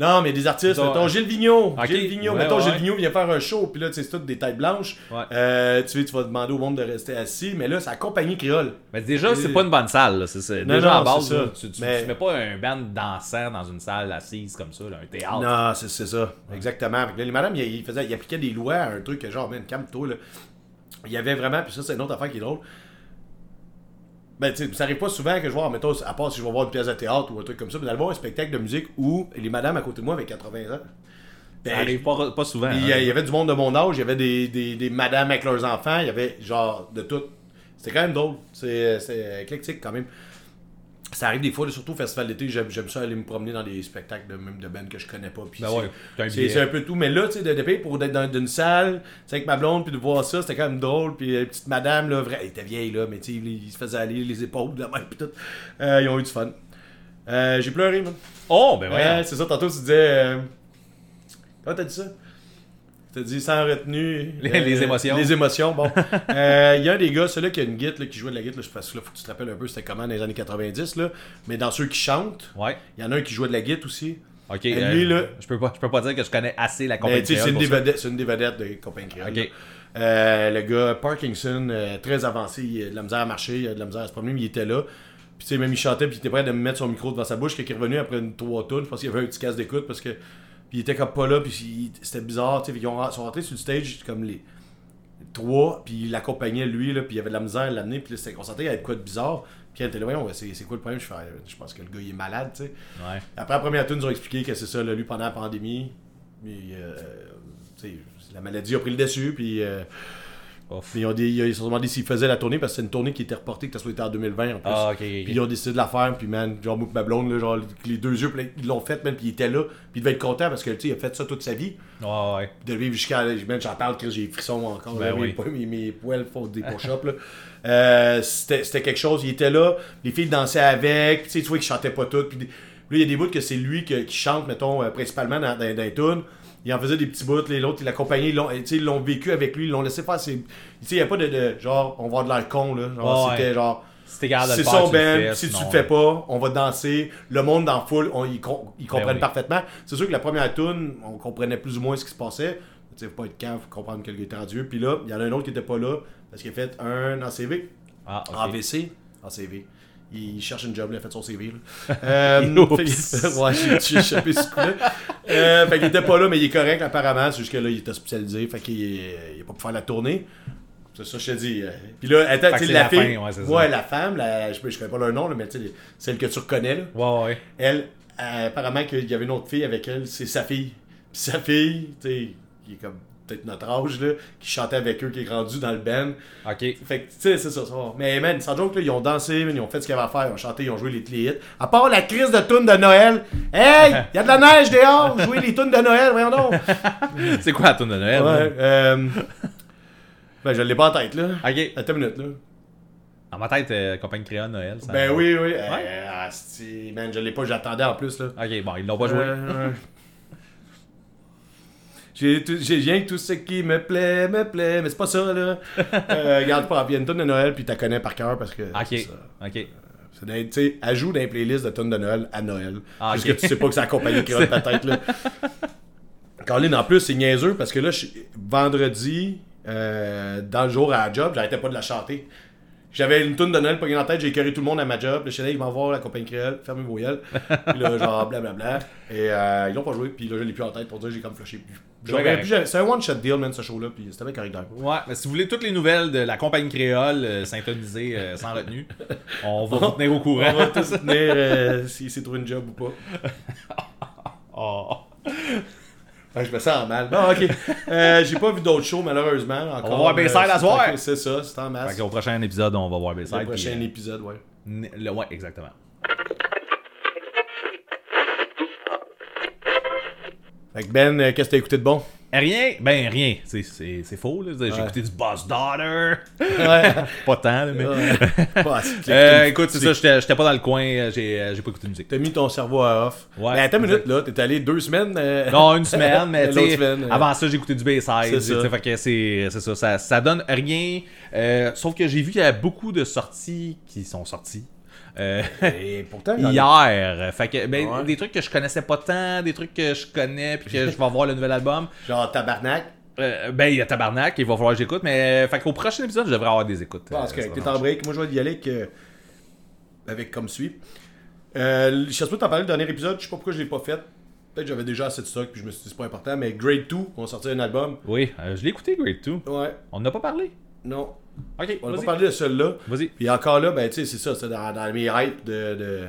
Non, mais des artistes,
Donc,
mettons Gilles Vigneault.
euh, Ok.
Gilles Vigneault,
Ouais,
mettons
ouais,
Gilles
ouais.
Vigneault vient faire un show, puis là, tu sais, c'est toutes des têtes blanches.
Ouais.
Euh, tu sais, tu vas demander au monde de rester assis, mais là, c'est la compagnie créole.
Mais déjà, c'est pas une bonne salle. Là. c'est ça.
Non,
déjà,
non,
en base,
c'est ça.
là, tu, tu,
Mais-
tu mets pas un band dansant dans une salle assise comme ça, là, un théâtre.
Non, c'est c'est ça, exactement. Fait que là, les madames, ils, ils faisaient, ils appliquaient des lois à un truc, que genre, man, calme-toi, là. Il y avait vraiment, puis ça, c'est une autre affaire qui est drôle. Ben, tu sais, ça arrive pas souvent que je vois, mettons, à part si je vais voir une pièce de théâtre ou un truc comme ça, mais d'aller voir un spectacle de musique où les madames à côté de moi avaient 80 ans.
Ça
Ben,
arrive pas, pas souvent.
Il
hein.
y, a- il y avait du monde de mon âge, il y avait des, des, des madames avec leurs enfants, il y avait genre de tout. C'était quand même drôle, c'est c'est éclectique quand même. Ça arrive des fois, surtout au festival d'été, j'aime j'aime ça aller me promener dans des spectacles de même de bandes que je connais pas. puis
Ben
c'est-
ouais, t'as un
c'est
billet.
c'est un peu tout. Mais là, tu sais, de, de payer pour être dans une salle, tu sais, avec ma blonde, puis de voir ça, c'était quand même drôle. Puis la petite madame, là, vraie, elle était vieille, là, mais tu sais, ils se faisaient aller les épaules, de la main, puis tout. Euh, ils ont eu du fun. Euh, J'ai pleuré, man.
Oh, ben ouais.
Ouais, c'est ça, tantôt tu disais. euh, Comment t'as dit ça? T'as dit sans retenue. euh,
Les- les émotions.
Les émotions, bon. Euh, Il y a un des gars, celui-là qui a une guitare, qui jouait de la guitare, là, je pense que là, faut que tu te rappelles un peu, c'était comment dans les années 90, là. Mais dans ceux qui chantent, il
Ouais.
y en a un qui jouait de la guitare aussi.
Ok.
Et
euh,
lui, là-
Je peux pas, je peux pas dire que je connais assez la
Mais
compagnie.
Euh, tu sais, c'est une,
créole pour
des
ça.
vedettes- c'est une des vedettes de compagnie créole,
Ok.
là. Euh, le gars Parkinson, euh, très avancé, il a de la misère à marcher, il a de la misère à se promener, mais il était là. Puis tu sais, même il chantait, puis il était prêt de me mettre son micro devant sa bouche, quand il est revenu après une trois tonnes, je pense qu'il y avait un petit casse d'écoute parce que. Puis il était comme pas là, puis il- c'était bizarre, tu sais. Ils ont- sont rentrés sur le stage comme les trois, puis il l'accompagnait lui, là, puis il avait de la misère à l'amener, puis là, c'était- on sentait qu'il y avait de quoi de bizarre. Puis elle était là, voyons, c'est c'est quoi le problème? Je fais, Ah, je pense que le gars il est malade, tu sais.
Ouais.
Après la première tune, ils ont expliqué que c'est ça, là, lui, pendant la pandémie, mais, euh, tu sais, la maladie a pris le dessus, puis euh,
Off.
Puis ils, ont des- ils se sont demandé s'ils faisaient la tournée parce que c'est une tournée qui était reportée, que ça soit été en 2020 en plus.
Ah, ok, ok,
Puis
ok.
ils ont décidé de la faire, puis man, genre, moi, pis ma blonde, là, genre, les deux yeux, puis ils l'ont fait, man, puis il était là, puis il devait être content parce que, tu sais, il a fait ça toute sa vie.
Ouais, ouais.
de vivre jusqu'à. man, J'en parle, Chris, j'ai des frissons encore.
Ben
là, mes
oui.
po- mes, mes poils font des push-ups. là. Euh, C'était c'était quelque chose, il était là, les filles dansaient avec, tu sais, tu vois qu'ils chantaient pas toutes. Puis des- puis là, il y a des bouts que c'est lui que- qui chante, mettons, euh, principalement dans, dans, dans les tunes. Il en faisait des petits bouts, les l'autre, il l'accompagnait, ils l'ont- tu sais, ils l'ont vécu avec lui, ils l'ont laissé faire ses. Tu sais, il n'y a pas de, de- genre, on va avoir de l'air con, là. Genre,
Ouais,
c'était
ouais.
genre.
Si t'es capable de
C'est
le faire,
son
tu le
band,
fais,
si tu
sinon- euh,
le fais pas, on va danser. Le monde dans la foule, on, ils, com- ils comprennent
Ben oui.
parfaitement. C'est sûr que la première tune, on comprenait plus ou moins ce qui se passait. Tu sais, faut pas être cave, faut comprendre que le gars était rendu. Puis là, il y en a un autre qui était pas là parce qu'il a fait un ACV.
Ah, ok.
AVC ACV. Il cherche une job, il a fait son CV. Là. Euh, fait-
Oups.
ouais, j'ai- j'ai échappé ce coup-là. Euh, fait qu'il était pas là, mais il est correct apparemment. C'est juste que là, il est hospitalisé. Fait qu'il est- euh, il est pas pour faire la tournée. C'est ça que je te dis. euh. Puis là, attends,
Fait que
tu sais,
c'est
la,
la
fille.
fin, ouais, c'est ça.
la femme, la- je, je connais pas leur nom, là, mais tu sais, celle que tu reconnais, là,
Ouais, ouais.
elle, euh, apparemment qu'il y avait une autre fille avec elle, c'est sa fille. Puis sa fille, tu sais, qui est comme peut-être notre âge, là, qui chantait avec eux, qui est rendue dans le band.
Ok.
Fait que, tu sais, c'est ça, ça va. Mais, man, sans joke, là, ils ont dansé, man, ils ont fait ce qu'ils avaient à faire, ils ont chanté, ils ont joué les les hits. À part la crise de tunes de Noël. Hey, il y a de la neige dehors, jouez les tunes de Noël, voyons donc.
C'est quoi la tourne de Noël?
Ouais, euh, ben, je l'ai pas en tête, là. Euh,
là? Ok.
Attends une minute, là.
Dans ma tête, euh, Compagnie Créole Noël. Ça...
Ben oui, oui. Euh, asti, man, je l'ai pas, j'attendais en plus, là.
Ok, bon, ils l'ont pas joué.
Euh, ouais. J'ai tout- j'ai rien que tout ce qui me plaît, me plaît, mais c'est pas ça, là. Euh, regarde pas, il y a une tonne de Noël, puis t'as connais par cœur parce que. c'est
Ok.
ça.
Ok.
C'est dans- Tu sais, elle joue dans les playlists de tonnes de Noël à Noël.
Ah,
parce
ok.
que tu sais pas que c'est la compagnie qui rentre ta tête, là. Colin, en plus, c'est niaiseux parce que là, je- vendredi, euh, dans le jour à la job, j'arrêtais pas de la chanter. J'avais une toune de Noël pognée en tête, j'ai écœuré tout le monde à ma job. Le chéri, ils vont voir la compagnie créole, fermez vos yeux. Puis là, genre, blablabla. Et euh, ils l'ont pas joué, puis là, je l'ai plus en tête pour dire, j'ai comme flushé. J'en
Ouais,
reviens
correct.
plus jamais. C'est un one-shot deal, man, ce show-là, puis c'était bien correct d'ailleurs.
Ouais, mais si vous voulez toutes les nouvelles de la Compagnie Créole euh, syntonisées euh, sans retenue, on va vous tenir au
On va
courant.
tous tenir euh, s'il s'est trouvé une job ou pas.
Oh.
Ah, je me sens mal. Bon, ok. Euh, j'ai pas vu d'autres shows, malheureusement. Encore,
va voir Bayside
Euh,
à soir.
C'est ça, c'est en masse.
Fait qu'au prochain épisode, on va voir Bayside.
Le prochain
puis, euh,
épisode, ouais.
n- le- Ouais, exactement.
Fait que Ben, euh, qu'est-ce que t'as écouté de bon?
Rien, ben rien, Tu sais, c'est c'est faux. là. J'ai
Ouais.
écouté du Boss Daughter.
Ouais.
Pas tant, là, mais.
Bah, c'est- c'est-
Euh, écoute, c'est ça, j'étais j'étais pas dans le coin, euh, j'ai euh, j'ai pas écouté de musique.
T'as mis ton cerveau à off.
Ouais.
Mais attends une minute, là. T'es allé deux semaines. euh,
Non, une semaine, mais tu
L'autre
sais,
semaine, euh,
avant ça, j'ai écouté du Bayside.
C'est
tu sais,
ça.
Fait que c'est c'est ça, ça, ça donne rien. euh, sauf que j'ai vu qu'il y a beaucoup de sorties qui sont sorties. Euh,
Et pourtant, il y en a-
hier. Fait que, ben,
Ouais.
des trucs que je connaissais pas tant, des trucs que je connais, puis que je vais voir le nouvel album.
Genre Tabarnak.
Euh, ben, il y a Tabarnak, il va falloir que j'écoute, mais euh, fait qu'au prochain épisode, je devrais avoir des écoutes.
Parce
Euh,
que
ça va
t'es en
marcher.
break. Moi, je vais y aller avec, euh, avec comme suit. Euh, je sais pas, t'en parlais le dernier épisode. Je sais pas pourquoi je l'ai pas fait. Peut-être que j'avais déjà assez de stock, puis je me suis dit, c'est pas important. Mais Grade 2, on sortit un album.
Oui, euh, je l'ai écouté, Grade 2.
Ouais.
On n'a pas parlé.
Non.
Ok,
On va
vas-y.
pas parler de celui-là.
Vas-y.
Puis encore là, ben tu sais, c'est ça, c'est dans, dans mes hypes de. de...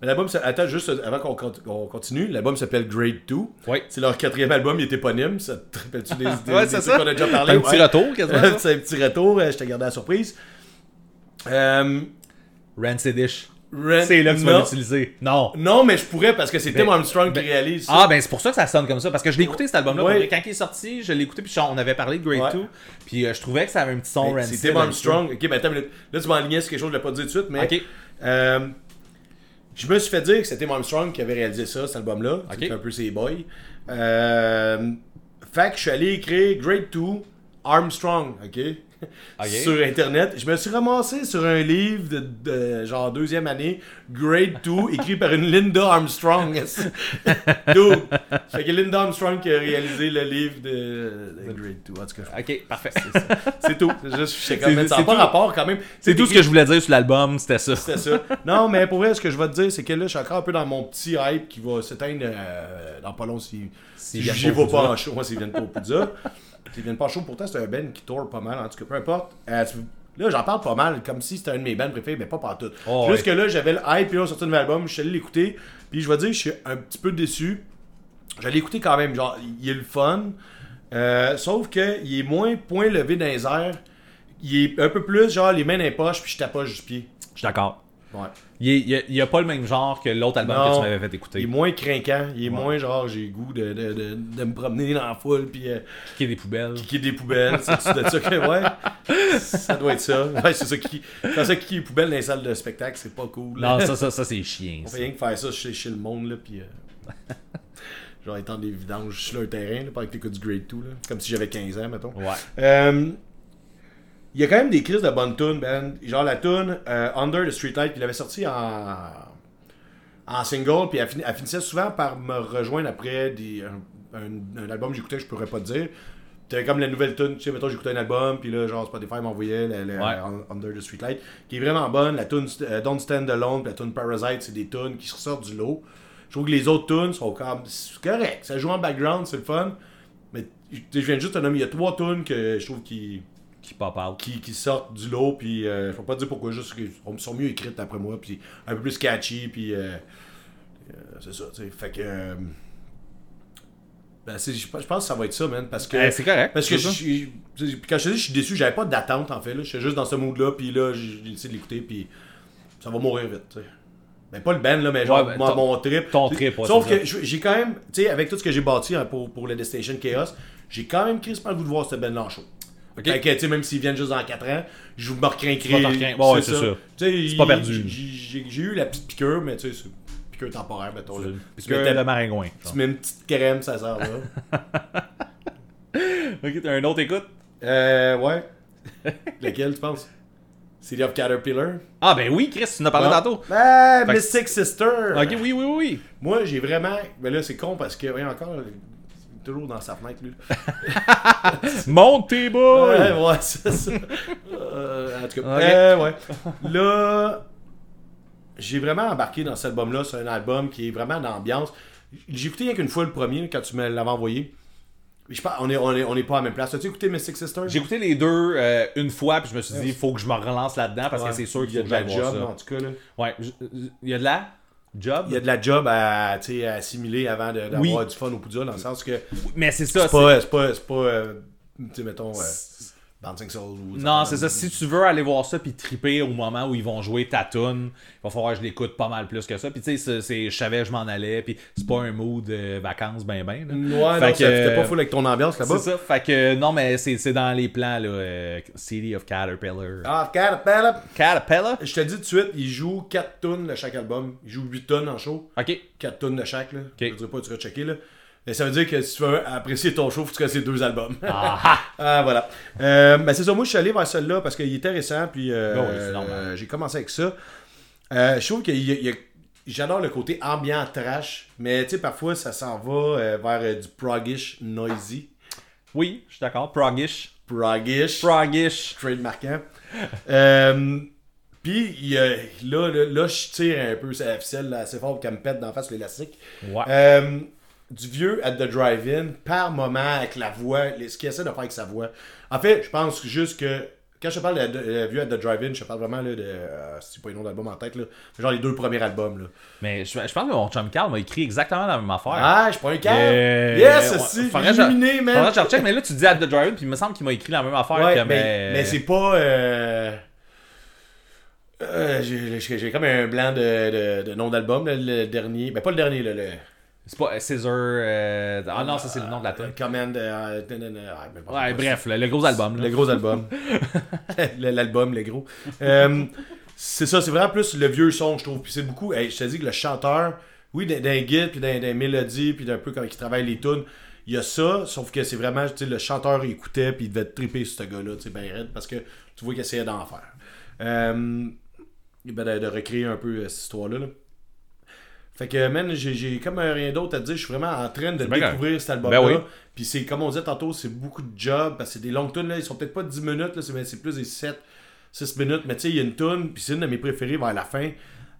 Mais L'album, ça- attends, juste avant qu'on cont- qu'on continue, l'album s'appelle Grade 2.
Ouais.
C'est leur quatrième album, il est éponyme. Ça te rappelles-tu des, des,
Ouais,
des
c'est
trucs
ça.
qu'on a déjà parlé?
T'as un petit
Ouais.
retour, quasiment. ça.
c'est un petit retour, euh, je t'ai gardé à la surprise. Euh,
Rancid Dish.
Ren-
C'est là que tu vas
non.
l'utiliser. Non.
Non, mais je pourrais parce que c'est Tim
Ben,
Armstrong
ben-
qui réalise ça.
Ah, ben c'est pour ça que ça sonne comme ça. Parce que je l'ai écouté cet album-là.
Ouais.
pour vrai. Quand il est sorti, je l'ai écouté. Puis on avait parlé de Grade
Ouais.
2. Puis euh, je trouvais que ça avait un petit son
Mais
Rancid.
C'est Tim Armstrong. Ok, ben attends une minute. Là, tu m'enlignais sur quelque chose, je l'ai pas dit tout de suite, mais.
Ok.
euh, je me suis fait dire que c'était Tim Armstrong qui avait réalisé ça, cet album-là.
Ok.
C'était un peu ses boys. Euh, fait que je suis allé écrire Grade 2 Armstrong, ok? Sur Internet. Je me suis ramassé sur un livre de, de genre deuxième année, Grade 2, écrit par une Linda Armstrong. Dude! Fait que Linda Armstrong qui a réalisé le livre de, de Grade 2. En tout cas,
Ok, parfait.
c'est tout. C'est juste, je sais quand
C'est-
même, ça n'a
c'est
pas
tout.
rapport quand même.
C'est tout ce que je voulais dire sur l'album, c'était ça.
C'était ça. Non, mais pour vrai, ce que je vais te dire, c'est que là, je suis encore un peu dans mon petit hype qui va s'éteindre euh, dans pas long si, si,
S'ils viennent
j'y
pas au
vais pas
Poudra.
en show. Moi, s'ils viennent pas au Poudra. S'ils viennent pas en show, pourtant, c'est un band qui tourne pas mal. En tout cas, peu importe. Euh, tu- là, j'en parle pas mal, comme si c'était un de mes bands préférés, mais pas partout.
Oh,
Jusque là, j'avais le hype, puis là, on sortait un nouvel album, je suis allé l'écouter, puis je vais te dire, je suis un petit peu déçu. Je l'ai écouté quand même, genre, il est le fun. Euh, sauf qu'il est moins point levé dans les airs. Il est un peu plus genre les mains dans les poches puis je tapoche du pied.
Je suis d'accord.
Ouais.
Il, est- il a- il a pas le même genre que l'autre album que
Non.
tu m'avais fait
Il est
écouter,
moins craquant, il est moins genre j'ai le goût de, de, de, de me promener dans la foule puis euh,
qui est des poubelles.
kicker des poubelles. C'est de ça que ouais. Ça doit être ça. Ouais, c'est ça qui. Quand ça kicker les poubelles dans les salles de spectacle, c'est pas cool. là.
Non, ça, ça, ça c'est chiant.
On
ça.
fait rien que faire ça chez, chez le monde, là, puis... euh, genre, étendre des vidanges sur le terrain, là, pendant que t'écoutes du grade 2, là. Comme si j'avais 15 ans, mettons.
Ouais.
Euh, Il y a quand même des crises de bonnes tunes, ben. Genre la tune euh, Under the Streetlight, il l'avait sortie en... En single, puis elle, fini- elle finissait souvent par me rejoindre après des, un, un- un album que j'écoutais, je pourrais pas te dire. T'avais comme la nouvelle tune, tu sais, mettons, j'écoutais un album, puis là, genre Spotify m'envoyait la- la-
Ouais.
Un- Under the Streetlight, qui est vraiment bonne. La tune euh, Don't Stand Alone, puis la tune Parasite, c'est des tunes qui ressortent du lot. Je trouve que les autres tunes sont comme. C'est correct, ça joue en background, c'est le fun. Mais tu sais, je viens juste de nommer, il y a trois tunes que je trouve qui,
Qui pop out.
qui, qui sortent du lot, puis euh, je peux pas dire pourquoi, juste qu'elles sont- sont mieux écrites d'après moi, puis un peu plus catchy, puis. euh, euh, c'est ça, tu sais. Fait que. euh, ben, c'est- je pense je pense que ça va être ça, man, parce que.
Eh, c'est correct.
Euh, Parce que
c'est
je,
ça.
suis- je- puis quand je te dis, je suis déçu, j'avais pas d'attente en fait. là. J'étais juste dans ce mood-là, puis là, j'ai j'ai décidé de l'écouter, puis ça va mourir vite. tu sais. Ben, pas le ben, là, mais genre
Ouais, ben,
mon-
ton-
mon trip.
ton trip, ouais,
Sauf
c'est
que je- j'ai quand même, tu sais, avec tout ce que j'ai bâti hein, pour, pour le Destination Chaos, j'ai quand même crispé le goût de voir ce ben là en show.
Ok.
Fait que, tu sais, même s'ils viennent juste dans 4 ans, je me recrinquerai.
Tu vas te recrin- ouais, ouais, c'est sûr.
Tu sais,
C'est pas perdu.
J'ai j'ai- j'ai eu la petite piqûre, mais tu sais, c'est une piqûre temporaire, mettons. là.
Puis
Tu mets ta-
le maringouin.
tu mets une petite crème, ça sert là.
Ok, t'as un autre écoute?
Euh, ouais. Lequel, tu penses? City of Caterpillar?
Ah ben oui, Chris, tu en as parlé
Non.
tantôt.
Ben,
Fait que-
Mystic Sister!
Ok, oui, oui, oui.
Moi, j'ai vraiment... Ben là, c'est con parce que, oui, encore, c'est toujours dans sa fenêtre, lui.
Monte tes
Ouais,
boules!
ouais, c'est ça. Euh, en tout cas,
Ok.
euh, ouais. Là, j'ai vraiment embarqué dans cet album-là. C'est un album qui est vraiment d'ambiance. J'ai écouté rien qu'une fois le premier, quand tu me l'avais envoyé. Je pense, on n'est on est, on est pas à la même place. As-tu écouté Mystic Sister?
J'ai écouté les deux euh, une fois, puis je me suis dit, faut que je me relance là-dedans parce
Ouais.
que c'est sûr qu'il
Il y a de la job, en tout cas, là.
Ouais, je- je- il y a de la job.
Il y a de la job à, tu sais, à assimiler avant de- d'avoir
Oui.
du fun au Poudja, dans le sens que
Mais c'est ça.
c'est pas, c'est pas, c'est pas, euh, tu sais, mettons, euh, Bouncing Souls ou...
c'est- Non, c'est ça. Si tu veux aller voir ça puis triper au moment où ils vont jouer ta tune, il va falloir que je l'écoute pas mal plus que ça. Puis tu sais, c'est- c'est- je savais je m'en allais, puis c'est pas un mood euh, vacances ben ben. là.
Ouais,
Fait
non,
que,
ça fitait
euh,
pas full avec ton ambiance là-bas.
C'est ça. Fait que non, mais c'est c'est dans les plans là. euh, City of Caterpillar.
Ah, Caterpillar.
Caterpillar.
Je te dis tout de suite, ils jouent 4 tonnes de chaque album. Ils jouent 8 tonnes en show.
Ok.
4 tonnes de chaque, là. Je dirais pas, tu vas checker, là. Mais ça veut dire que si tu veux apprécier ton show, faut que tu fasses ces deux albums.
Ah
Ah, voilà. Euh, ben, c'est ça, moi, je suis allé vers celle-là parce qu'il était récent, puis euh,
Ben oui, c'est normal.
euh, j'ai commencé avec ça. Euh, je trouve que il y a- il y a- j'adore le côté ambiant trash, mais tu sais, parfois, ça s'en va euh, vers euh, du proggish noisy.
Oui, je suis d'accord. Progish.
Proggish.
Progish.
Trade marquant. Euh, puis il y a- là, là, là, je tire un peu sa ficelle là, assez fort pour qu'elle me pète d'en face l'élastique.
Ouais.
Euh, du vieux at the drive-in, par moment, avec la voix, les- ce qu'il essaie de faire avec sa voix. En fait, je pense juste que. Quand je parle de, de- de vieux at the drive-in, je parle vraiment là, de. euh, c'est pas le nom d'album en tête, là. mais genre les deux premiers albums. Là.
Mais je, je pense que mon chum Carl m'a écrit exactement la même affaire.
Ah, je prends un câble!
Euh,
yes,
ouais,
si!
faudrait que je-
Illuminé, man!
Faudrait que je recheck, mais là tu dis at the drive puis il me semble qu'il m'a écrit la même affaire.
Ouais,
que,
mais, mais c'est pas. euh, euh, j'ai- J'ai j'ai comme un blanc de, de- de nom d'album, là, le dernier. Ben, pas le dernier, là, le.
C'est pas euh, Scissor. euh, Ah non, ça c'est le nom de la tune.
Command. euh, non, non, non, ah, ben, bon,
Ouais,
bon,
bref, le, le gros album. là.
Le gros album. Le- L'album, le gros. Euh, c'est ça, c'est vraiment plus le vieux son, je trouve. Puis c'est beaucoup. hey, je te dis que le chanteur, oui, d'un- d'un guide, puis d'un d'un mélodie, puis d'un peu quand il travaille les tunes, il y a ça, sauf que c'est vraiment, tu sais, le chanteur il écoutait, puis il devait triper sur ce gars-là, tu sais, ben raide, parce que tu vois qu'il essayait d'en faire. Euh, ben, de, de recréer un peu euh, cette histoire-là. là. Fait que, man, j'ai- j'ai comme euh, rien d'autre à te dire. Je suis vraiment en train de
bien correct.
découvrir cet album-là.
Ben oui.
Puis c'est, comme on disait tantôt, c'est beaucoup de job. Parce que c'est des longues tunes, là. Ils sont peut-être pas 10 minutes, là. C'est, mais c'est plus des 7, 6 minutes. Mais tu sais, il y a une tune, puis c'est une de mes préférées vers la fin.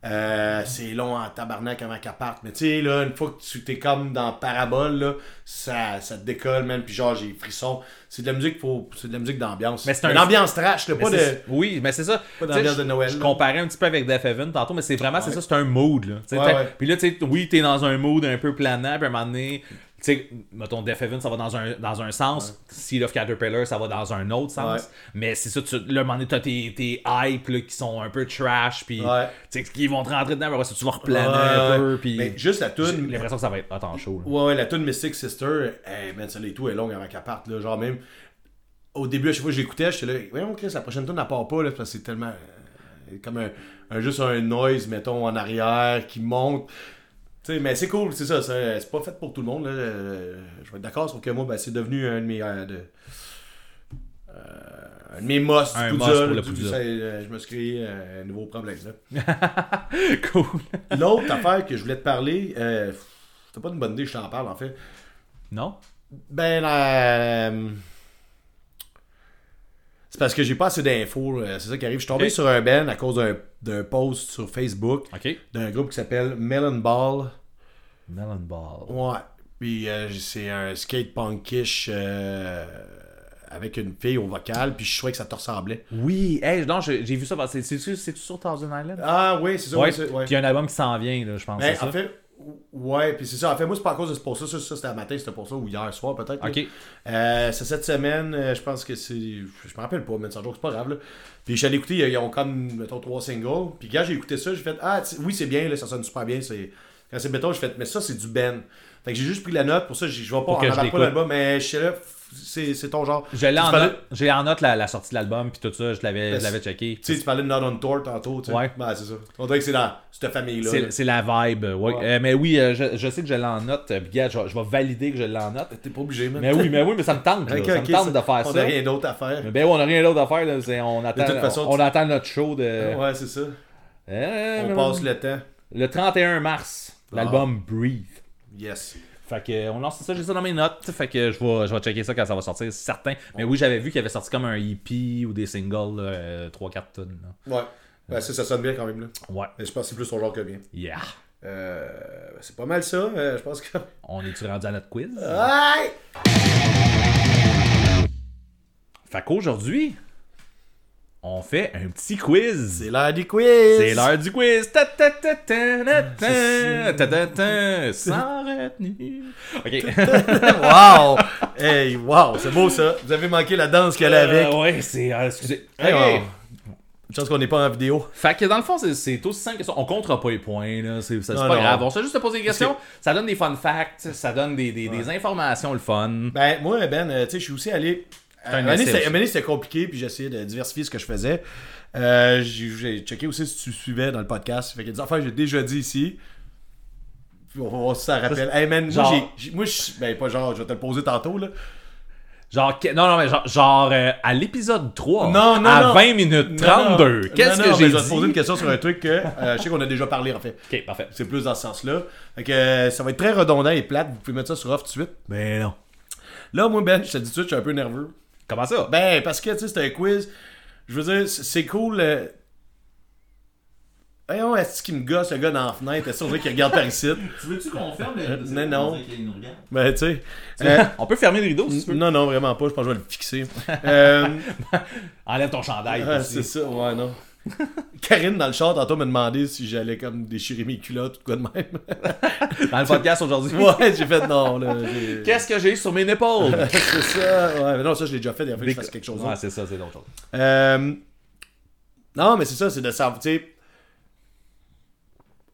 Euh, c'est long en tabarnak avant qu'elle parte. Mais tu sais, là, une fois que tu t'es comme dans Parabole, là, ça, ça te décolle, man. Puis genre, j'ai des frissons. C'est de la musique pour, c'est de la musique d'ambiance.
Mais c'est un-
Une ambiance trash, là.
Mais
Pas de.
c'est- Oui, mais c'est ça.
Pas
Tu sais,
d'ambiance
je-
de Noël,
Je
là.
comparais un petit peu avec Death Heaven tantôt, mais c'est vraiment, c'est ça, c'est un mood. Là. Tu sais,
Ouais,
fait-
ouais.
Puis là, tu sais, oui, t'es dans un mood un peu planant, puis à un moment donné, tu sais, mettons, Death Heaven, ça va dans un, dans un sens. Seal of Caterpillar, ça va dans un autre sens.
Ouais.
Mais c'est ça, tu, là, à un moment donné, t'as tes, tes hype là, qui sont un peu trash, puis
Ouais.
tu sais, qui vont te rentrer dedans, mais après ça, tu vas replaner
Ouais,
un peu,
ouais.
puis
Ah, Mais juste la
j'ai
toune.
l'impression que ça va être hot en show. là.
Ouais, ouais, la tune Mystic Sister, eh man, celle et tout est longue avant qu'elle parte, là. Genre, même au début, à chaque fois que j'écoutais, j'étais là, voyons, Chris, la prochaine tune, elle part pas, là, parce que c'est tellement. euh, comme un, un- juste un noise, mettons, en arrière, qui monte. Tu sais, mais c'est cool, c'est ça, ça, c'est pas fait pour tout le monde, là. euh, Je vais être d'accord, sauf que moi, ben, c'est devenu un de mes. euh, de- euh, un de mes must,
Un
tout
must
ça,
pour le
tout
Poudja.
ça, euh, je me suis créé euh, un nouveau problème, là.
cool.
L'autre affaire que je voulais te parler, euh, c'est pas une bonne idée, je t'en parle, en fait.
Non?
Ben, euh, c'est parce que j'ai pas assez d'infos. euh, C'est ça qui arrive. Je suis tombé
Ok.
sur un ben à cause d'un- d'un post sur Facebook
Ok.
d'un groupe qui s'appelle Melon Ball.
Melon Ball.
Ouais. Puis euh, c'est un skate punkish euh, avec une fille au vocal. Puis je trouvais que ça te ressemblait.
Oui, hey, non, j'ai j'ai vu ça passer. C'est- C'est c'est-tu sur Thousand Island?
Ah oui, c'est ça.
ouais,
oui, c'est- ouais.
Puis il y a un album qui s'en vient, là, je pense.
Ben,
c'est
en
ça?
fait, ouais, puis c'est ça. En fait, moi, c'est pas à cause de ce post-là. Ça, ça, c'était à matin, c'était pour ça, ou hier soir, peut-être. là.
Ok.
Euh, c'est cette semaine, euh, je pense que c'est. Je me rappelle pas, mais sans jour, c'est pas grave, là. Puis j'allais écouter, ils ont comme, mettons, trois singles. Puis quand j'ai écouté ça, j'ai fait, ah, tu- oui, c'est bien, là, ça sonne super bien. c'est- Quand c'est béton, j'ai fait, mais ça, c'est du Ben. Fait que j'ai juste pris la note, pour ça, j'ai- je vais pas
Pour
en
que je
avant pas
l'écoute.
l'album, mais je sais là, f- c'est c'est ton genre.
Je l'ai
Tu
en
parlais-
note, j'ai en note la, la sortie de l'album, puis tout ça, je l'avais
Ben,
je l'avais checké.
Tu sais, tu parlais de Not on Tour tantôt, tu sais.
Ouais.
Ben, c'est ça. On dirait que c'est dans cette famille-là. là.
C'est c'est la vibe, ouais.
Ouais.
Euh, mais oui, euh, je, je sais que je l'ai en note. euh, puis, gars, je, vais- je vais valider que je l'ai en note.
T'es pas obligé, man.
Mais oui, mais oui, mais ça me tente, là,
Ok,
ça
ok,
me tente de
On
faire
a
ça.
rien d'autre à faire.
Ben oui, on n'a rien d'autre à faire, là, c'est- on, attend,
toute façon,
on,
tu-
attend notre show de...
Ouais, c'est ça.
Euh,
On
euh,
passe le temps.
le 31 mars, l'album Breathe.
Yes.
Fait que euh, on lance ça, j'ai ça dans mes notes. Fait que je vais, je vais checker ça quand ça va sortir, c'est certain. Mais oui, j'avais vu qu'il avait sorti comme un EP ou des singles, 3-4 tonnes. là.
Ouais. Ben, ça, ça sonne bien quand même, là.
Ouais.
Mais je pense que c'est plus son genre que bien.
Yeah.
Euh, c'est pas mal ça, euh, je pense que.
On est-tu rendu à notre quiz?
Aïe!
Fait qu'aujourd'hui, on fait un petit quiz.
C'est l'heure du quiz!
C'est l'heure du quiz. Ta ta ta ta ta ta ta ta ta. Sans retenue. Ok.
Wow! Hey, wow, c'est beau ça! Vous avez manqué la danse qu'elle avait.
Euh, ouais, c'est. euh, excusez.
Hey,
Ok.
on- Une chance qu'on n'est pas en vidéo.
Fait que dans le fond, c'est- c'est aussi simple que ça. On comptera pas les points, là. C'est c'est
Non,
pas
non.
grave. On se fait juste te poser des questions. Ça donne des fun facts. Ça donne des, des, des informations, le fun.
Ben, moi, Ben, euh, tu sais, je suis aussi allé. euh,
un
À un moment donné,
essai
c'était-
aussi.
un moment donné, c'était compliqué, puis j'essayais de diversifier ce que je faisais. Euh, j'ai- j'ai checké aussi si tu suivais dans le podcast. Fait que des affaires que j'ai déjà dit ici. Puis on va voir si ça rappelle. Hey man, moi,
Genre-
j'ai- j'ai- moi, je ben pas genre, je vais te le poser tantôt là.
Genre, que- non, non, mais genre, genre, euh, à l'épisode 3,
Non, non,
à
non.
20 minutes
Non,
32,
non.
qu'est-ce
Non,
que
non,
j'ai
mais
dit?
Je vais te poser une question sur un truc que euh, je sais qu'on a déjà parlé en fait.
Ok, parfait.
C'est plus dans ce sens-là. Fait que euh, ça va être très redondant et plate. Vous pouvez mettre ça sur off tout de suite.
Ben non.
Là, moi, Ben, je te dis tout de suite, je suis un peu nerveux.
Comment ça?
Ben, parce que, tu sais, c'est un quiz. Je veux dire, c'est- c'est cool. euh, Voyons, est-ce qu'il me gosse, le gars dans la fenêtre? Est-ce qu'on dirait qu'il regarde par ici?
Tu veux-tu qu'on ferme le
Euh,
rideau?
mais non.
On dirait qu'il nous regarde.
Ben, tu sais. euh,
On peut fermer le rideau si tu veux.
non, non, vraiment pas. Je pense que je vais le fixer. Euh,
Enlève ton chandail.
ah,
aussi.
c'est ça, ouais, non. Karine, dans le chat, tantôt, m'a demandé si j'allais comme déchirer mes culottes ou quoi de même.
Dans le podcast aujourd'hui.
Ouais, j'ai fait non, là. j'ai-
Qu'est-ce que j'ai sur mes épaules?
C'est ça. Ouais, mais non, ça, je l'ai déjà fait. Il faut que je fasse quelque chose hein.
Ouais,
d'autre.
c'est ça, c'est d'autres choses.
Euh, Non, mais c'est ça, c'est de savoir, tu sais,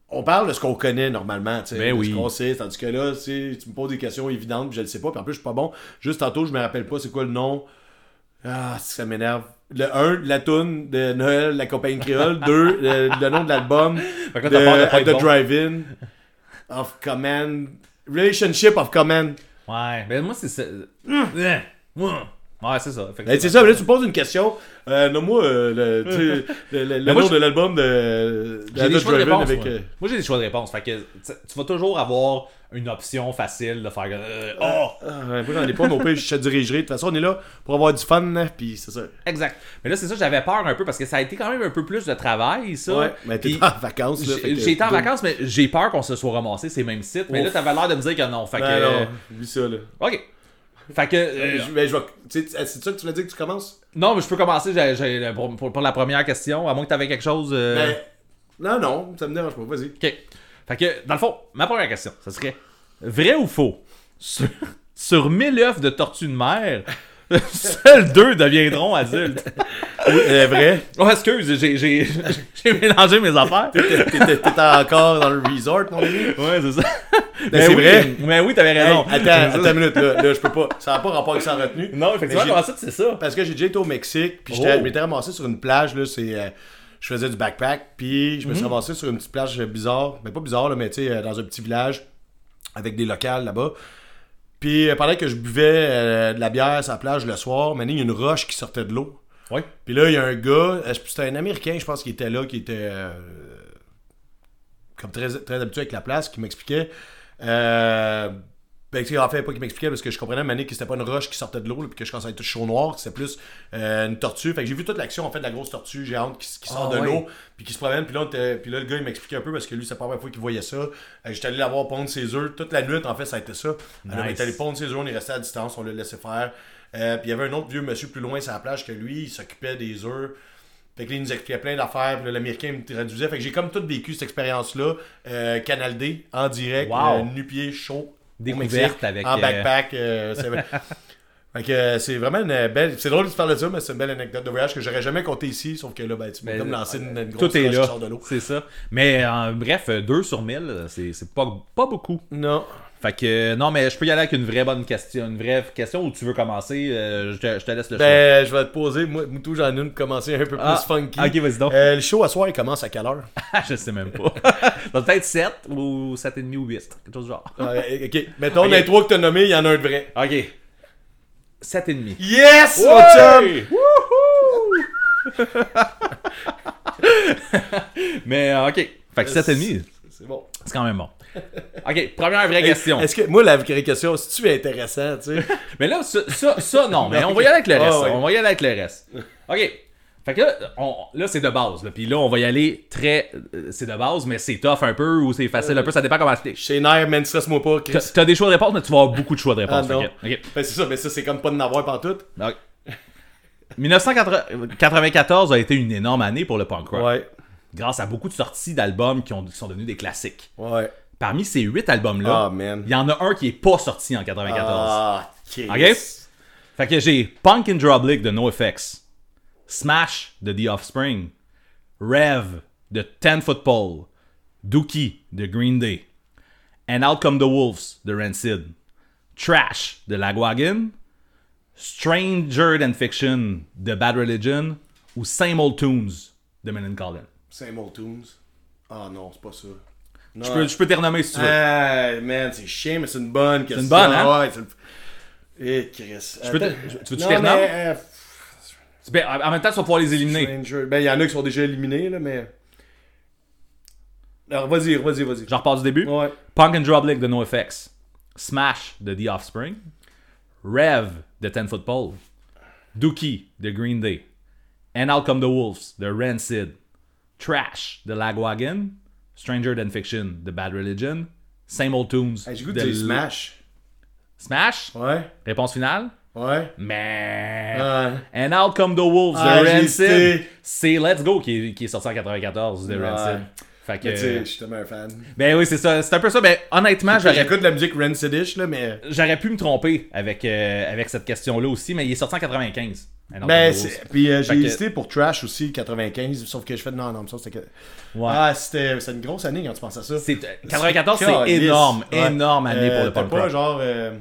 On parle de ce qu'on connaît normalement, tu sais,
Ben
de
oui.
ce qu'on sait, tandis que là, tu sais, tu me poses des questions évidentes, puis je le sais pas, puis en plus, je suis pas bon. Juste tantôt, je me rappelle pas c'est quoi le nom. Ah, ça m'énerve. Le 1, la toune de Noël, la compagnie créole. 2, le, le nom de l'album.
Fait que là, t'as peur de pas
At
être
the
bon.
Drive-In, of Command, Relationship of Command.
Ouais, ben moi, c'est ça. Ouais, Ouais, c'est ça. Fait que-
Ben, c'est ça, mais là, tu me poses une question. Euh, Nomme-moi euh, le, tu sais, le, le- le
Ben, moi,
nom
je-
de l'album de, de
J'ai des
Adult
choix de
Drive-In
réponse. moi.
euh,
Moi, j'ai des choix de réponse. Fait que tu tu vas toujours avoir une option facile de faire. euh, oh!
ah, ouais, moi, j'en ai pas, mais au pire, je te dirigerai. De toute façon, on est là pour avoir du fun, hein, puis c'est ça.
Exact. Mais là, c'est ça, j'avais peur un peu parce que ça a été quand même un peu plus de travail, ça.
Ouais, mais t'es
Puis
pas en vacances, là. fait
j'ai-
que-
J'ai été en vacances, mais j'ai peur qu'on se soit ramassé ces mêmes sites. Mais
Ouf.
là, t'avais l'air de me dire que non. Fait
Ben,
que. euh,
non, oublie ça, là.
Ok. Fait que. euh,
Je- ben, je vais- tu sais, C'est ça que tu voulais dire que tu commences?
non, mais je peux commencer j'ai- j'ai- pour, pour- pour la première question, à moins que t'avais quelque chose. euh,
Ben, non, non, ça me dérange pas, vas-y.
Ok. Fait que, dans le fond, ma première question, ça serait vrai ou faux Sur, sur 1000 œufs de tortues de mer, seuls deux deviendront adultes.
C'est vrai.
Oh, excuse, j'ai- j'ai j'ai mélangé mes affaires.
T'étais t'étais encore dans le resort, mon ami.
Ouais, c'est ça.
Ben c'est
oui,
vrai.
Mais oui, t'avais
Hey,
raison.
attends, attends une minute, là, là, je peux pas. Ça n'a pas rapport avec ça en retenue.
Non, effectivement,
Mais j'ai-
comment ça, c'est ça?
Parce que j'ai déjà été au Mexique, puis j'étais-
Oh.
je m'étais ramassé sur une plage, là, c'est... euh, je faisais du backpack, puis je me suis ramassé sur une petite plage bizarre, mais pas bizarre, là, mais tu sais, euh, dans un petit village, avec des locales là-bas. Puis euh, pendant que je buvais euh, de la bière sur la plage le soir, maintenant, il y a une roche qui sortait de l'eau.
Ouais.
Puis là, il y a un gars, euh, c'était un Américain, je pense, qui était là, qui était euh, comme très, très habitué avec la place, qui m'expliquait. Euh, ben, tu sais, en fait, pas qu'il m'expliquait, parce que je comprenais, Mané, que c'était pas une roche qui sortait de l'eau, là, puis que je commençais à être chaud noir, que c'était plus euh, une tortue. Fait que j'ai vu toute l'action, en fait, de la grosse tortue géante qui, qui sort
Ah,
de
ouais.
l'eau, puis qui se promène, puis là, on était- puis là, le gars, il m'expliquait un peu, parce que lui, c'est la première fois qu'il voyait ça. Euh, J'étais allé la voir pondre ses œufs. Toute la nuit, en fait, ça a été ça. Alors, on
Nice.
est allé pondre ses œufs, on est resté à distance, on l'a laissé faire. Euh, puis il y avait un autre vieux monsieur plus loin sur la plage que lui, il s'occupait des œufs. Fait que là, il nous expliquait plein d'affaires, puis là, l'américain me traduisait. Fait que j'ai comme tout vécu cette expérience-là, euh, Canal D, en direct,
Wow.
euh, nu-pied, chaud. au
Découverte
Mexique,
avec,
En
euh,
backpack. euh, c'est vrai. Fait que euh, c'est vraiment une belle. C'est drôle de te parler de ça, mais c'est une belle anecdote de voyage que j'aurais jamais compté ici, sauf que là, ben, tu m'as
Mais,
comme lancé une, une grosse
Tout est
roche qui
là.
sort de l'eau.
C'est ça. Mais euh, bref, 2 sur 1000, c'est c'est pas, pas beaucoup.
Non.
Fait que, euh, non, mais je peux y aller avec une vraie bonne question. Une vraie question où tu veux commencer, euh, je, te, je te laisse le choix.
Ben, je vais te poser, moi, Moutou, j'en ai une pour commencer un peu plus
Ah,
funky.
ok, vas-y donc.
Euh, le show à soir, il commence à quelle heure?
je sais même pas. Ça doit être 7 ou 7,5 ou 8, quelque chose du genre.
Euh, ok, mettons,
Ok.
les trois que t'as nommés, il y en a un de vrai.
Ok. 7,5.
Yes, mon chum!
mais euh, ok. Fait que 7,5,
C'est bon.
c'est quand même bon. Ok, première vraie question.
Est-ce que, moi, la question, si tu es intéressant, tu sais.
Mais là, ça, ça, ça, non, mais on va y aller avec le
Ah,
reste. ça.
ouais.
On va y aller avec le reste. OK. Fait que là, on- là c'est de base. Là. Puis là, on va y aller très. euh, C'est de base, mais c'est tough un peu ou c'est
Euh,
facile un peu. Ça dépend comment tu
Chez Nair, man, stresse-moi pas,
T'as
Chris.
t'as des choix de réponse, mais tu vas avoir beaucoup de choix de
Ah
réponse.
non.
Fait que- OK.
Ben, c'est ça, mais ça, c'est comme pas de n'avoir pantoute.
Donc, 1994 a été une énorme année pour le punk rock.
Ouais.
Grâce à beaucoup de sorties d'albums qui, ont- qui sont devenus des classiques.
Ouais.
Parmi ces huit albums-là,
Ah, man.
il y en a un qui est pas sorti en 94.
Ah, Chris.
Ok? Fait que j'ai Punk and Drublic de NoFX, Smash de The Offspring, Rev de Ten Foot Pole, Dookie de Green Day, And Out Come the Wolves de Rancid, Trash de Lagwagon, Stranger Than Fiction de Bad Religion ou Same Old Tunes de Melancholin.
Same old tunes. Ah non, c'est pas ça. Non.
Je peux, je peux te renommer si tu veux.
Ah, man, c'est chiant, mais c'est une bonne question.
une bonne, hein?
Ouais, c'est une- Eh, Chris.
peux te-
Attends.
tu veux-tu
Non,
faire
mais,
nommer?
euh,
Ben, en même temps, tu vas pouvoir les éliminer.
Ranger. Ben, il y en a qui sont déjà éliminés, là, mais. Alors, vas-y, vas-y, vas-y.
J'en repars du début.
Ouais.
Punk and Drublic de NoFX, Smash de The Offspring, Rev de Ten Foot Pole, Dookie de Green Day, And Out Come the Wolves de Rancid, Trash de Lagwagon, Stranger Than Fiction de Bad Religion, Same Old Tunes
Hey, J'ai goût
de
de dire
L-
Smash.
Smash?
Ouais.
Réponse finale?
Ouais.
Mais...
Ouais.
And Out Come the Wolves
Ah,
de
j'ai
Rancid,
hésité.
c'est Let's Go qui est, qui est sorti en 94 de
Ouais.
Rancid. Fait
Mais tu sais,
que...
je suis tellement un fan.
Ben oui, c'est ça. C'est un peu ça. Mais honnêtement, j'aurais
J'écoute de la musique Rancidish, là, mais.
J'aurais pu me tromper avec, euh, avec cette question-là aussi, mais il est sorti en 95. Un autre
Ben,
Rose.
c'est- puis euh, j'ai
Ah, Fait que-
hésité pour Trash aussi, 95, sauf que je fais non, non, mais ça c'était. que-
Ouais.
Ah, c'était c'était une grosse année quand tu penses à ça.
C'est- euh, 94, c'est
Calisse.
énorme, énorme année pour
Euh,
le
t'as
punk
pas
rock.
genre. euh,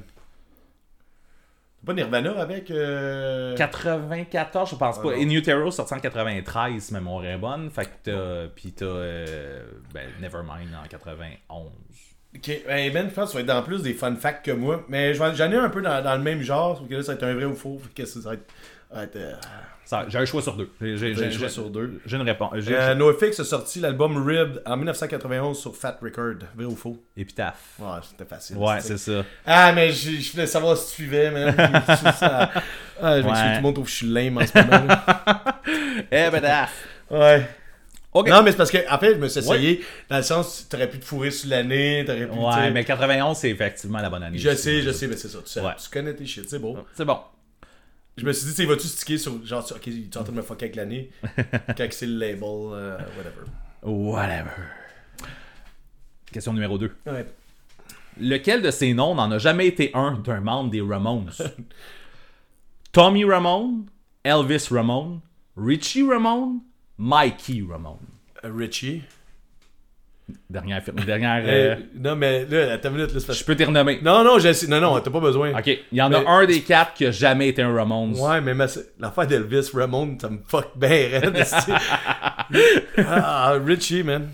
T'as pas Nirvana avec. euh,
94, je pense pas.
Ah non.
In Utero sorti en 93, si ma mémoire est bonne. Fait que t'as. Puis t'as. euh, ben, Nevermind en 91.
Ok, ben, ben, je pense que ça va être dans plus des fun facts que moi. Mais je vais- j'en ai un peu dans, dans le même genre, sauf que là, ça va être un vrai ou faux. fait que ça va être. ça va être, euh,
Ça, J'ai un choix sur deux. J'ai- J'ai
T'as un
j'ai-
choix sur deux.
J'ai une réponse. J'ai-
Euh, NoFX a sorti l'album Rib en 1991 sur Fat Record. Vrai ou faux?
Épitaphe.
Ouais, c'était facile.
Ouais,
C'était-
c'est ça.
Ah, mais je, je voulais savoir si tu suivais, man. Je- ça- Ah, je m'excuse,
Ouais.
tout le monde trouve que je suis lame en ce moment. là.
Épitaphe.
Ouais.
Ok.
Non, mais c'est parce que, en fait, je me suis
Ouais.
essayé dans le sens, t'aurais pu te fourrer sur l'année, t'aurais pu. tu
Ouais,
sais.
mais 91, c'est effectivement la bonne année.
Je sais, je sais, mais c'est ça, tu sais.
Ouais.
Tu connais tes shit, c'est beau.
C'est bon.
Je me suis dit, tu sais, vas-tu sticker sur. Genre, tu- ok, tu es en train de me fucker avec l'année, quand c'est le label, euh, whatever.
Whatever. Question numéro 2.
Ouais.
Lequel de ces noms n'en a jamais été un d'un membre des Ramones Tommy Ramone, Elvis Ramone, Richie Ramone, Mikey Ramone.
Euh, Richie.
Dernière. fir- dernière
Euh,
euh,
non, mais là, attends une minute. Là, c'est parce-
je peux t'y renommer.
Non, non, j'ai- non, non, t'as pas besoin.
Ok, il y en
Mais-
a un des quatre qui a jamais été un Ramones.
Ouais, mais ma- l'affaire d'Elvis Ramon, ça me fuck bien raide, c'est- ah, Richie, man.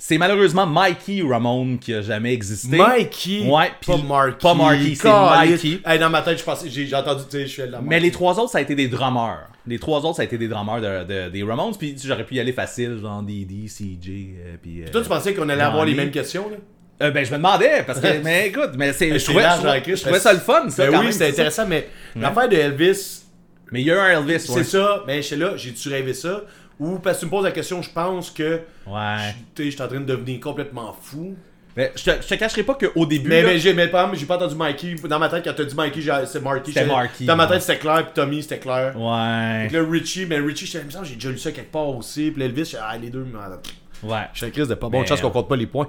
C'est malheureusement Mikey Ramone qui a jamais existé.
Mikey.
Ouais,
pas
puis-
Marky.
pas Marky, c'est
Caliste.
Mikey.
Hey, dans ma tête, je pensais, j'ai j'ai entendu, tu sais, je suis de la
Mais
merde.
les trois autres, ça a été des drummers. Les trois autres, ça a été des drummers de, de- des Ramones. Puis tu sais, j'aurais pu y aller facile, genre DD, CJ. euh, puis, euh,
Toi, tu pensais qu'on allait
Non,
avoir les
mais-
mêmes questions, là?
Euh, ben, je me demandais, parce que. mais écoute, mais c'est. Je
C'est
trouvais,
large,
je trouvais-
Jean-Christ,
je trouvais
parce-
ça le fun, ça.
Ben
quand
oui,
même,
c'est
ça.
intéressant, mais l'affaire de Elvis,
Mais il y a un Elvis,
c'est
ouais.
ça. Mais je sais là, j'ai-tu rêvé ça? Ou parce que tu me poses la question, je pense que
Ouais.
je- tu sais, je suis en train de devenir complètement fou.
Mais je te, je te cacherai pas qu'au début.
Mais,
là,
mais j'ai mais, par exemple, j'ai pas entendu Mikey. Dans ma tête, quand t'as dit Mikey, j'ai- c'est Marky.
C'était
J'étais-
Marky,
Dans ma tête,
ouais.
c'était clair, puis Tommy, c'était clair.
Ouais.
Puis là, Richie, mais Richie, j'étais me semble, j'ai déjà lu ça quelque part aussi. Puis Elvis, j'étais, ah, les deux, mais attends.
Ouais.
Je suis Chris de pas bonne
Mais- euh.
chance qu'on compte pas les points.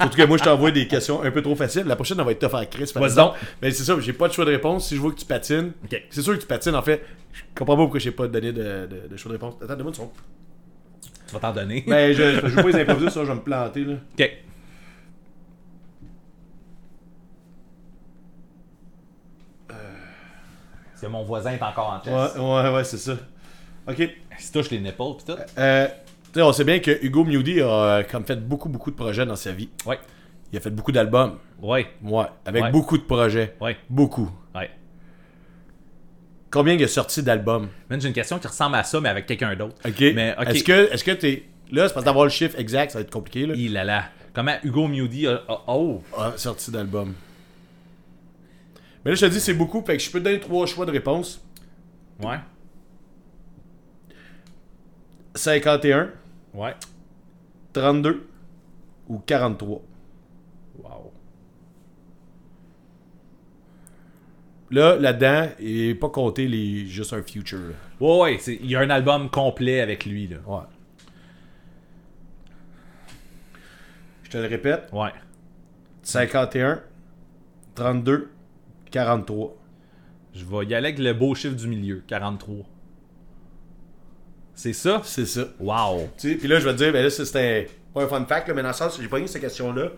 Surtout que moi, je t'envoie des questions un peu trop faciles. La prochaine, elle va être tough à Chris. par
Vas-y
exemple.
donc.
Mais c'est ça, j'ai pas de choix de réponse. Si je vois que tu patines,
Ok.
c'est sûr que tu patines. En fait, je comprends pas pourquoi j'ai pas donné de, de, de choix de réponse. Attends, donne-moi une seconde.
Tu vas t'en donner.
Mais Ben, je, je joue pas les improviser, ça, je vais me planter. Là.
Ok. Euh. Parce que mon voisin est encore en chasse.
Ouais, ouais, ouais, c'est ça. Ok.
Il se touche les nipples pis tout.
Euh, tu sais, on sait bien que Hugo Mewdy a euh, comme fait beaucoup, beaucoup de projets dans sa vie.
Ouais.
Il a fait beaucoup d'albums.
Ouais.
Ouais. Avec
Ouais.
beaucoup de projets.
Ouais.
Beaucoup.
Ouais.
Combien il a sorti d'albums?
Man, j'ai une question qui ressemble à ça, mais avec quelqu'un d'autre.
OK.
Mais, ok.
Est-ce que est-ce que t'es. Là, c'est parce d'avoir le chiffre exact, ça va être compliqué. Là.
Il a là. Comment Hugo Mewdy a. a- Oh!
Ah, sorti d'album. Mais là, je te dis, c'est beaucoup. Fait que je peux te donner trois choix de réponse.
Ouais.
51,
Ouais.
32 ou 43.
Wow.
Là, là-dedans, et pas compter les juste un future. là.
Ouais, ouais. c'est- Il y a un album complet avec lui, là.
Ouais. Je te le répète.
Ouais.
51, 32, 43.
Je vais y aller avec le beau chiffre du milieu, 43. C'est ça?
C'est ça.
Wow.
Tu sais, puis là, je vais te dire, ben là, ça, c'était pas un fun fact, là, mais dans le sens, j'ai pas eu cette question-là.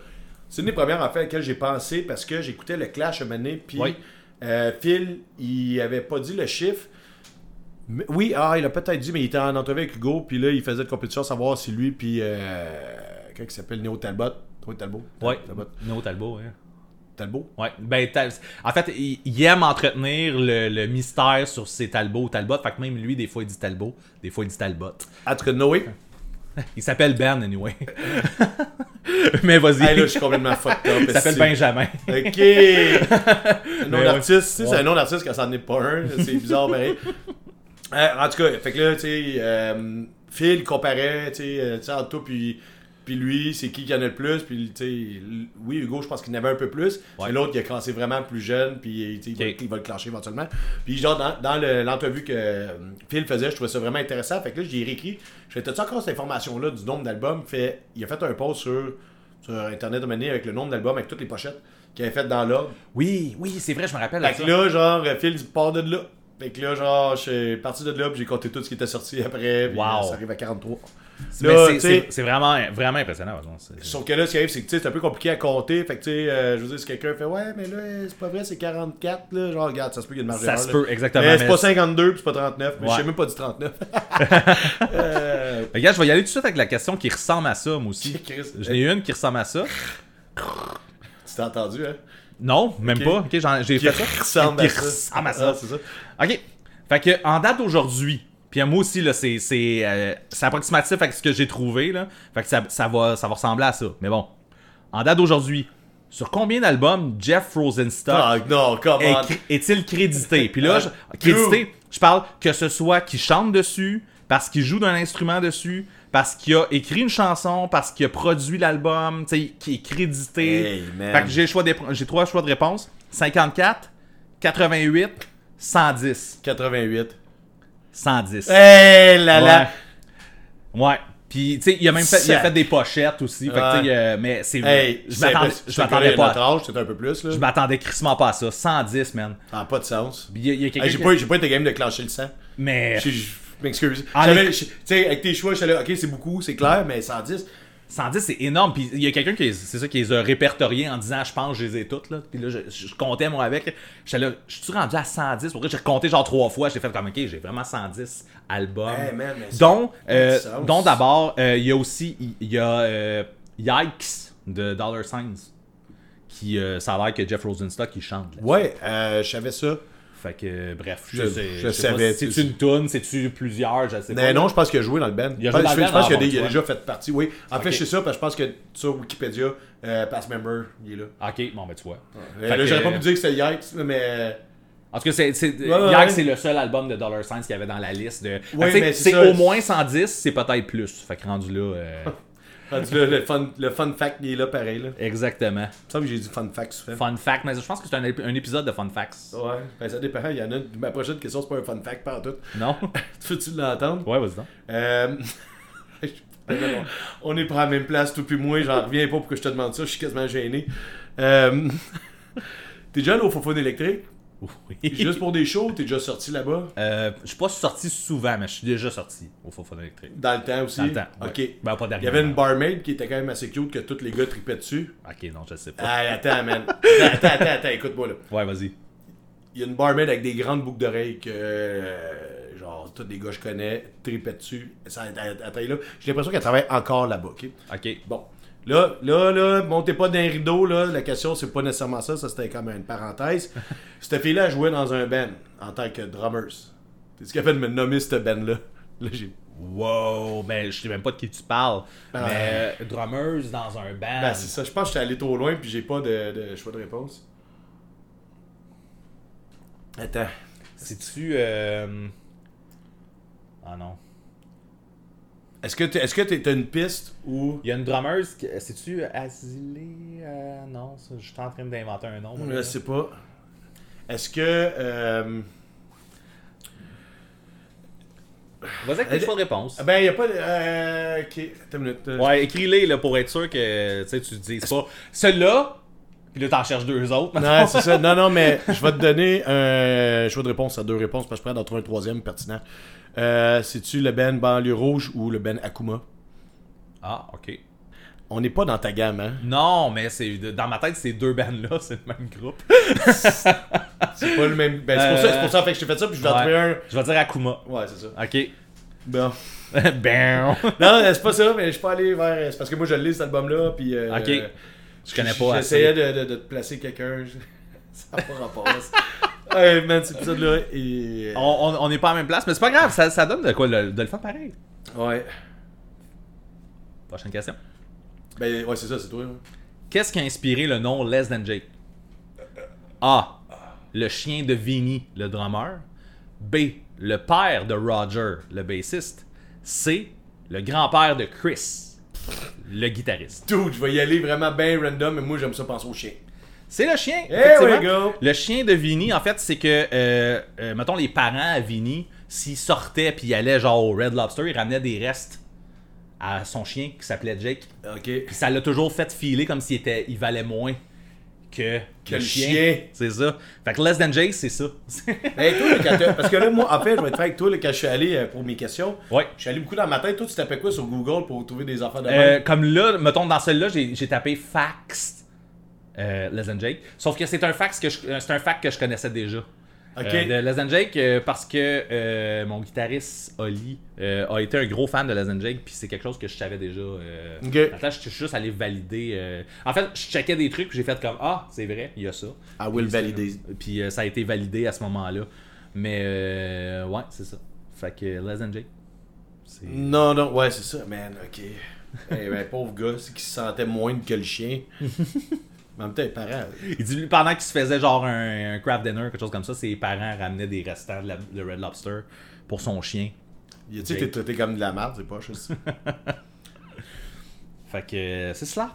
C'est une des premières en fait à laquelle j'ai pensé parce que j'écoutais le Clash à un moment donné, puis
Oui.
euh, Phil, il avait pas dit le chiffre. Mais- oui, ah, il a peut-être dit, mais il était en entrevue avec Hugo, puis là, il faisait de compétition à savoir si lui, puis. Euh, Quelqu'un qui s'appelle Néo Talbot. Oui, Talbot.
Ouais.
Talbot.
No Talbot, hein.
Talbot.
Ouais. Ben, Tal- en fait, il, il aime entretenir le, le mystère sur ses Talbot ou Talbot. Fait que même lui, des fois, il dit Talbot, des fois, il dit Talbot.
Entre Noé.
Il s'appelle Ben, anyway. Mais vas-y.
hey, là, je suis complètement fucked up.
il s'appelle Benjamin.
Ok! un nom
ouais.
d'artiste, tu sais, c'est
Ouais.
un nom d'artiste quand ça n'en est pas un, c'est bizarre pareil. Euh, en tout cas, fait que là, tu sais, euh, Phil comparait, tu sais, euh, tu sais, entre toi puis, puis lui, c'est qui qui en a le plus, puis tu sais, l- oui, Hugo, je pense qu'il en avait un peu plus,
Ouais.
mais l'autre, il a commencé vraiment plus jeune, puis euh, tu sais, il, va,
Ok.
il va le clencher éventuellement. Puis genre, dans, dans le- l'entrevue que euh, Phil faisait, je trouvais ça vraiment intéressant, fait que là, j'ai réécrit, je fais, t'as-tu encore cette information-là du nombre d'albums? Fait, il a fait un post sur, sur Internet de manière avec le nombre d'albums, avec toutes les pochettes qu'il avait faites dans l'ordre.
Oui, oui, c'est vrai, je me rappelle. de
Fait que
ça.
là, genre, euh, Phil il part de là. Fait que là, genre, je suis parti de là, puis j'ai compté tout ce qui était sorti après, puis
Wow.
là, ça arrive à 43.
Mais
Là,
c'est-
tu sais-
c'est c'est vraiment, vraiment impressionnant, par exemple. C'est-
Sauf que là, ce qui arrive, c'est que tu sais, c'est un peu compliqué à compter. Fait que, tu sais, euh, je veux dire, si quelqu'un fait Ouais, mais là, c'est pas vrai, c'est 44, là, genre, regarde, ça se peut qu'il y ait une marge
Ça
d'erreur,
se
là.
peut, exactement,
Mais c'est
mais
pas
c'est-
52, puis c'est pas 39, mais je sais
Ouais.
même pas du Euh, 39.
Regarde, je vais y aller tout de suite avec la question qui ressemble à ça, moi aussi.
Chris.
J'en ai une qui ressemble à ça.
tu t'es entendu, hein
Non, même
Ok.
pas. Ok, j'en- j'ai
Qui
fait ça.
ressemble à
Qui
ça.
ressemble à ça.
Ah, c'est ça.
Ok. Fait que, en date d'aujourd'hui, puis euh, moi aussi, là, c'est, c'est, euh, c'est approximatif à ce que j'ai trouvé, là. Fait que ça, ça va, ça va ressembler à ça. Mais bon. En date d'aujourd'hui, sur combien d'albums Jeff Rosenstock
Ah, non,
est-
comment
est-il crédité? Puis là, je- crédité, je parle que ce soit qu'il chante dessus, parce qu'il joue d'un instrument dessus, parce qu'il a écrit une chanson, parce qu'il a produit l'album, tu sais, qui est crédité.
Hey, man.
fait que j'ai, le choix des- j'ai trois choix de réponse. 54, 88, 110.
88.
110.
Hey là
ouais.
là
Ouais. Puis, tu sais, il a même fait, il a
Ça-
fait des pochettes aussi. Fait que, tu sais,
Ouais.
euh, mais c'est
Hey,
je
c'est
m'attendais-
impressi-
je
c'est
m'attendais
le gars
pas.
de
à-
notre âge, c'est un peu plus, là.
Je m'attendais crissement pas à ça. 110, man.
Ça n'a pas de sens.
Puis, il y a- il y a quelqu'un
Hey, j'ai,
qui-
pas, j'ai pas été game de clencher le sang.
Mais
Je, je m'excuse.
Ah,
J'avais-
mais-
je- Tu sais, avec tes choix, je suis allé, ok, c'est beaucoup, c'est clair, mais 110.
110, c'est énorme. Puis il y a quelqu'un qui, les- c'est ça, qui les a répertoriés en disant, je pense, que je les ai toutes. Là. Puis là, je, je comptais, moi, avec. J'étais là, je suis rendu à 110. Pour vrai, j'ai compté genre trois fois. J'ai fait comme, ok, j'ai vraiment 110 albums.
Hey, man, mais ça-
dont,
ça
euh,
a du sens.
dont d'abord, euh, il y a aussi, il- il y a euh, Yikes de Dollar Signs. Qui, euh, ça a l'air que Jeff Rosenstock, il chante. là.
Ouais, euh, je savais ça.
Fait que, euh, bref, je,
Je-
sais,
je
sais pas
savais,
si
tu-
C'est-tu une toune, c'est-tu plusieurs, je sais pas.
Mais non, je pense qu'il a joué dans le band.
Il a
Je pense-
joué dans le
je,
band,
pense qu'il a,
ah,
des-
bon,
il a
tu
déjà fait partie. Oui, en fait,
Ok.
je sais ça, parce que je pense que sur Wikipédia, euh, Past Member, il est là.
Ok, bon, ben tu vois.
Euh,
Fait
là, j'aurais
que-
pas pu dire que c'était Yikes, mais. euh,
En tout cas, c'est, c'est,
ouais,
Yikes,
ouais.
c'est le seul album de Dollar Signs qu'il y avait dans la liste. De...
Ouais,
Tu sais,
mais
c'est
c'est ça.
au moins 110, c'est peut-être plus. Fait que rendu là. euh,
rendu là, le, fun, le fun fact, il est là pareil. Là.
exactement.
Il me semble que j'ai dit fun fact souvent.
Fun fact, mais je pense que c'est un, ép- un épisode de Fun Facts.
Ouais, ben, ça dépend. Il y en a une. Ma prochaine question, c'est pas un fun fact, pas en tout.
Non?
tu veux-tu l'entendre?
ouais, vas-y donc.
Euh, On est pas à la même place, tout puis moi. J'en reviens pas pour que je te demande ça. Je suis quasiment gêné. Euh, T'es déjà allé au Fofone électrique?
Oui.
Juste pour des shows, t'es déjà sorti là-bas?
Euh, je suis pas sorti souvent, mais je suis déjà sorti au Fofon électrique.
Dans le temps aussi?
Dans le temps. ouais.
Ok.
Ben, pas
Il y avait une barmaid qui était quand même assez cute que tous les gars tripaient dessus.
Ok, non, je sais pas.
Ah, attends, man. Attends, attends, attends, écoute-moi là.
Ouais, vas-y.
Il y a une barmaid avec des grandes boucles d'oreilles que, euh, genre, tous les gars que je connais tripaient dessus. Ça, elle- elle- elle travaille là. J'ai l'impression qu'elle travaille encore là-bas, ok?
Ok.
Bon. Là, là, là, montez pas d'un rideau, là. La question, c'est pas nécessairement ça. Ça, c'était comme une parenthèse. Cette fille-là elle jouait dans un band en tant que drummer. T'es-tu capable de me nommer cette band-là? Là, j'ai.
Wow, ben je sais même pas de qui tu parles. mais euh, drummers dans un band.
Ah. Ben, c'est ça. Je pense que j'étais allé trop loin, puis j'ai pas de, de choix de réponse. Attends.
C'est-tu. euh, Ah non.
Est-ce que t'es- est-ce que t'es- t'as une piste ou.
Il y a une drummeuse, qui- euh, c'est-tu Azilée euh, Non, ça, je suis en train d'inventer un nom.
Je sais pas. Est-ce que. euh,
Vas-y avec tes
Elle-
choix de réponse.
Ben, y a pas. de- euh, ok, attends une minute.
Ouais, écris-les là, pour être sûr que tu sais, tu te dises pas. Celui-là, puis là, t'en cherches deux autres.
Non, c'est ça. Non, non, mais je vais te donner un choix de réponse à deux réponses parce que je pourrais en trouver un troisième pertinent. Euh, C'est-tu le Ben Banlieue Rouge ou le Ben Akuma
Ah, ok.
On n'est pas dans ta gamme, hein
Non, mais c'est dans ma tête, ces deux bands-là, c'est le même groupe.
C'est pas le même. Ben, c'est pour, ça-
Euh,
c'est pour ça fait que je t'ai fait ça puis je vais en
Ouais.
trouver un.
Je vais dire Akuma.
Ouais, c'est ça.
Ok.
Bon.
ben.
Non, non, c'est pas ça, mais je suis pas allé vers. C'est parce que moi je lis cet album-là puis. euh,
Ok. Je connais
j-
pas
J'essayais
assez.
de, de, de te placer quelqu'un. ça n'a pas rapport. ça. hey, man, cet épisode-là est.
On- On on n'est pas en même place, mais c'est pas grave, ça, ça donne de quoi le- de le faire pareil.
Ouais.
Prochaine question.
Ben, ouais, c'est ça, c'est toi. hein.
Qu'est-ce qui a inspiré le nom Less Than Jake A. Le chien de Vinny, le drummer. B. Le père de Roger, le bassiste. C. Le grand-père de Chris, le guitariste.
Dude, je vais y aller vraiment bien random, mais moi j'aime ça penser au chien.
C'est le chien.
Here
effectivement.
we go.
Le chien de Vinny, en fait, c'est que, euh, euh, mettons, les parents à Vinny, s'ils sortaient puis ils allaient genre au Red Lobster, ils ramenaient des restes à son chien qui s'appelait Jake.
Ok.
Puis ça l'a toujours fait filer comme s'il était, il valait moins que,
Que le chien.
C'est ça. Fait que Less Than Jake, c'est ça.
Ben, toi, là, quand t'as- parce que là, moi, en fait, je vais être franc avec toi, là, quand je suis allé euh, pour mes questions,
Ouais.
je suis allé beaucoup dans ma tête. Toi, tu tapais quoi sur Google pour trouver des affaires de
Euh,
même?
comme là, mettons, dans celui-là, j'ai j'ai tapé fax euh, Less Than Jake. Sauf que c'est un fax que je, euh, c'est un fact que je connaissais déjà.
Ok.
Euh, de Les Jake euh, parce que euh, mon guitariste Oli euh, a été un gros fan de Les Jake puis c'est quelque chose que je savais déjà. euh.
Ok.
Attends, je suis juste allé valider. euh. En fait, je checkais des trucs puis j'ai fait comme ah c'est vrai il y a ça.
I will
Puis c'est-
validate.
Puis euh, ça a été validé à ce moment-là. Mais euh, ouais c'est ça. Fait que Les Jake. c'est-
Non, non, ouais, c'est ça, man, ok. Eh ben, pauvre gars, c'est qu'il se sentait moins que le chien. Mais en même temps, les parents.
Il dit lui, pendant qu'il se faisait genre un, un craft dinner quelque chose comme ça ses parents ramenaient des restants de, la- de Red Lobster pour son chien.
Tu sais, t'es traité comme de la merde, c'est pas juste.
Fait que euh, c'est cela.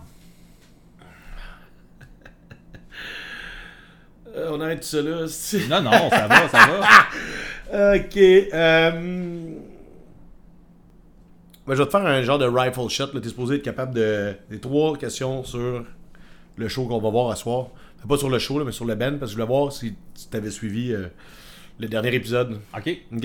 Euh, on arrête ça là. c'est-
Non non ça va ça va.
Ok. Euh... Ben, je vais te faire un genre de rifle shot. là. T'es supposé être capable de. Des trois questions sur le show qu'on va voir à soir. Enfin, Pas sur le show, là, mais sur le band, parce que je voulais voir si tu t'avais suivi euh, le dernier épisode.
Ok.
Ok.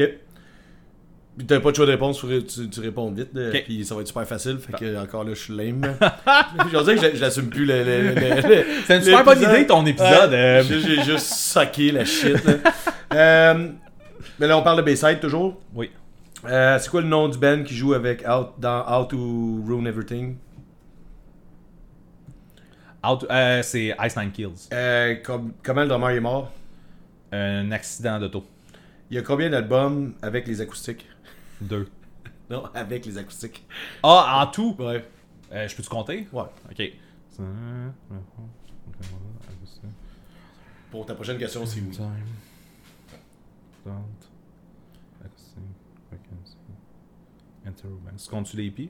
Puis t'as pas de choix de réponse, tu, tu- tu réponds vite, là,
Ok.
puis ça va être super facile. Fait que encore là, je suis lame. je veux dire que j'a- j'assume plus le. le- le- le-
C'est une super bonne
l'épisode.
idée, ton épisode, euh.
j'ai- J'ai juste saqué la shit. Là. Euh, mais là, on parle de Bayside toujours.
Oui.
Euh, c'est quoi le nom du band qui joue avec Out dans How to Ruin Everything
Out- euh, c'est Ice Nine Kills.
Euh, com- Comment le drummer est mort
Un accident d'auto.
Il y a combien d'albums avec les acoustiques
Deux.
Non, avec les acoustiques.
Ah, en tout.
Ouais.
Euh, je peux-tu compter?
Ouais.
Ok.
Pour ta prochaine question, c'est oui.
Tu comptes-tu les pi?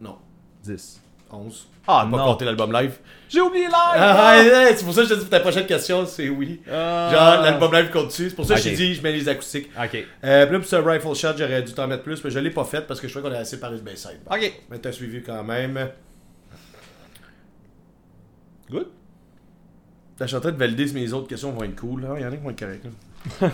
Non.
10.
11.
Ah
Pas
non!
compter l'album live.
J'ai oublié live!
Ah, ouais, ouais, c'est pour ça que je te dis pour ta prochaine question, c'est oui.
Ah.
Genre, l'album live compte dessus. C'est pour ça que
Ok. Ah.
je t'ai dit, je mets les acoustiques.
Ok.
Euh, puis là, pour ce rifle shot, j'aurais dû t'en mettre plus, mais je l'ai pas fait parce que je crois qu'on a assez parlé de Bayside.
Ok.
Mais t'as suivi quand même.
Good.
Là, je suis en train de valider si mes autres questions vont être cool. hein. Il y en a qui vont être corrects. là.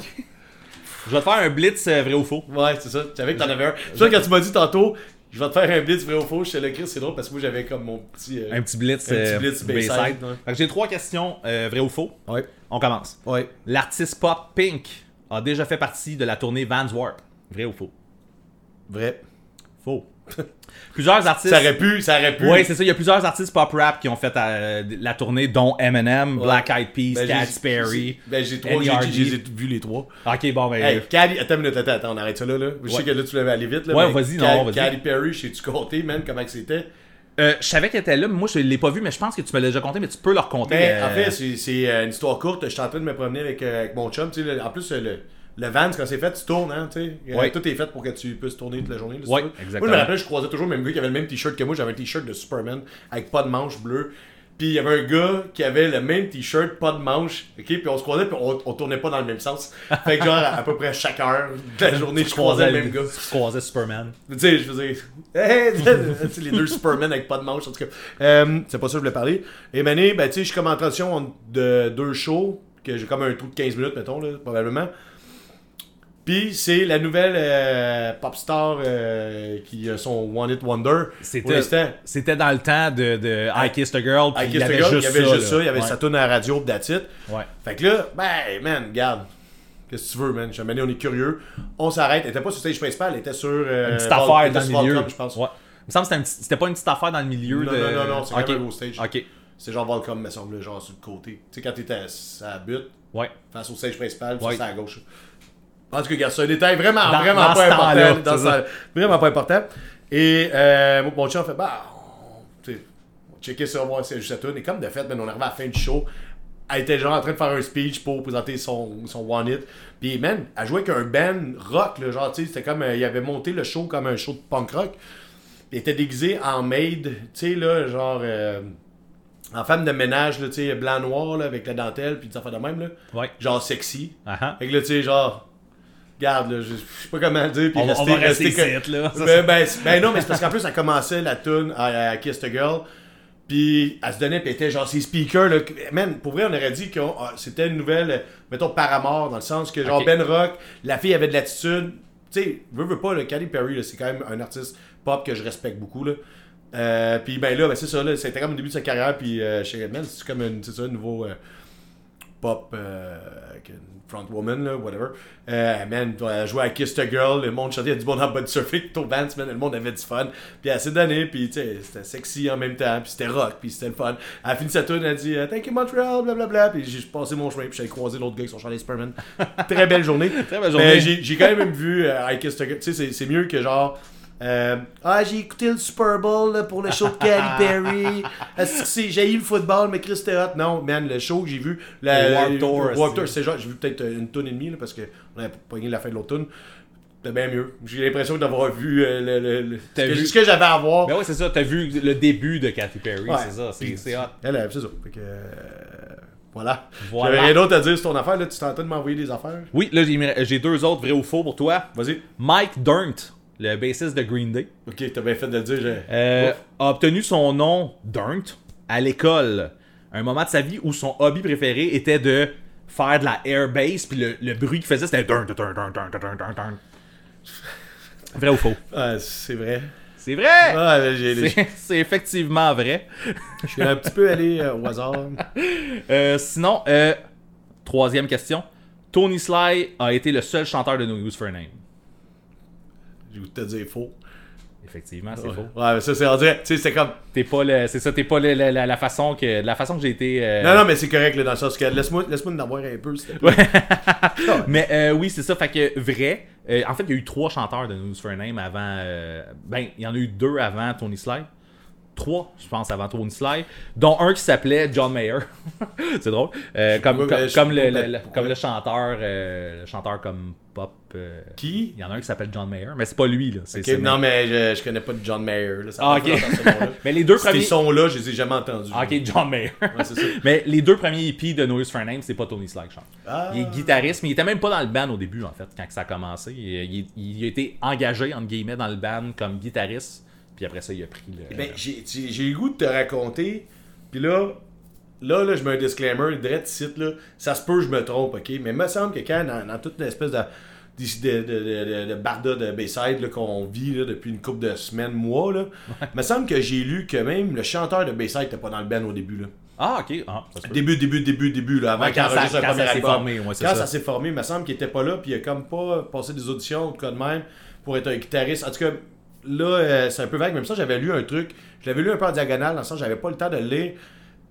Je vais te faire un blitz euh, vrai ou faux.
Ouais, c'est ça. Tu savais que t'en avais un. C'est ça, quand tu m'as dit tantôt, je vais te faire un blitz vrai ou faux, je te le Chris, c'est drôle parce que moi j'avais comme mon petit. euh,
Un petit blitz.
Un petit blitz Bayside, ouais.
Fait que j'ai trois questions euh, vrai ou faux.
Ouais.
On commence.
Ouais.
L'artiste pop Pink a déjà fait partie de la tournée Vans Warp. Vrai ou faux?
Vrai.
Faux. Plusieurs artistes.
Ça aurait pu, ça aurait pu.
Oui, c'est ça. Il y a plusieurs artistes pop rap qui ont fait euh, la tournée, dont Eminem, Black Eyed Peas,
Ben,
Katy
j'ai-
Perry.
j'ai- Ben, j'ai trois, j'ai-
NERD.
j'ai j'ai vu les trois.
Ok, bon, ben.
Hey, Cali, attends une minute, attends, attends, on arrête ça là. là. Je sais
Ouais.
que là tu voulais aller vite. Là,
Ouais,
mais
vas-y,
Cali-
non, vas-y.
Cali Perry, sais-tu compter, man, comment que c'était?
euh, je savais qu'elle était là, mais moi je l'ai pas vu, mais je pense que tu me l'as déjà compté, mais tu peux le raconter.
Ben,
euh,
en fait, c'est- c'est euh, une histoire courte. J'étais en train de me promener avec, euh, avec mon chum. tu sais, le- en plus, euh, le, le van, quand c'est fait, tu tournes. Hein, tu sais. Euh,
Ouais.
Tout est fait pour que tu puisses tourner toute la journée. là, si
Ouais,
tu veux.
exactement.
Moi, je me rappelle, je croisais toujours le même gars qui avait le même t-shirt que moi. J'avais un t-shirt de Superman avec pas de manches bleues. Puis il y avait un gars qui avait le même t-shirt, pas de manches. ok Puis on se croisait, puis on, on tournait pas dans le même sens. Fait que genre, à, à peu près à chaque heure de la journée, je croisais le même gars.
Je croisais Superman.
Tu sais, je faisais. Hey, tu sais, les deux Superman avec pas de manche, en tout cas. Euh, c'est pas ça que je voulais parler. Et Mané, ben, tu sais, je suis comme en transition entre de deux shows, que j'ai comme un trou de 15 minutes, mettons, là, probablement. Puis c'est la nouvelle euh, pop star euh, qui a son One Hit Wonder. Pour
C'était,
l'instant. Ah.
c'était dans le temps de, de I Kissed a Girl, puis
I
il
Kissed
y
a
avait
Girl,
juste
il y avait
ça.
juste ça, il y avait
ouais.
sa Euh, tourne à la radio, pis that's it.
Ouais.
Fait que là, ben, man, regarde. Qu'est-ce que tu veux, man? Je suis amené, on est curieux. On s'arrête. Elle était pas sur le stage principal, elle était sur. euh,
Une petite
Val- elle
affaire
était
dans
sur
le milieu.
Valcom, je pense.
Ouais. Il me semble que c'était, un petit- c'était pas une petite affaire dans le milieu.
Non,
de...
non, non, non, c'est quand
Ok.
même un gros stage.
Ok.
C'est genre Volcom, me semble, genre sur le côté. Tu sais, quand t'étais à la butte,
Ouais.
face au stage principal, puis
Ouais.
ça, c'est à gauche. En tout cas, regarde, c'est un détail vraiment,
Dans-
vraiment
dans ce
pas
temps-là,
important. Dans
c'est
ce
ça.
temps-là. Vraiment pas important. Et euh, moi, mon chien a fait, bah, on- tu sais, on checker ça, voir si c'est juste à tourne. Et comme de fait, ben, on arrive à la fin du show. Elle était genre en train de faire un speech pour présenter son, son One Hit. Puis, man, elle jouait avec un band rock, là, genre, tu sais, c'était comme, euh, il avait monté le show comme un show de punk rock. Il était déguisé en maid, tu sais, là, genre, euh, en femme de ménage, là, tu sais, blanc-noir, là, avec la dentelle, puis des affaires de même, là.
Ouais. Ah,
Genre sexy.
Ah-ha.
Fait que là, tu sais, genre, garde, là, je je sais pas comment le dire, puis
On va-
rester,
on va rester
rester
ici, là. Ça,
Ben, ben, c'est- ben non, mais c'est parce qu'en plus, elle commençait la tune à, à Kiss the Girl, puis elle se donnait, puis elle était genre ses speakers, là. que- Man, pour vrai, on aurait dit que ah, c'était une nouvelle, euh, mettons, paramore, dans le sens que, genre,
Ok.
Ben Rock, la fille avait de l'attitude. Tu sais, veux, veux pas, le Katy Perry, là, c'est quand même un artiste pop que je respecte beaucoup, là. Euh, puis ben là, ben c'est ça, là, c'était comme le début de sa carrière, puis euh, chez Redman, c'est comme une, c'est ça, un nouveau euh, pop, euh, avec une front woman, là, whatever. Euh, man, elle jouait à Kiss the Girl, le monde chantait, il y a du bon en body surfing, Toe Vance, man, le monde avait du fun. Puis elle s'est donnée, puis tu sais, c'était sexy en même temps, puis c'était rock, puis c'était le fun. Elle a fini sa tune, elle a dit euh, Thank you Montreal, blablabla, puis j'ai passé mon chemin, puis j'allais croiser l'autre gars qui sont chanté Superman. Très belle journée.
Très belle
Mais
journée.
j'ai- j'ai quand même vu euh, I Kissed a Girl. Tu sais, c'est- c'est mieux que genre. euh, ah, j'ai écouté le Super Bowl là, pour le show de Katy Perry. Est-ce que c'est- J'ai eu le football, mais Chris c'était hot. Non, man, le show que j'ai vu. la-
Le Warped Tour,
le Warped Euh, Tour,
c'est-
c'est genre, j'ai vu peut-être euh, une tonne et demie là, parce qu'on avait pogné la fin de l'autre tonne. C'était bien mieux. J'ai l'impression d'avoir vu euh, le, le- le-
T'as
ce, que,
vu-
ce que j'avais à voir.
Ben ouais, c'est ça. T'as vu le début de Katy Perry,
Ouais.
c'est ça. C'est,
Puis-
c'est hot.
Elle, elle, Eh, c'est ça. Fait que, euh, voilà.
Voilà.
J'avais rien d'autre à dire sur ton affaire. Là, tu t'es en train de m'envoyer des affaires.
Oui, là, j'ai, j'ai deux autres, vrai ou faux, pour toi.
Vas-y.
Mike Durnt, le bassiste de Green Day,
Ok, t'as bien fait de le dire. j'ai-
euh,
Ouf.
a obtenu son nom Durnt à l'école. Un moment de sa vie où son hobby préféré était de faire de la air bass, puis le, le bruit qu'il faisait c'était Durnt, Durnt, Durnt, Durnt, Durnt, Durnt, Durnt. Vrai ou faux?
Ah, c'est vrai.
C'est vrai!
Ah, mais j'ai- j'ai-
C'est- C'est effectivement vrai.
je suis un petit peu allé euh, au hasard.
Euh, sinon, euh, troisième question. Tony Sly a été le seul chanteur de No Use for a Name.
J'ai goûté de te dire faux.
Effectivement, c'est
Ouais.
faux.
Ouais, mais ça, c'est en direct. Tu sais, c'est comme.
T'es pas le, c'est ça, t'es pas le- la, la- la façon que, de la façon que j'ai été. euh,
Non, non, mais c'est correct, là, dans le sens que laisse-moi laisse en avoir un peu, s'il te plaît.
Mais euh, oui, c'est ça. Fait que vrai. euh, en fait, il y a eu trois chanteurs de No Use for a Name avant. euh, ben, il y en a eu deux avant Tony Sly. Trois, je pense, avant Tony Sly. Dont un qui s'appelait John Mayer. c'est drôle. Euh, comme,
pas,
comme-
mais je
comme
sais
le,
pas,
le-
mais
le-
pourquoi?
comme le chanteur, euh, le chanteur comme pop. euh,
Qui
Il y en a un qui s'appelle John Mayer, mais c'est pas lui, là. C'est-
Ok,
c'est-
Non, mais je, je connais pas de John Mayer. Là, ça
Ah,
fait
ok.
longtemps, ce nom-là.
Mais les deux
Ces
premiers.
sons-là, je les ai jamais entendus.
Ah, ok, John Mayer.
Ouais, c'est ça.
mais les deux premiers hippies de Noise for a Name, c'est pas Tony Sly qui chante.
Ah.
Il est guitariste, mais il était même pas dans le band au début, en fait, quand ça a commencé. Il, il- il a été engagé, entre guillemets, dans le band comme guitariste, puis après ça, il a pris le.
Ben, j'ai j'ai- j'ai le goût de te raconter. Puis là, là, là, je mets un disclaimer, direct ici, là. Ça se peut, je me trompe, ok? Mais il me semble que quand, dans, dans toute l'espèce de, de, de, de- de- de barda de Bayside là, qu'on vit là, depuis une couple de semaines, mois, là, il me semble que j'ai lu que même le chanteur de Bayside n'était pas dans le band au début, là.
Ah, ok. Ah, ça se peut.
Début, début, début, début, là, avant
Ouais,
qu'il
quand ça-
enregistre
quand
un premier
ça s'est
album.
formé, ouais,
quand
c'est
ça,
ça.
s'est formé, il me semble qu'il était pas là, puis il a comme pas passé des auditions, tout cas de même, pour être un guitariste. En tout cas, là, euh, c'est un peu vague, même ça, j'avais lu un truc, je l'avais lu un peu en diagonale, dans le sens, j'avais pas le temps de le lire,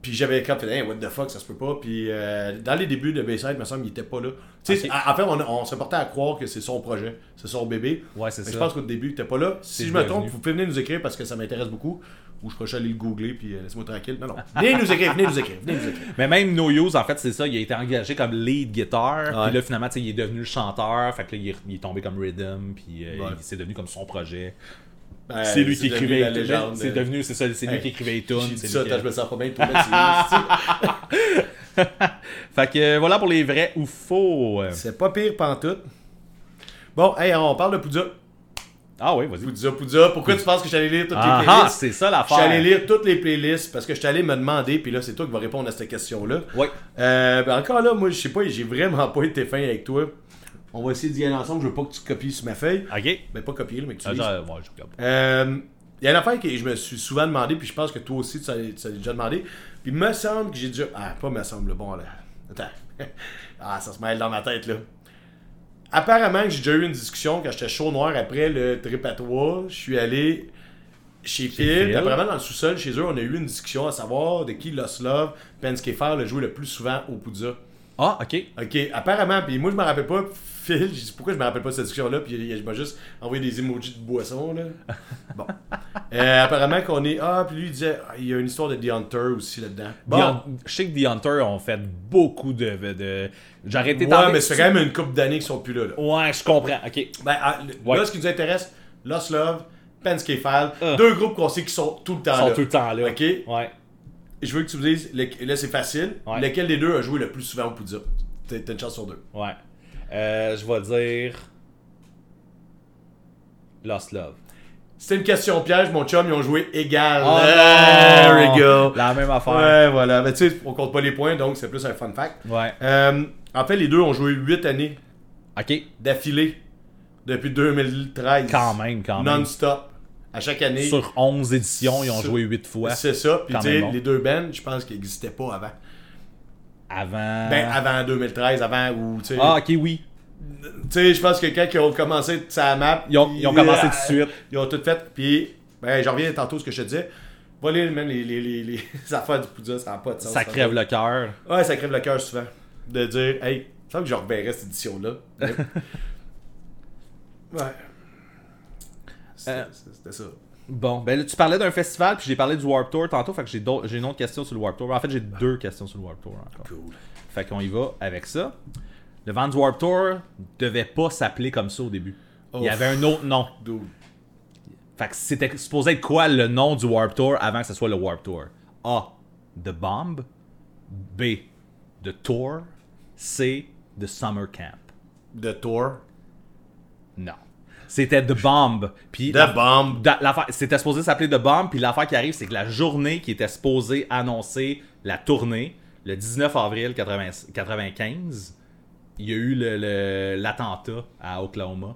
puis j'avais comme fait, hey, what the fuck, ça se peut pas, puis euh, dans les débuts de Bayside, il me semble qu'il était pas là. Tu sais,
Ok.
en en fait, on, on se portait à croire que c'est son projet, c'est son bébé.
Ouais, c'est
Mais
ça.
Ben, Je pense qu'au début, il était pas là. Si
C'est
je me
devenu.
trompe, vous pouvez venir nous écrire parce que ça m'intéresse beaucoup. Ou je peux aller le googler puis euh, laissez-moi tranquille. Non, non. Venez nous écrire, venez nous écrire, venez nous écrire.
Mais même No Use, en fait, c'est ça. Il a été engagé comme lead guitar.
Ouais.
Puis là, finalement, tu sais, il est devenu le chanteur. Fait que là, il est, il est tombé comme rhythm. Puis euh,
Ouais.
il- c'est devenu comme son projet.
Ben,
c'est lui qui
devenu
écrivait.
la
les tunes.
légende. euh.
C'est devenu, c'est ça. C'est lui
Hey,
qui écrivait les tunes.
J'ai
c'est
dit
lui
ça,
qui-
attends, je me sens pas bien traumatisé.
fait que euh, voilà pour les vrais ou faux. Euh,
C'est pas pire pantoute. Bon, hey, on parle de Poudja.
Ah oui, vas-y.
Poudja, Poudja, pourquoi tu penses que j'allais lire toutes les
Ah, ah,
playlists?
c'est ça
Je suis allé
l'affaire.
lire toutes les playlists parce que je suis allé me demander, puis là, c'est toi qui vas répondre à cette question-là.
Oui.
Euh, ben encore là, moi, je sais pas, j'ai vraiment pas été fin avec toi. On va essayer d'y aller ensemble, je veux pas que tu copies sur ma feuille.
Ok.
Ben, pas copier, là, mais que tu
Ah,
lises.
genre, ouais, je regarde.
Euh, Il y a une affaire que je me suis souvent demandé, puis je pense que toi aussi tu as, tu as déjà demandé. Puis me semble que j'ai déjà. Ah, pas me semble, bon là. Attends. Ah, ça se mêle dans ma tête là. Apparemment que j'ai déjà eu une discussion quand j'étais chaud noir après le trip à toi. Je suis allé chez Phil.
Phil.
Apparemment dans le sous-sol chez eux, on a eu une discussion à savoir de qui Loslov Penskefer le jouait le plus souvent au Poudza.
Ah, ok.
Ok, apparemment, puis moi je me rappelle pas, Phil, j'ai dit pourquoi je me rappelle pas de cette discussion-là, puis il il m'a juste envoyé des emojis de boisson, là. Bon. Euh, apparemment qu'on est. Ah, puis lui il disait, ah, il y a une histoire de The Hunter aussi là-dedans. Bon.
The Hunt- Je sais que The Hunter ont fait beaucoup de. de... J'aurais été
ouais,
tenté-
mais ça fait quand même une couple d'années qu'ils sont plus là. là.
Ouais, je comprends. Ok.
Ben, ah, le-
Ouais.
là, ce qui nous intéresse, Lost Love, Penske Fall,
Ah.
deux groupes qu'on sait qui sont tout le temps
Ils sont
là.
tout le temps là.
Ok.
Ouais.
Je veux que tu me dises, le- là c'est facile,
Ouais.
lequel des deux a joué le plus souvent au Poudja T'as t'as une chance sur deux.
Ouais. Euh, je vais dire. Lost Love.
C'était une question piège, mon chum, ils ont joué égal.
Oh,
There
non!
we go.
La même affaire.
Ouais, voilà. Mais tu sais, on compte pas les points, donc c'est plus un fun fact.
Ouais.
Euh, en fait, les deux ont joué 8 années
Ok.
d'affilée depuis 2013.
Quand même, quand même.
Non-stop. À chaque année.
Sur 11 éditions, ils ont
Sur-
joué 8 fois.
C'est ça. Puis
Quand
tu sais,
même bon.
les deux bands, je pense qu'ils n'existaient pas avant.
Avant.
Ben, avant 2013, avant ou tu sais.
Ah, ok, oui.
Tu sais, je pense que quand ils ont commencé sa map.
Ils ont- ils ont commencé tout de suite.
Ils ont tout fait. Puis, ben, j'en reviens tantôt à ce que je te disais. Voler, man, les, les, les, les- les affaires du Poudja, ça n'a pas de sens.
Ça crève le cœur.
Ouais, ça crève le cœur souvent. De dire, hey, il semble que je reverrai cette édition-là. Yep. ouais. C'était
Euh.
c'était ça.
Bon, ben là, tu parlais d'un festival, puis j'ai parlé du Warp Tour tantôt, fait que j'ai, d'autres- j'ai une autre question sur le Warp Tour. En fait, j'ai deux questions sur le Warp Tour encore.
Cool.
Fait qu'on y va avec ça. Le Vans Warp Tour devait pas s'appeler comme ça au début. Il y
Oh.
avait un autre nom.
Dude.
Fait que c'était supposé être quoi le nom du Warp Tour avant que ce soit le Warp Tour? A. The Bomb. B. The Tour. C. The Summer Camp.
The Tour.
Non. C'était The Bomb. Puis la-
The Bomb.
Da- l'affaire- C'était supposé s'appeler The Bomb, puis l'affaire qui arrive, c'est que la journée qui était supposée annoncer la tournée, le 19 avril 80 95, il y a eu le- le- l'attentat à Oklahoma.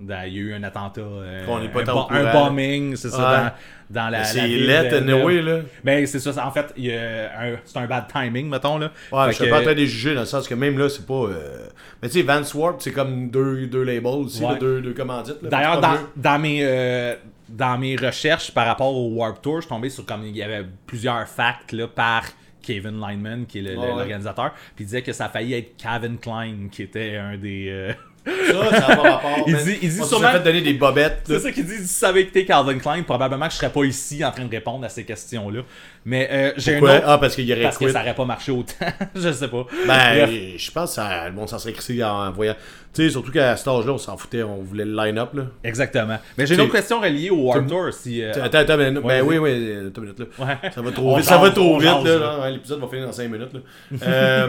Dans- il y a eu un attentat, euh,
Qu'on n'est pas
un,
tant au
un
courant,
bombing, c'est
Ouais.
ça, dans, dans la. la
C'est
ville
let
de-
anyway, là.
Ben, c'est ça, c'est- en fait, il y a un- c'est un bad timing, mettons, là.
Ouais,
Fait
je suis
que-
pas en train de les juger dans le sens que même là, c'est pas. euh, Mais tu sais, Vance Warp, c'est comme deux, deux labels aussi,
Ouais.
là, deux, deux commandites. là.
D'ailleurs,
C'est pas
dans,
mieux.
dans mes, euh, dans mes recherches par rapport au Warp Tour, je suis tombé sur comme il y avait plusieurs facts là, par Kevin Lineman, qui est le- le-
Ouais, ouais.
l'organisateur, puis il disait que ça a failli être Kevin Klein, qui était un des... euh,
Ça, ça a pas rapport.
Il
man.
dit- il dit
On se
sûrement-
fait donner des bobettes. là.
C'est ça qu'il dit, si tu savais que t'es Calvin Klein, probablement que je serais pas ici en train de répondre à ces questions-là. Mais euh, j'ai un
Quoi?
autre...
Ah, parce qu'il y aurait
Parce que
quit.
ça aurait pas marché autant, je sais pas.
Ben,
Bref.
je pense que ça, bon, ça serait crissé en voyant. Tu sais, surtout qu'à cet âge-là, on s'en foutait, on voulait le line-up. là.
exactement. Mais j'ai une
Tu-
autre question relié au Warp Tour, si... euh,
Attends, attends, ben, ben
vas-y.
oui, oui, euh, attends une minute, là.
Ouais.
Ça va trop
On
vite, ça va
jase, on
trop vite,
jase,
là.
là.
là. Ouais, L'épisode va finir dans 5 minutes, là. Euh,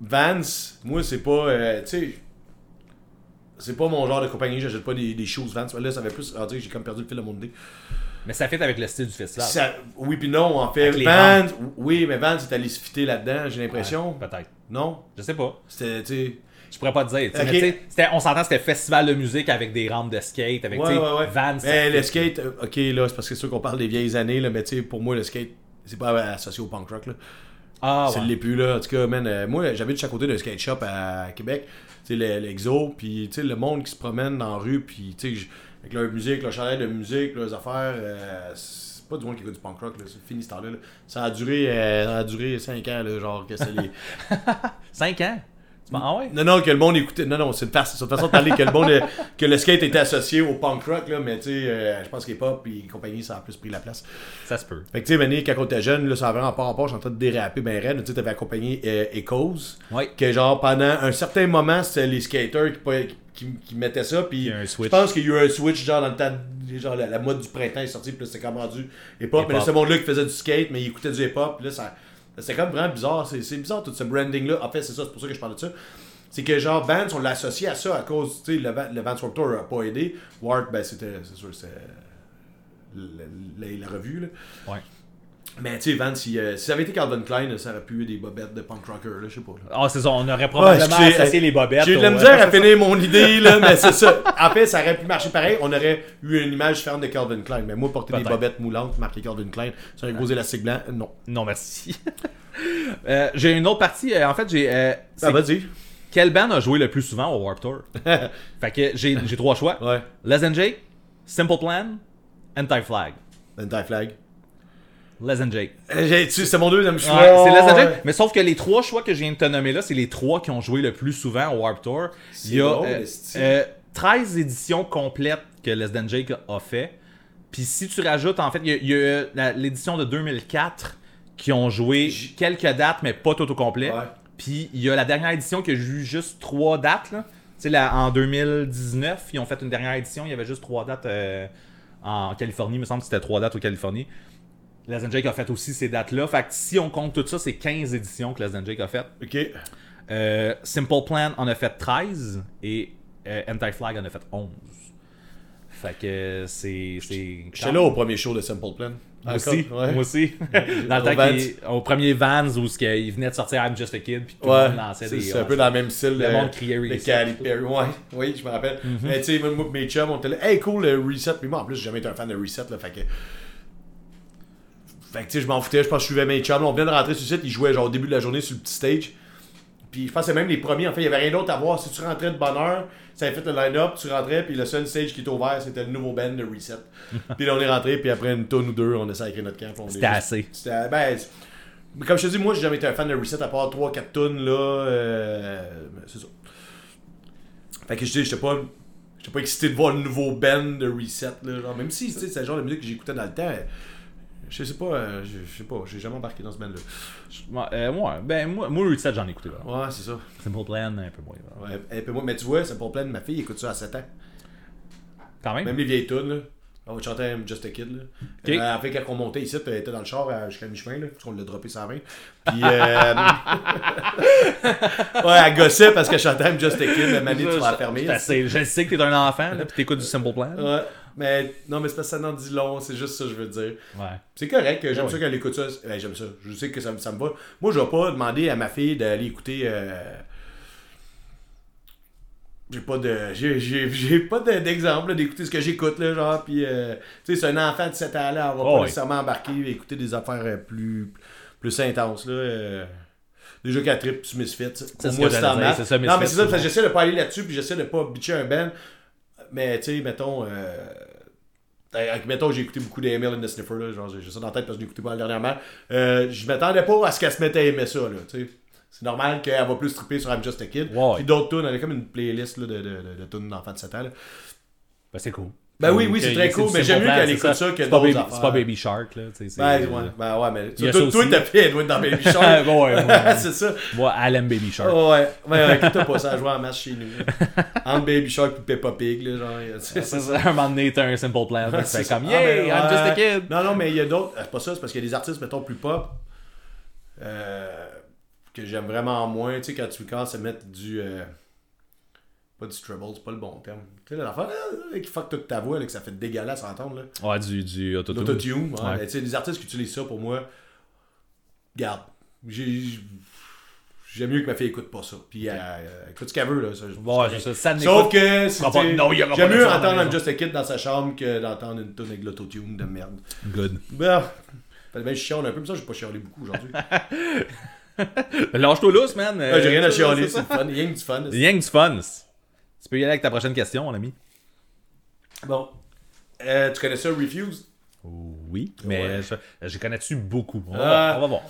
Vance, moi, c'est pas, euh, tu sais, c'est pas mon genre de compagnie, j'achète pas des, des shoes Vance. Là, ça fait plus, ah, tu sais, j'ai comme perdu le fil de mon idée.
Mais ça fait avec le style du festival.
Ça- oui puis non, en fait,
Avec les
Vance, oui, mais Vance est allé se fitter là-dedans, j'ai l'impression.
Peut-être.
Non?
Je sais pas.
C'était, tu sais...
Je pourrais pas te dire. tu sais,
Ok.
mais tu sais, c'était- on s'entend, c'était festival de musique avec des rampes de skate, avec tu
Ouais,
sais,
ouais, ouais.
Vans.
Mais le skate, euh, ok, là, c'est parce que c'est sûr qu'on parle des vieilles années, là, mais tu sais, pour moi, le skate, c'est pas euh, associé au punk rock, là.
Ah,
C'est
ouais.
le l'est plus, là. En tout cas, man, euh, moi, j'habite de chaque côté d'un skate shop à Québec. Tu sais, le- l'exo, puis tu sais, le monde qui se promène dans la rue, puis tu sais, j- avec leur musique, leur chalet de musique, leurs affaires, euh, c'est pas du monde qui écoute du punk rock, là. C'est fini ce temps-là. là. Ça a duré, euh, ça a duré 5 ans, là, genre, que c'est les.
5 ans. Tu m'en- Ah ouais?
Non, non, que le monde écoutait. Non, non, c'est une, fa- c'est une façon de parler que le monde. euh, que le skate était associé au punk rock, là, mais tu sais, euh, je pense que hip-hop et compagnie, ça a plus pris la place.
Ça se peut.
Fait que tu sais, Mané, quand on était jeune, là, ça avait rapport en part, je suis en train de déraper ben raide. Tu sais, t'avais accompagné euh, Echoes.
Ouais.
Que genre, pendant un certain moment, c'était les skaters qui, pa- qui, qui mettaient ça. Puis
y a un
je
switch.
pense qu'il y a eu un switch, genre, dans le temps. de- Genre, la, la mode du printemps est sortie, puis là, c'était comme rendu hip-hop. Mais là,
Hip-hop.
ce monde-là qui faisait du skate, mais il écoutait du hip-hop. puis Là, ça. C'était comme vraiment bizarre. C'est c'est bizarre, tout ce branding-là. En fait, c'est ça, c'est pour ça que je parle de ça. C'est que genre Vance, on l'associe à ça à cause, tu sais, le, Van- le Vance Warped Tour a pas aidé. Ward, ben c'était, c'est sûr, c'est la, la- la revue, là.
Ouais.
Mais tu sais, Vance, si, euh, si ça avait été Calvin Klein, ça aurait pu être des bobettes de punk rocker, là, je sais pas. là.
Ah, c'est ça, on aurait probablement
Ouais, excusez,
associé
euh,
les bobettes.
J'ai eu de la
au-
misère à finir mon idée, là, mais c'est ça. En fait, ça aurait pu marcher pareil. On aurait eu une image différente de Calvin Klein. Mais moi, porter des
Peut-être.
bobettes moulantes marquées Calvin Klein sur un gros élastique blanc, non.
Non, merci. Euh, j'ai une autre partie. euh, en fait, j'ai. euh, c'est
Ça va dire.
Quelle band a joué le plus souvent au Warp Tour? fait que j'ai j'ai trois choix.
Ouais.
Les and Jake, Simple Plan, Anti-Flag.
Anti-flag.
Les and Jake.
Euh, j'ai- tu- C'est mon deuxième
Ouais,
choix.
c'est Last Agent.
Ouais.
Mais sauf que les trois choix que je viens de te nommer là, c'est les trois qui ont joué le plus souvent au Warp Tour. Il y a
drôle,
euh,
esti.
euh, 13 éditions complètes que Les Than Jake a fait. Puis si tu rajoutes, en fait, il y a- il y a, euh, la- l'édition de 2004 qui ont joué
J-
quelques dates, mais pas tout au complet.
Ouais.
Puis il y a la dernière édition qui a eu juste trois dates. Là. Tu sais, la- en 2019, ils ont fait une dernière édition, il y avait juste trois dates euh, en Californie. Il me semble que c'était trois dates aux Californie. Les Jake a fait aussi ces dates-là. Fait que si on compte tout ça, c'est 15 éditions que Les Jake a fait.
Ok.
Euh, Simple Plan en a fait 13 et euh, Anti-Flag en a fait 11. Fait que c'est. c'est
J'étais là au premier show de Simple Plan.
Moi aussi.
Encore, ouais.
Moi aussi. Dans le
Au
temps
Vans.
qu'il- au premier Vans où ce qu'il venait de sortir I'm Just a Kid puis tout le
Ouais,
monde lançait
c'est
des. Ah,
c'est un peu dans le même style.
Le
euh,
monde criait
de
Reset. Mhm.
Cali Perry, ouais. Oui, je me rappelle. Mais tu sais, moi, moi, mes chums, on était là, hey cool, le reset. Puis moi, en plus, j'ai jamais été un fan de reset, là. Fait que. Fait que tu sais, je m'en foutais, je pense que je suivais mes chums. là. on venait de rentrer sur le site, ils jouaient genre au début de la journée sur le petit stage. Puis je pense que même les premiers, en fait, il n'y avait rien d'autre à voir. Si tu rentrais de bonne heure, ça avait fait le line-up, tu rentrais, puis le seul stage qui était ouvert, c'était le nouveau band de Reset. puis là, on est rentré, puis après une tonne ou deux, on a sacré notre camp. puis on est
C'était
juste-
assez.
c'était- ben, c'est- mais comme je te dis, moi, j'ai jamais été un fan de Reset à part 3-4 tonnes, là. euh, mais c'est ça. Fait que je dis, j'étais pas. J'étais pas excité de voir le nouveau band de Reset, là. Genre, même si, tu sais, c'est le genre de musique que j'écoutais dans le temps. euh, Je sais pas, euh, je je sais pas, j'ai jamais embarqué dans ce band-là.
Ouais, euh, ouais, ben moi, moi Reset, j'en ai écouté. là.
Ouais, c'est ça.
Simple Plan, un peu moins. là.
Ouais, et puis moi, mais tu vois, c'est pour plein de ma fille, écoute ça à 7 ans.
Quand même.
Même les vieilles tunes, là. On va te chanter I'm Just a Kid. Là. Euh, après, quand on montait ici, elle était dans le char euh, jusqu'à mi-chemin, là, parce qu'on l'a droppé sa main. Puis. euh, ouais, elle gossait parce qu'elle chantait I'm Just a Kid. La manée, tu vas la fermer. Euh.
Je, sais- je sais que t'es un enfant, là, pis t'écoutes du Simple Plan. Ouais.
Ouais. Mais non, mais c'est parce que ça n'en dit long, c'est juste ça que je veux dire. C'est correct, euh, j'aime
Ouais.
ça qu'elle écoute ça. Ben, j'aime ça, je sais que ça, me- ça me va. Moi, je vais pas demander à ma fille d'aller écouter. euh, J'ai pas de. J'ai, j'ai, j'ai pas de- d'exemple là, d'écouter ce que j'écoute, là, genre. Puis, euh, tu sais, c'est un enfant de 7 ans, là, on va
Oh,
pas
ouais.
nécessairement embarquer et écouter des affaires euh, plus, plus intenses, là. euh, Déjà qu'elle tripe sur Misfits. Pour
ce
moi,
que
c'est
j'allais
en
dire,
masse.
c'est ça,
Non, mais
Misfits,
c'est ça,
c'est
parce que
bon.
j'essaie de pas aller là-dessus, puis j'essaie de pas bitcher un band. Mais, tu sais, mettons. euh, euh, Mettons, j'ai écouté beaucoup d'Emile and the Sniffer, là, genre, j'ai j'ai ça dans la tête parce que j'ai écouté pas mal dernièrement. Euh, je m'attendais pas à ce qu'elle se mette à aimer ça, là, tu sais. C'est normal qu'elle va plus triper sur I'm Just a Kid.
Ouais.
Puis d'autres tunes, elle a comme une playlist là, de, de, de, de tunes d'enfants de 7 ans. là.
Ben, c'est cool.
Ben oui, oui, c'est
Que-
très
du
cool, mais
Simple
j'aime mieux
Plan,
qu'elle
c'est
écoute ça que
C'est pas
d'autres
Baby-
affaires.
C'est pas Baby Shark, là. tu sais, c'est-
Ben
euh,
ouais, ben ouais, mais
Il y
toi,
a
toi,
ça
toi,
aussi.
ta fille, elle doit être dans Baby Shark.
Ouais, ouais, ouais.
c'est ça.
Moi, elle aime Baby Shark.
Oh, ouais, ouais, ouais, t'as pas ça à jouer en masse chez nous. là. Entre Baby Shark et Peppa Pig, là, genre, il y a- c'est
C'est ça, un moment donné, t'as un simple plan. fait que
C'est
C'est
ça.
comme,
Ah,
yeah,
ben,
I'm just a
ouais.
kid.
Non, non, mais il y a d'autres. C'est pas ça, c'est parce qu'il y a des artistes, mettons, plus pop. euh, que j'aime vraiment moins. Tu sais, quand tu commences à mettre du. euh, pas du treble, c'est pas le bon terme. Tu sais, l'affaire euh, qui fuck toute ta voix, là, que ça fait dégueulasse à entendre. là.
Ouais, du, du autotune.
L'autotune. ouais,
Ouais.
mais Tu sais, les artistes qui utilisent ça pour moi. Garde. J'ai. J'aime mieux que ma fille écoute pas ça. Puis elle, euh, écoute ce qu'elle veut. Là, ça, je-
Ouais, c'est ça. Ça
Sauf
n'écoute
que
aura pas-
c'est-
non, il y aura
j'aime
pas
mieux
de ça à la
entendre un
maison.
Just a Kid dans sa chambre que d'entendre une tonne avec l'autotune de merde.
Good.
Ben, fallait bien que je chiale un peu, mais ça, j'ai pas chialé beaucoup aujourd'hui. Ah,
Lâche-toi lousse, man. Euh,
j'ai rien à
ça,
chialer,
ça,
c'est
ça.
le fun. Rien que du fun.
Rien que du fun. Tu peux y aller avec ta prochaine question, mon ami.
Bon. Euh, tu connais ça, Refuse?
Oui, mais
Ouais.
je, je connais-tu beaucoup. On va,
Ah.
voir, on va voir.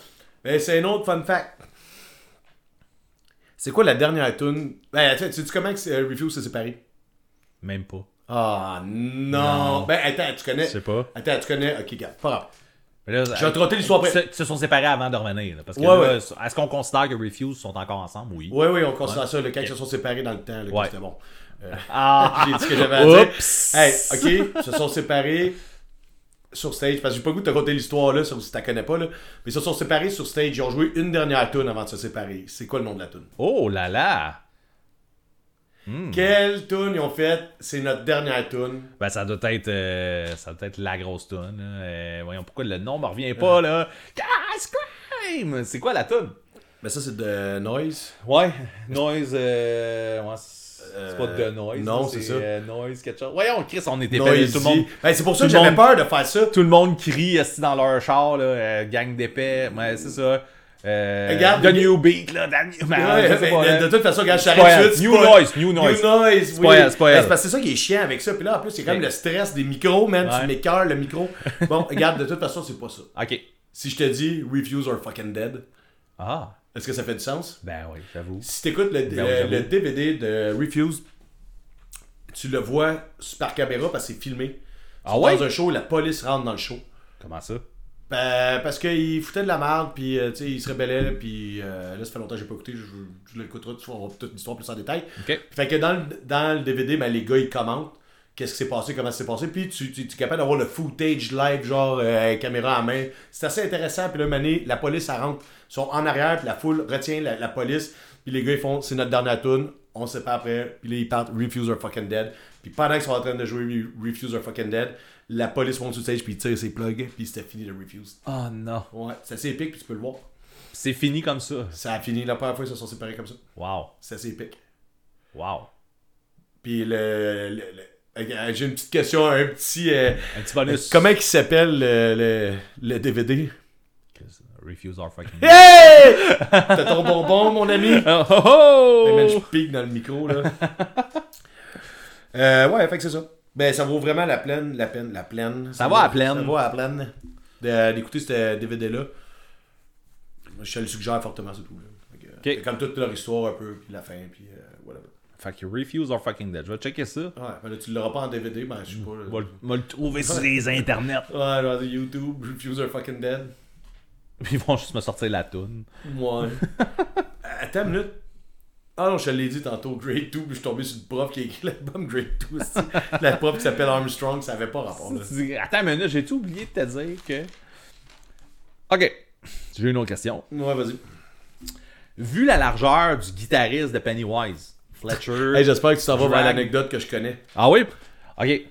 Ben, c'est un autre fun fact. C'est quoi la dernière tune? Ben, tu sais, tu sais comment que c'est- euh, Refuse s'est séparé?
Même pas.
Ah non. Ben, attends, tu connais.
Je sais pas.
Attends, tu connais. Ok, garde, pas grave.
Mais là,
Je vais te raconter l'histoire
Ils se,
après.
ils se sont séparés avant de revenir. là, parce que
Ouais,
là,
ouais.
est-ce qu'on considère que Refuse sont encore ensemble? Oui.
Ouais, oui, on considère ça, le quand ils se sont séparés dans le temps, là, que
Ouais.
c'était bon. Euh,
Ah!
J'ai dit ce que j'avais à dire.
Oups.
Hey, ok, ils se sont séparés sur stage. Parce que j'ai pas le goût de te raconter l'histoire là, sur- si tu connais pas. Là. Mais ils se sont séparés sur stage. Ils ont joué une dernière tune avant de se séparer. C'est quoi le nom de la tune
Oh là là! Hmm.
Quelle tune ils ont faite C'est notre dernière tune.
Ben, ça doit être, euh, ça doit être la grosse toune. là. Euh, voyons pourquoi le nom me revient pas, là. Ah, Scream! C'est quoi la toune?
Mais ça, c'est de Noise.
Ouais, Noise. euh, ouais, c'est c'est pas de
Euh,
Noise.
non,
là,
c'est ça.
euh, noise, quelque chose. Voyons, Chris, on était perdus,
Noise.
ben, tout le monde.
Ben, c'est pour ça
tout
que
le
j'avais peur
monde-
de faire ça.
Tout le monde crie esti, dans leur char, là, euh, gang d'épais. Ouais, c'est ça. Euh,
Regarde,
the
mais-
New Beat, là. The New
Ouais,
Man, Ben je sais
mais
pas, hein.
de,
là.
de toute façon, quand je
pas elle.
t'arrête tout de suite, c'est
New
pas-
noise, new noise.
New noise, oui.
pas elle, c'est pas
Ben,
elle.
parce que c'est ça qui est chiant avec ça. Puis là, en plus, c'est comme
Ouais.
le stress des micros, man.
Ouais.
Tu m'écœures le micro. Bon, regarde, de toute façon, c'est pas ça.
Ok.
Si je te dis Reviews are fucking dead,
Ah,
est-ce que ça fait du sens?
ben oui, j'avoue.
Si t'écoutes le, euh,
Ben oui,
le-
j'avoue.
le DVD de Refuse, tu le vois par caméra parce que c'est filmé.
Ah ouais?
Dans un show, la police rentre dans le show.
Comment ça?
Ben, parce qu'il foutait de la merde, puis euh, tu sais, il se rebellait, puis euh, là, ça fait longtemps que j'ai pas écouté, je, je l'écouterai, tu vois, on va toute l'histoire plus en détail.
Ok.
Fait que dans le, dans le DVD, ben, les gars, ils commentent qu'est-ce qui s'est passé, comment ça s'est passé, puis tu, tu, tu es capable d'avoir le footage live, genre euh, caméra en main. C'est assez intéressant, puis là, mané, la police, elle rentre, ils sont en arrière, puis la foule retient la, la police, puis les gars, ils font, c'est notre dernière tune, on sait pas après, puis là, ils partent, Refuse are fucking dead. Puis pendant qu'ils sont en train de jouer Re- Refuse are fucking dead, la police monte sur le stage, puis ils tirent ses plugs, puis c'était fini le Refuse.
Oh non.
Ouais, c'est assez épique, puis tu peux le voir.
C'est fini comme ça.
Ça a fini la première fois, ils se sont séparés comme ça.
Wow.
C'est assez épique.
Wow.
Puis le. le- le- euh, J'ai une petite question, un petit. euh,
Un petit bonus.
comment il s'appelle le, le- le DVD
Chris, Refuse our fucking.
Hey T'as ton bonbon, mon ami
Oh, oh, oh!
Hey, man, Je pique dans le micro, là. Euh, ouais, fait que c'est ça. Ben, ça vaut vraiment la peine, la peine, la peine.
Ça vaut la peine.
Ça vaut la peine de- d'écouter ce DVD-là. Je te le suggère fortement, c'est tout. là. Fait que, c'est Comme toute leur histoire, un peu, puis la fin, puis euh, whatever.
Fait que Refuse our fucking dead. Je vais checker ça.
Ouais, ben là, tu l'auras pas en DVD, ben, je sais pas. là.
Je vais le trouver sur les internets.
Ouais, genre YouTube, Refuse are fucking dead.
Puis ils vont juste me sortir la toune.
Ouais. Attends une minute. Ah non, je te l'ai dit tantôt, Grade 2, puis je suis tombé sur une prof qui a écrit l'album Grade 2. c'est- la prof qui s'appelle Armstrong, ça avait pas rapport. Là.
Tu dis, Attends une minute, j'ai tout oublié de te dire que. Ok, j'ai une autre question.
Ouais, vas-y.
Vu la largeur du guitariste de Pennywise, Fletcher.
Hey, j'espère que tu t'en vas vers
Drag.
l'anecdote que je connais.
Ah oui? Ok.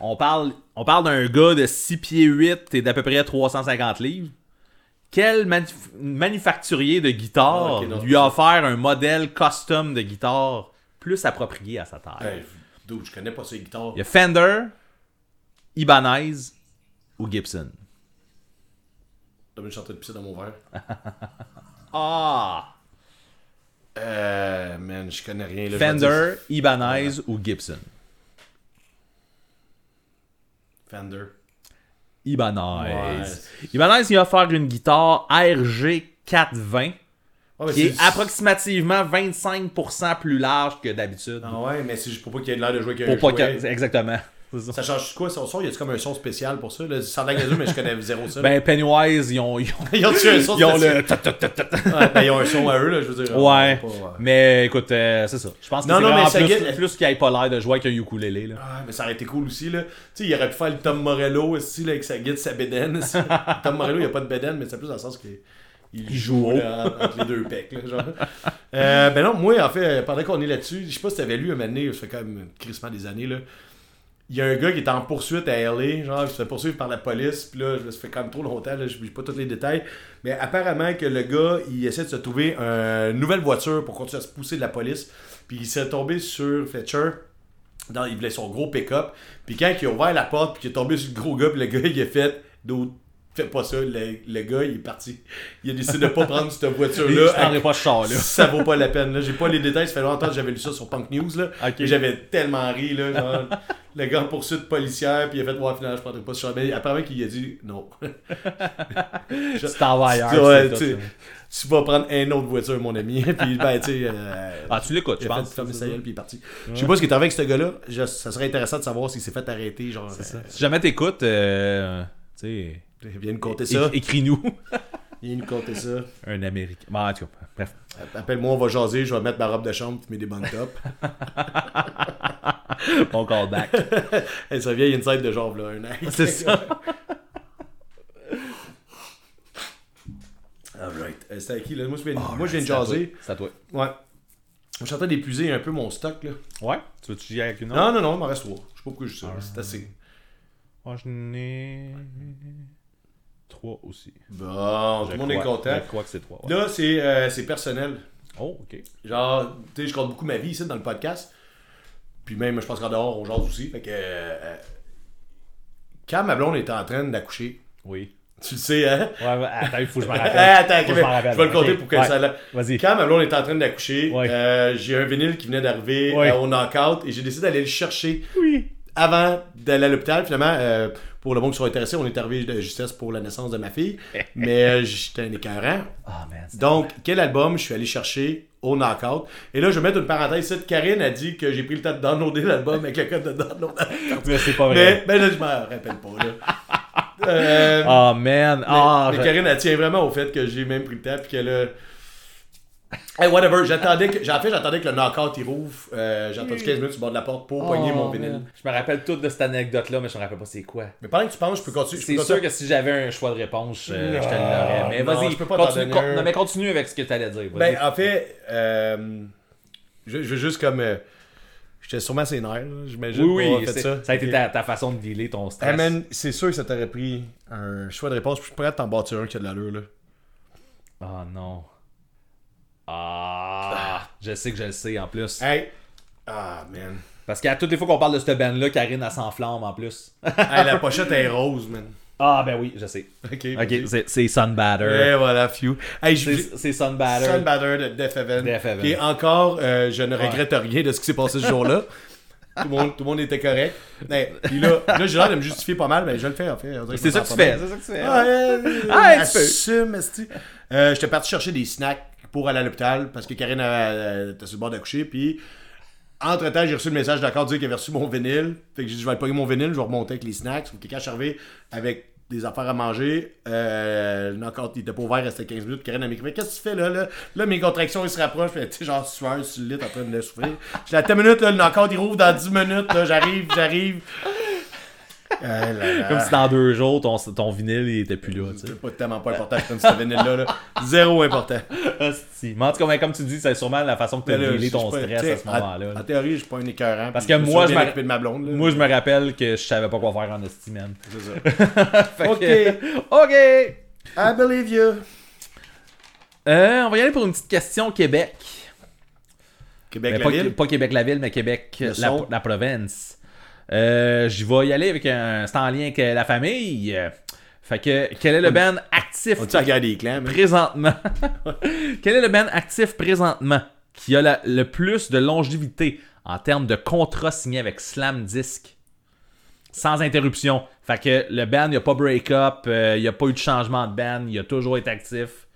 On parle, on parle d'un gars de 6 pieds 8 et d'à peu près 350 livres. Quel manuf- manufacturier de guitare
Ah, ok, non.
lui a offert un modèle custom de guitare plus approprié à sa taille?
Hey, d'où je connais pas ces guitares.
Il y a Fender, Ibanez ou Gibson.
T'as mis chanter de pisser dans mon verre.
Ah!
Euh, man, je connais rien. Là, je vais
Fender,
dire
Ibanez ou Gibson.
Fender.
Ibanez.
Ouais.
Ibanez, il a offert une guitare RG420
Ouais, mais
qui est
c'est-
approximativement 25% plus large que d'habitude.
Ah ouais, mais c'est juste pour pas qu'il y ait de l'air de jouer avec un
Pour pas
jouet.
que- Exactement.
Ça change quoi son son? Y a-tu comme un son spécial pour ça? Là, sans la gazou, mais je connais zéro ça.
Ben, Pennywise, ils ont, ils ont,
ils ont un son
ils ont
spécial?
le. ta- ta- ta- ta- ta-
Ouais, ben, ils ont un son à eux, là, je veux dire. on
Ouais.
peut pas, ouais.
Mais écoute, euh, c'est ça. Je pense que
Non,
c'est
non, mais
vraiment
ça
plus,
guette-
plus qu'il ait pas l'air de jouer avec un ukulélé. Là.
Ah, mais ça aurait été cool aussi, là. Tu sais, il aurait pu faire le Tom Morello aussi, là, avec sa guide, sa bédaine. aussi. Tom Morello, il a pas de bédaine, mais c'est plus dans le sens qu'il il joue là, en- entre les deux pecs, là, genre. Euh, ben non, moi, en fait, pendant qu'on est là-dessus, je sais pas si t'avais lu un moment donné, ça fait quand même crissement des années, là. Il y a un gars qui est en poursuite à LA, genre, il se fait poursuivre par la police, puis là, ça fait quand même trop longtemps, là, je n'ai pas tous les détails, mais apparemment que le gars, il essaie de se trouver euh, une nouvelle voiture pour continuer à se pousser de la police, puis il s'est tombé sur Fletcher, dans, il voulait son gros pick-up. Puis quand il a ouvert la porte, puis qu'il est tombé sur le gros gars, puis le gars, il a fait d'autres. Fais pas ça, le, le gars, il est parti. Il a décidé de pas prendre cette
Là,
voiture-là.
je prendrais pas ce char là.
Ça vaut pas la peine. là. J'ai pas les détails, ça fait longtemps que j'avais lu ça sur Punk News. Là.
Ok.
Mais j'avais tellement ri. Là, genre, le gars en poursuite policière, puis il a fait Ouais, finalement, je prendrai pas ce char. Mais apparemment qu'il a dit Non.
Tu t'en vas ailleurs.
Ouais,
c'est
tu,
tout, là.
tu vas prendre une autre voiture, mon ami. puis, ben, tu sais. euh,
Ah, tu l'écoutes,
il
je
a fait
pense.
fermer sa gueule, puis il est parti. Je sais pas ce qui est arrivé avec ce gars-là. Je- Ça serait intéressant de savoir s'il s'est fait arrêter. Genre, euh,
Si jamais t'écoutes, euh, tu
viens nous compter
sais,
ça.
é- écris-nous.
Viens nous compter ça.
un Américain. Bon, en tout cas, bref.
Appelle-moi, on va jaser. Je vais mettre ma robe de chambre, tu mets des bonnes tops.
Bon callback.
Et ça vieille inside de genre, là, un an.
Ah, C'est ça.
Alright. Euh, C'était à qui, là Moi, je viens,
Oh,
moi, je viens de jaser.
C'est à toi.
Ouais. Je suis en train d'épuiser un peu mon stock, là.
Ouais? Tu veux-tu y aller avec une autre?
Non, non, non, il m'en reste trois. Je sais pas pourquoi je dis ça.
Ah.
C'est assez.
Moi, j'en ai. Trois aussi.
Bon, tout le monde est content.
Je crois que c'est trois. ouais.
Là, c'est euh, c'est personnel.
Oh, ok.
Genre, tu sais, je compte beaucoup ma vie ici dans le podcast. Puis même, je pense qu'en dehors, on jase aussi. Fait que. euh, quand ma blonde était en train d'accoucher,
Oui.
tu le sais, hein?
Ouais, ouais, attends, il faut que je m'en rappelle.
Ah, attends,
Faut que
mais
je m'en rappelle.
je vais le compter
Ok,
pour que
ouais.
ça l'a-
Vas-y.
Quand ma blonde était en train d'accoucher,
Ouais.
euh, j'ai un vinyle qui venait d'arriver
Ouais.
euh, au knockout et j'ai décidé d'aller le chercher
Oui.
avant d'aller à l'hôpital. Finalement, euh, pour le monde qui sont intéressés, on est arrivé de justesse pour la naissance de ma fille. mais euh, j'étais un écœurant.
Ah, man. c'est-
Donc, quel album je suis allé chercher au Knockout? Et là, je vais mettre une parenthèse ici. Karine a dit que j'ai pris le temps de downloader l'album avec le code de download.
Mais c'est pas
Mais,
vrai.
ben là, je m'en rappelle pas. Là. Euh,
Ah, man. Ah,
mais
je-
Karine, elle tient vraiment au fait que j'ai même pris le temps puis qu'elle a. Hey, whatever, j'attendais que. En fait, j'attendais que le knockout il rouvre. Euh, j'ai attendu 15 minutes sur le bord de la porte pour
Oh,
pogner mon
man.
vinyle.
Je me rappelle tout de cette anecdote-là, mais je me rappelle pas c'est quoi.
Mais pendant que tu penses, je peux continuer. je peux
C'est sûr
continuer.
que si j'avais un choix de réponse, euh,
Non,
je te l'aurais. Mais
Ah, non,
vas-y,
je peux pas t'en
continue,
donner
con-
un.
non, mais continue avec ce que t'allais dire. vas-y.
Ben, en fait, euh, je, je veux juste comme. euh, J'étais sûrement ses nerfs, là, j'imagine.
oui,
pour
oui,
avoir fait
c'est-
ça.
ça. a été ta, ta façon de dealer ton stress.
Hey, man, c'est sûr que ça t'aurait pris un choix de réponse. puis Je suis prêt à t'en bâtir un qui a de l'allure, là.
Oh non. Ah, je sais que je le sais en plus.
Hey! Ah, man.
Parce qu'à toutes les fois qu'on parle de cette band-là, Karine, elle s'enflamme en plus.
Hey, la pochette est rose, man.
ah, ben oui, je sais.
Ok.
Ok,
vas-y.
c'est- c'est Sunbatter.
Et voilà, few. Hey, je-
C'est c'est Sunbatter.
Sun Batter de Def Heaven.
Def Heaven.
Et encore, euh, je ne regrette rien de ce qui s'est passé ce jour-là. tout, le monde, tout le monde était correct. Mais, puis là, là j'ai l'air de me justifier pas mal, mais je le fais en fait. On dirait
C'est
je
ça
me
que tu
sens
fais.
pas
C'est ça que tu fais.
mal. Ouais, euh,
Ah, tu peux.
assume, esti. Euh, J'étais parti chercher des snacks pour aller à l'hôpital parce que Karine avait- était sur le bord d'accoucher. Puis, entre-temps, j'ai reçu le message d'accord de dire qu'il avait reçu mon vinyle. Fait que j'ai dit, je vais aller pogner mon vinyle, je vais remonter avec les snacks. Faut que quand je suis arrivé avec des affaires à manger. Euh, encore, il était pas ouvert, il restait 15 minutes. Karen, elle m'écrit, Mais qu'est-ce que tu fais là? Là, Là, mes contractions, ils se rapprochent. Puis, tu sais, genre, sueur sur le lit en train de souffrir. Je dis, attends une minute, là, le knockout, il rouvre dans 10 minutes. Là, j'arrive, j'arrive. Eh là là.
Comme si dans deux jours, ton, ton vinyle, il était plus là, tu sais.
C'est pas tellement pas important comme cette là, là. Zéro important.
Hostie. Mais en tout cas, ben, comme tu dis, c'est sûrement la façon que tu as
Ben Là,
dealé
je-
ton
je suis pas-
stress
t'sais,
à ce moment-là.
En, en
là.
théorie, je suis pas un écœurant.
Parce
puis
que
me suis
moi,
bien
je m'en-
occupé de ma blonde. là.
Moi, je me rappelle que je savais pas quoi faire en estime, man.
C'est ça.
Fait que- OK.
I believe you.
Euh, on va y aller pour une petite question Québec.
Québec,
Mais
la
pas,
ville.
pas Québec la ville, mais Québec
Le
la,
son.
la province. Euh, J'y vais y aller avec un. C'est en lien avec euh, la famille. Fait que quel est le band actif
On t'a regardé les hein? clans, mais.
présentement? quel est le band actif présentement qui a la- le plus de longévité en termes de contrat signé avec Slam Disc? Sans interruption. Fait que le band, il n'y a pas break-up, euh, il n'y a pas eu de changement de band, il a toujours été actif.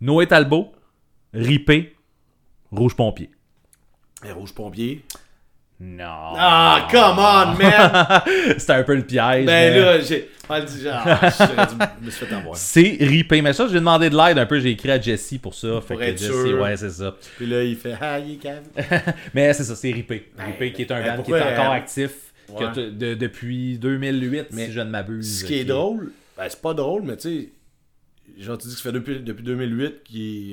Noé Talbot, Ripé, Rouge Pompier.
Les rouges pompiers.
Non.
Ah, come on, man!
C'était un peu le
ben
piège. mais
là, j'ai. On le dit, genre, ah, j'aurais dû- je me suis fait avoir.
C'est ripé. Mais ça, j'ai demandé de l'aide un peu. J'ai écrit à Jesse pour ça. Fait
Pour
que
être
Jesse,
sûr.
ouais, c'est ça.
Puis là, il fait, ah, il est calme.
Mais c'est ça, c'est Ripé. Ripé qui est un
ben,
band qui est
pourquoi,
encore
euh,
actif
ouais.
que t- de- depuis 2008,
Mais
si je ne m'abuse.
Ce qui est drôle, ben, c'est pas drôle, mais tu sais, genre, tu dis que ça fait depuis, depuis 2008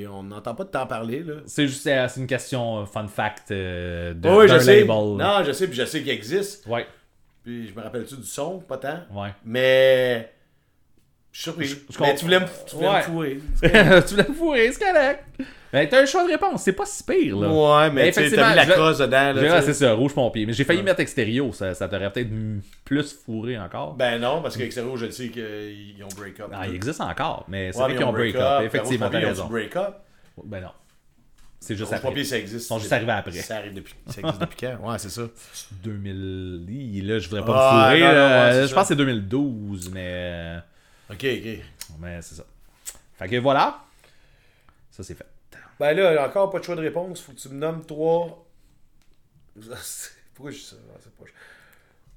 qu'on n'entend pas de t'en parler, là.
C'est juste euh, c'est une question euh, fun fact euh, de
Ah oui, je
d'un
sais.
label.
Non, je sais, puis je sais qu'il existe.
Ouais,
Puis je me rappelle-tu du son, pas tant?
ouais.
Mais. Je suis surpris.
je
mais
comprends.
tu voulais me, tu voulais
Ouais.
me fouer.
tu l'as fourré, c'est correct. Mais t'as un choix de réponse, c'est pas si pire là.
Ouais, mais tu sais,
effectivement,
t'as mis la
je-
crosse dedans.
Je dirais,
Là, tu
c'est
sais.
ça, rouge pompier. Mais j'ai failli mettre extérieur, ça, ça t'aurait peut-être mm, plus fourré encore.
ben non, parce qu'avec Xero, je le sais qu'ils ont break-up.
ah, il existe encore, mais c'est
Ouais,
vrai
mais
qu'ils ont break-up. Effectivement, t'as
Ils ont
raison.
du break-up.
Ben non. C'est juste
Rouge
après.
papier, ça existe. Ils
sont juste arrivés après.
Ça, arrive depuis... ça existe depuis quand? Ouais, c'est ça.
2000. Hi, Là, je voudrais pas
Ah,
me fourrer.
non, non,
là.
ouais, c'est
je
ça.
pense que c'est 2012, mais.
Ok, ok.
Mais c'est ça. Fait que voilà. Ça, c'est fait.
Ben là, encore pas de choix de réponse. Faut que tu me nommes trois. Pourquoi je dis ça? Ah, c'est pas...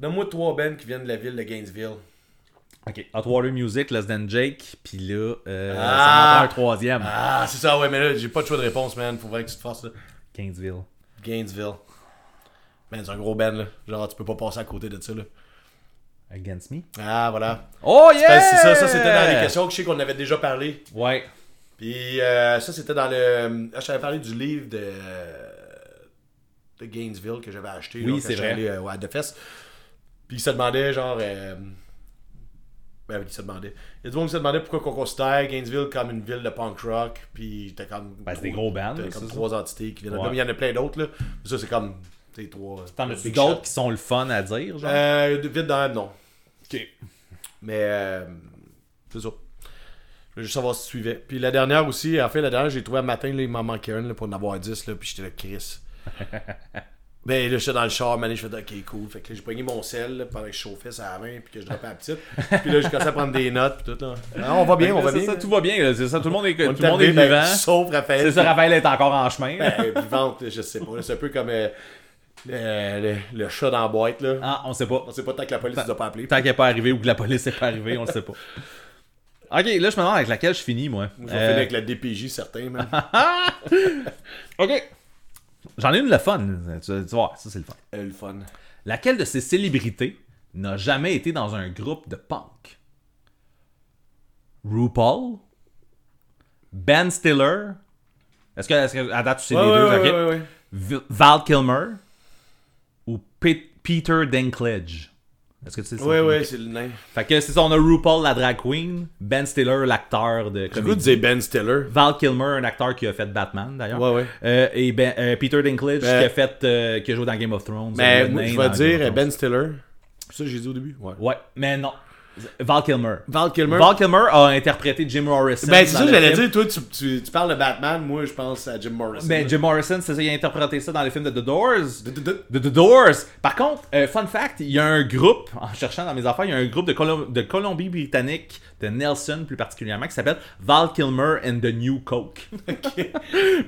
Nomme-moi trois bands qui viennent de la ville de Gainesville.
Ok. Hot Water Music, Less Than Jake. Puis là, euh,
Ah!
ça m'en prend un troisième.
Ah, c'est ça, ouais, mais là, j'ai pas de choix de réponse, man. Faut vraiment que tu te fasses, là.
Gainesville.
Gainesville. Man, c'est un gros band, là. Genre, tu peux pas passer à côté de ça, là.
Against Me.
Ah, voilà.
Oh yeah!
Ben, c'est ça, ça c'était dans les questions que je sais qu'on avait déjà parlé.
Ouais.
Puis euh, ça, c'était dans le. Ah, j'avais parlé du livre de. euh, de Gainesville que j'avais acheté.
Oui,
là, quand
c'est
je suis
vrai.
allé, euh, ouais, à Fest. Puis il se demandait, genre. euh, Ben, il se demandait. Il y a du monde qui se demandait pourquoi on considère Gainesville comme une ville de punk rock. Puis t'as comme.
Ben, c'est des
trois-
gros bands,
T'as
là,
comme
c'est ça.
trois entités qui viennent.
Ouais.
Comme il y en a plein d'autres, là. Mais ça, c'est comme. T'es trois.
T'en
le
as-tu
big
d'autres
shot.
qui sont le fun à dire, genre?
Euh, vite dans non.
ok.
Mais euh, c'est ça. Je voulais juste savoir si tu suivais. Puis la dernière aussi, en fait, la dernière, j'ai trouvé un matin, là, il m'en manquait une là, pour en avoir 10, là, puis j'étais là, Chris. Ben là, j'étais dans le char, mané, je fais ok, cool. Fait que là, j'ai pogné mon sel là, pendant que je chauffais ça à 20 puis que je dropais à la petite. Puis là, j'ai commencé à prendre des notes, puis tout. Là. Ah, on va bien, on va
C'est
bien.
Ben, ça,
là.
tout va bien. là. C'est ça, tout le monde est,
On
tout le monde est
arrivé, ben,
vivant.
Sauf Raphaël.
C'est ça, Raphaël est encore en chemin. là.
Ben, vivante, je sais pas. là, C'est un peu comme euh, le, le- le chat dans la boîte, là.
Ah, on sait pas.
On sait pas tant que la police nous a pas appelé.
Tant qu'elle n'est pas arrivée ou que la police n'est pas arrivée, on le sait pas. Ok, là, je me demande avec laquelle je finis, moi.
Je vais
Euh,
finir avec la DPJ, certain, même.
Euh, ok. J'en ai une le fun. Tu, tu vois, ça, c'est le fun.
Euh, le fun.
Laquelle de ces célébrités n'a jamais été dans un groupe de punk RuPaul Ben Stiller Est-ce que, est-ce que à date, tu sais les deux
ouais,
ok.
ouais, ouais, ouais.
V- Val Kilmer ou Pe- Peter Dinklage Est-ce que tu sais ça
Ouais, ouais, c'est le nain.
Fait que c'est ça, on a RuPaul, la drag queen, Ben Stiller, l'acteur de
Vous
comédie.
disais Ben Stiller.
Val Kilmer, un acteur qui a fait Batman d'ailleurs.
Ouais, ouais.
Euh, et ben, euh, Peter Dinklage
Ben-
qui a fait euh, qui a joué dans Game of Thrones.
Mais
euh, le
moi,
nain
je
dans
vais
Game of
dire
Thrones.
Ben Stiller. C'est ça que j'ai dit au début. Ouais.
Ouais, mais non. Val Kilmer.
Val Kilmer.
Val Kilmer a interprété Jim Morrison.
ben, c'est
dans
ça que
le
j'allais
film.
dire. Toi, tu, tu, tu parles de Batman. Moi, je pense à Jim Morrison.
Ben, Jim Morrison, c'est ça, il a interprété ça dans le film de The Doors.
D- d- d-
De The Doors. Par contre, euh, fun fact, il y a un groupe, en cherchant dans mes affaires, il y a un groupe de, Colom- de Colombie-Britannique, de Nelson plus particulièrement, qui s'appelle Val Kilmer and the New Coke.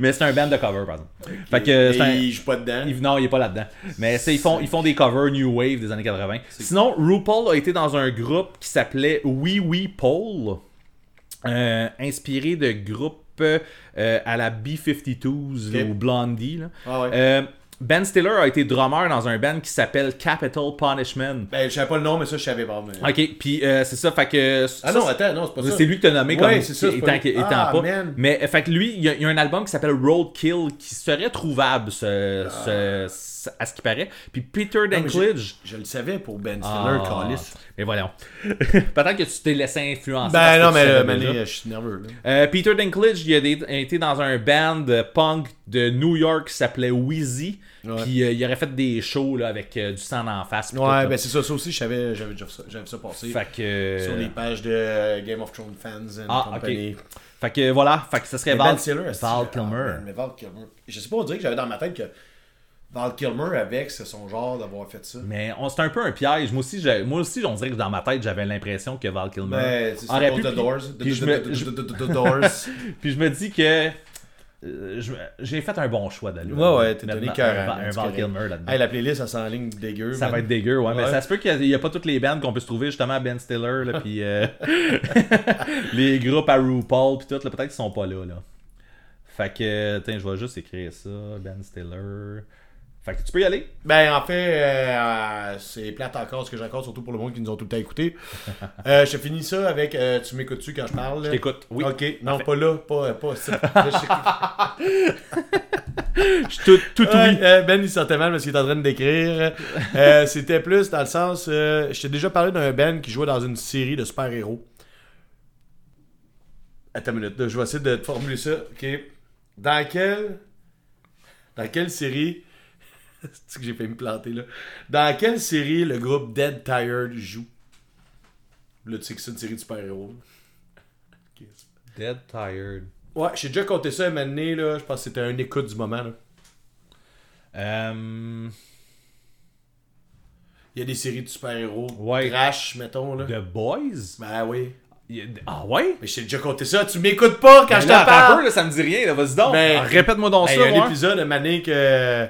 Mais c'est un band de cover, par exemple. Fait que euh,
Mais
c'est un-
il joue pas dedans.
il- Non, il est pas là-dedans. Mais c'est- ils font, ils font des covers New Wave des années 80. Sinon, RuPaul a été dans un groupe qui s'appelait Oui Oui Paul, euh, inspiré de groupes euh, à la B-52s là,
Ok.
ou Blondie. là.
Ah ouais.
Euh, ben Stiller a été drummer dans un band qui s'appelle Capital Punishment.
Ben, je savais pas le nom, mais ça, je savais pas. mais-
Ok, puis euh, c'est ça, fait que.
Ah
ça,
non,
c'est-
attends, non, c'est pas ça.
c'est lui que t'as nommé comme
Ouais, c'est ça, c'est
étant,
pas lui.
étant
Ah,
pas.
man.
Mais euh, fait que lui, il y, a- il y a un album qui s'appelle Roadkill qui serait trouvable ce, ce- ce- à ce qui paraît. Puis Peter
Non, mais je-
Dinklage.
Je le savais pour Ben
Ah,
Stiller, Callis.
Mais voyons. Peut-être que tu t'es laissé influencer. parce
Ben
que
non,
tu
mais
savais
euh,
déjà.
Mané, je suis nerveux. Là.
Euh, Peter Dinklage, il a, des- a été dans un band euh, punk de New York qui s'appelait Wheezy.
Ouais.
Puis euh, il aurait fait des shows là, avec euh, du sang en face. puis tout, là.
Ouais, ben c'est ça, ça aussi, je savais- j'avais déjà ça, j'avais ça passé
fait que. euh,
sur les pages de euh, Game of Thrones fans and
Ah,
company.
ok. Fait que voilà, fait que ce serait
Mais
Val,
Ben Stiller, est-ce que-
Val
ah,
Kilmer.
man, mais Val Kilmer. Je sais pas, on dirait que j'avais dans ma tête que Val Kilmer avec, c'est son genre d'avoir fait ça.
Mais on- c'est un peu un piège. Moi aussi, j'ai- moi aussi, on dirait que dans ma tête, j'avais l'impression que Val Kilmer
Ben, c'est
aurait
ça,
pu.
The
puis-
Doors. The-
Puis je
the-
me-
the-
je-
the- the- the Doors.
puis je me dis que euh, je- j'ai fait un bon choix d'aller.
Ouais, ouais, t'es
mettre
donné
un-
cœur.
un,
hein,
un
c'est
Val
correct.
Kilmer là-dedans.
Hey, la playlist, elle s'enligne dégueu.
ça
man.
va être dégueu, ouais, mais
Ouais.
ça se peut qu'il n'y a, pas toutes les bandes qu'on peut se trouver, justement, Ben Stiller, là, puis euh, les groupes à RuPaul, puis tout, là, peut-être qu'ils sont pas là, là. Fait que, tiens, je vais juste écrire ça, Ben Stiller. Fait que tu peux y aller.
Ben, en fait, euh, euh, c'est plate encore ce que j'accorde, surtout pour le monde qui nous ont tout le temps écouté. Euh, je te finis ça avec euh, Tu m'écoutes-tu quand je parle là?
Je t'écoute, oui.
Ok, non, pas là, pas, pas ça. Là, je-
Je suis tout, tout
Ouais,
oui.
euh, ben, il sentait mal parce qu'il est en train de décrire. Euh, C'était plus dans le sens. euh, je t'ai déjà parlé d'un Ben qui jouait dans une série de super-héros. Attends une minute, là, je vais essayer de te formuler ça. Ok. Dans quelle. Dans quelle série. C'est que j'ai failli me planter là. Dans quelle série le groupe Dead Tired joue Là, tu sais que c'est une série de super-héros. Ok.
Dead Tired.
Ouais, j'ai déjà compté ça un moment donné, là. Je pense que c'était un écoute du moment, là.
Euh,
Il y a des séries de super-héros.
Ouais.
Crash, mettons, là.
The Boys?
Ben oui.
Il y a- Ah ouais?
Mais je t'ai déjà compté ça. Tu m'écoutes pas quand je
Ben Là,
te
attends un peu,
parle.
là, ça me dit rien, là, vas-y donc.
Ben,
Ah, Répète-moi donc
Ben, Il
ça,
y a un
moi.
épisode de Mané que.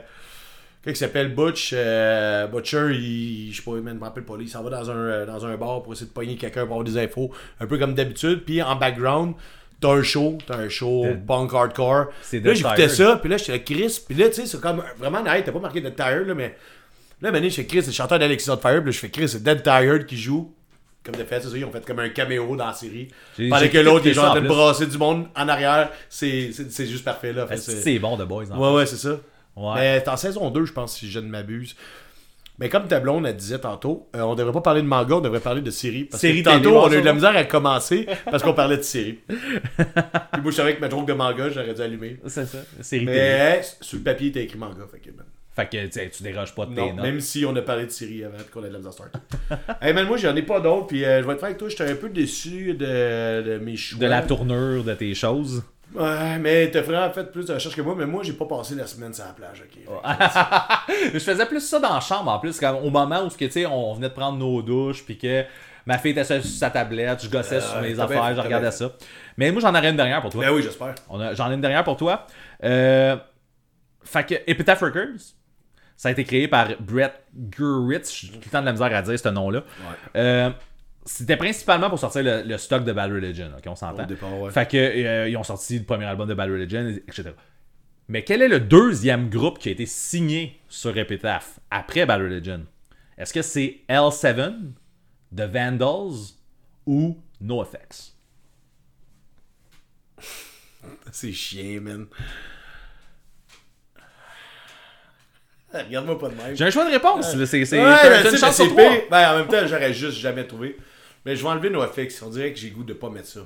que qui s'appelle Butch. euh, Butcher, il, je sais pas, man, je me rappelle pas, il s'en va dans un, euh, dans un bar pour essayer de pogner quelqu'un pour avoir des infos. Un peu comme d'habitude. Puis en background, t'as un show, t'as un show punk hardcore.
C'est
Là,
The
j'écoutais
Tire.
ça, puis là, j'étais le Chris. Puis là, tu sais, c'est comme vraiment, hey, t'as pas marqué Dead Tire, là, mais. Là, Mané, je fais Chris, c'est le chanteur d'Alexis on Fire, puis là, je fais Chris, c'est Dead Tired qui joue. Comme de fait, c'est ça, ils ont fait comme un caméo dans la série.
J'ai-
Pendant
j'ai
que l'autre, il est
cliqué
genre en
ça,
train
en
de
plus.
brasser du monde en arrière. C'est c'est- c'est juste parfait, là. Fait,
Est-ce que
c'est-
Ben, C'est bon, The Boys. en
Ouais, ouais, c'est ça.
Ouais.
Mais c'est en saison 2, je pense, si je ne m'abuse. Mais comme ta blonde, elle disait tantôt, euh, on devrait pas parler de manga, on devrait parler de série. Parce
Série
que tantôt,
télé,
on a eu
ça,
de la
non?
misère à commencer parce qu'on parlait de série. Puis moi, je savais que ma joke de manga, j'aurais dû allumer.
C'est ça, série
Mais
télé.
hey, sur le papier, il était écrit manga. Fait que, ben,
Fait que tu sais, tu déroges pas de tes
non,
notes.
même si on a parlé de série avant puis qu'on a de la misère à starter. hey, man, moi, j'en ai pas d'autres. Puis euh, je vais être franc avec toi, j'étais un peu déçu de, de mes choix.
De la tournure de tes choses.
Ouais, mais t'as vraiment fait plus de recherches que moi, mais moi j'ai pas passé la semaine sur la plage, ok.
Je faisais plus ça dans la chambre en plus, quand- au moment où ce que, tu sais, on venait de prendre nos douches, puis que ma fille était seule sur sa tablette, je gossais sur
t'as
mes
bien
affaires,
fait,
je
t'as
regardais
bien
ça. Mais moi, j'en aurais une dernière pour toi.
Ben oui, j'espère.
On a- J'en ai une dernière pour toi. Euh, fait que Epitaph Records, ça a été créé par Brett Gurwitz. J'ai tout le temps de la misère à dire ce nom-là. Euh, c'était principalement pour sortir le, le stock de Bad Religion, ok, on s'entend.
Au départ, ouais.
Fait que euh, ils ont sorti le premier album de Bad Religion, etc. Mais quel est le deuxième groupe qui a été signé sur Epitaph après Bad Religion Est-ce que c'est L7, The Vandals ou NoFX
C'est chiant, man. Ah, Regarde-moi pas de même.
J'ai un choix de réponse, là, c'est c'est-
Ouais,
t'as-
ben,
t'as
tu
une
sais,
chance
mais
sur
c'est
trois.
pire. Ben en même temps, j'aurais juste jamais trouvé. Mais je vais enlever nos FX. On dirait que j'ai le goût de pas mettre ça.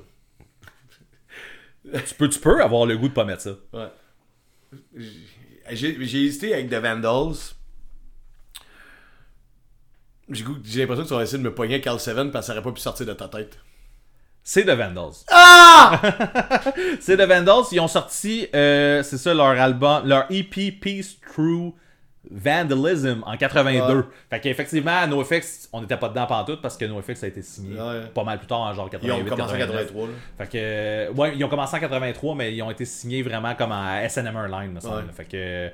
Tu peux, tu peux avoir le goût de pas mettre ça.
Ouais. J'ai j'ai hésité avec The Vandals. J'ai goût- j'ai l'impression que tu vas essayer de me poigner Carl Seven parce que ça aurait pas pu sortir de ta tête.
C'est The Vandals.
Ah!
C'est The Vandals, ils ont sorti, euh, c'est ça, leur album, leur EP Peace True Vandalism en 82.
Ouais.
Fait qu'effectivement, à NoFX, on n'était pas dedans pantoute parce que NoFX a été signé
Ouais.
pas mal plus tard, en genre
Ils
88,
ont commencé en 83. là.
Fait que, euh, ouais, ils ont commencé en 83, mais ils ont été signés vraiment comme à SNM Airline, me semble.
Ouais.
Fait que,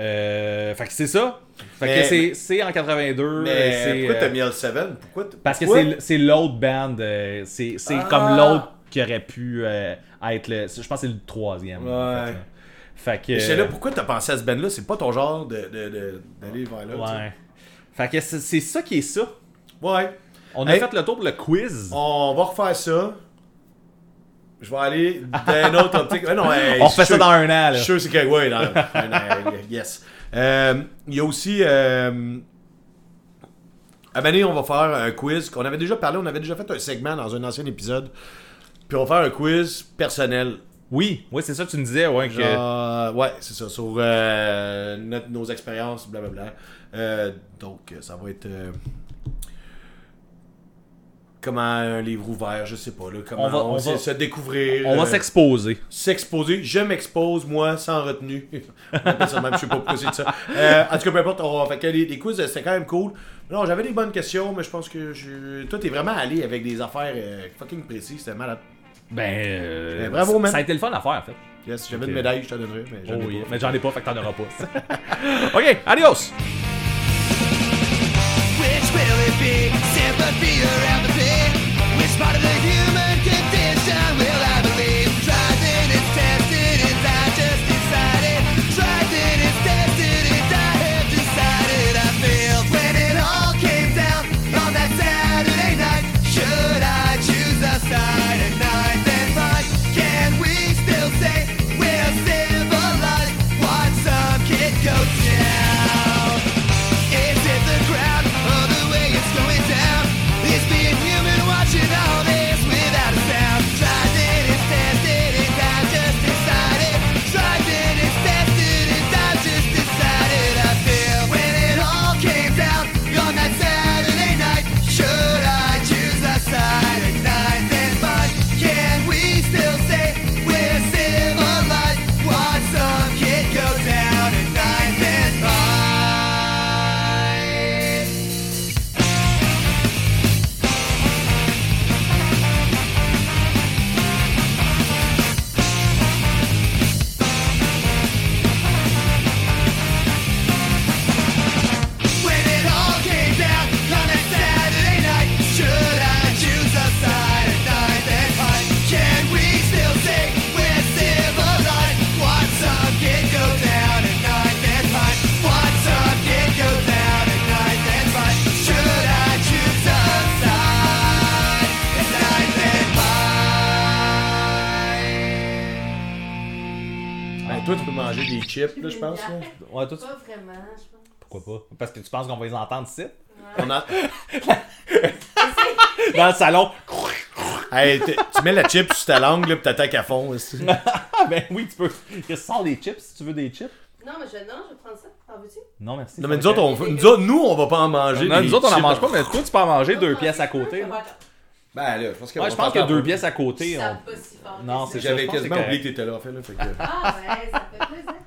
euh, fait que c'est ça. Fait
Mais-
que c'est- c'est en 82. euh,
Mais
c'est,
Ben, pourquoi
euh,
t'as mis L7 Pourquoi t-
parce que
pourquoi?
c'est l- c'est l'autre band, euh, c'est c'est
Ah.
comme l'autre qui aurait pu euh, être le. Je pense que c'est le troisième.
Ouais.
en fait, là. Fait que. euh,
Je sais là, pourquoi t'as pensé à ce band-là C'est pas ton genre de- de- de- d'aller vers là. tu sais.
ouais. Fait que c'est c'est ça qui est ça.
Ouais.
On a
Hey.
fait le tour pour le quiz.
On va refaire ça. Je vais aller d'un autre optique. Mais non, hey,
On
je suis
refait ça
sûr-
dans un an, là.
Je suis sûr, c'est que. Ouais, non, non, non, yes. Euh, Il y a aussi. euh, à un moment donné, on va faire un quiz. On avait déjà parlé, on avait déjà fait un segment dans un ancien épisode. Puis on va faire un quiz personnel.
Oui, oui, c'est ça que tu me disais, ouais. que-
Genre, ouais, c'est ça, sur euh, notre- nos expériences, blablabla. Euh, donc, euh, ça va être. euh, comment un livre ouvert, je sais pas, là. Comment
On
on
va-
va,
on va-
se découvrir.
On va
euh,
s'exposer.
s'exposer. Je m'expose, moi, sans retenue. On appelle ça de même, je sais pas pourquoi c'est ça. Euh, en tout cas, peu importe, on va. Fait que les, les quiz, c'était quand même cool. Non, j'avais des bonnes questions, mais je pense que je... toi, t'es vraiment allé avec des affaires euh, fucking précises, c'était malade.
Ben, euh,
Ben, bravo, man.
Ça a été le fun à faire, en fait.
Yes, si j'avais
Ok.
une médaille, je te donnerais, mais j'en ai
Oh
pas.
oui, mais j'en ai pas, fait que t'en auras pas. ok, adios!
Which will it be? Sympathy or apathy? Which part of the human condition will I believe? Tried and it's tested, and I just decided. Tried and it's tested, and I have decided. I failed when it all came down on that Saturday night. Should I choose a side at night? Then fine. Can we still say we're civilized? Watch some kid go down. Is it the crowd or the way it's going down? Is being human watching all this without a sound? Tried it, it's tested, and I just decided. Tried it, it's tested, and I just decided. I feel when it all came down on that Saturday night. Should I choose a side at night? Then fine. Can we still say we're civilized? Watch some kid go down at night. Then fine. When it all came down on that Saturday night, should I choose a side at night and fight? Can we still say we're civilized? Watch some kid go down at night and fight. Watch some kid go down at night and fight. Should I choose a side at night and fight?
Ben, toi, tu peux manger des chips, là, je pense. là.
Ouais, toi, tu-
Pas vraiment, je pense.
Pourquoi pas? Parce que tu penses qu'on va les entendre ici?
On a-
Dans le salon.
Hey, t- tu mets la chip sur ta langue, là, pis t'attaques à fond. aussi.
Ah ben oui, tu peux. Il sort des chips si tu veux des chips.
Non, mais je, non, je vais prendre ça. T'en veux-tu?
Non, merci.
Non, mais nous autres, on, nous autres, nous, on va pas en manger.
Non,
des
nous autres, on en
chips.
mange pas, mais toi, tu peux en manger deux pièces à côté. là.
Ouais,
Ben, là, je pense que
Ouais, je pense que deux pièces à côté.
ça
on-
va pas si fort.
Non, c'est
ça.
J'avais
Je pense que
quasiment
c'est
oublié que t'étais là, en fait. Là, fait que...
Ah ouais, ça fait plaisir.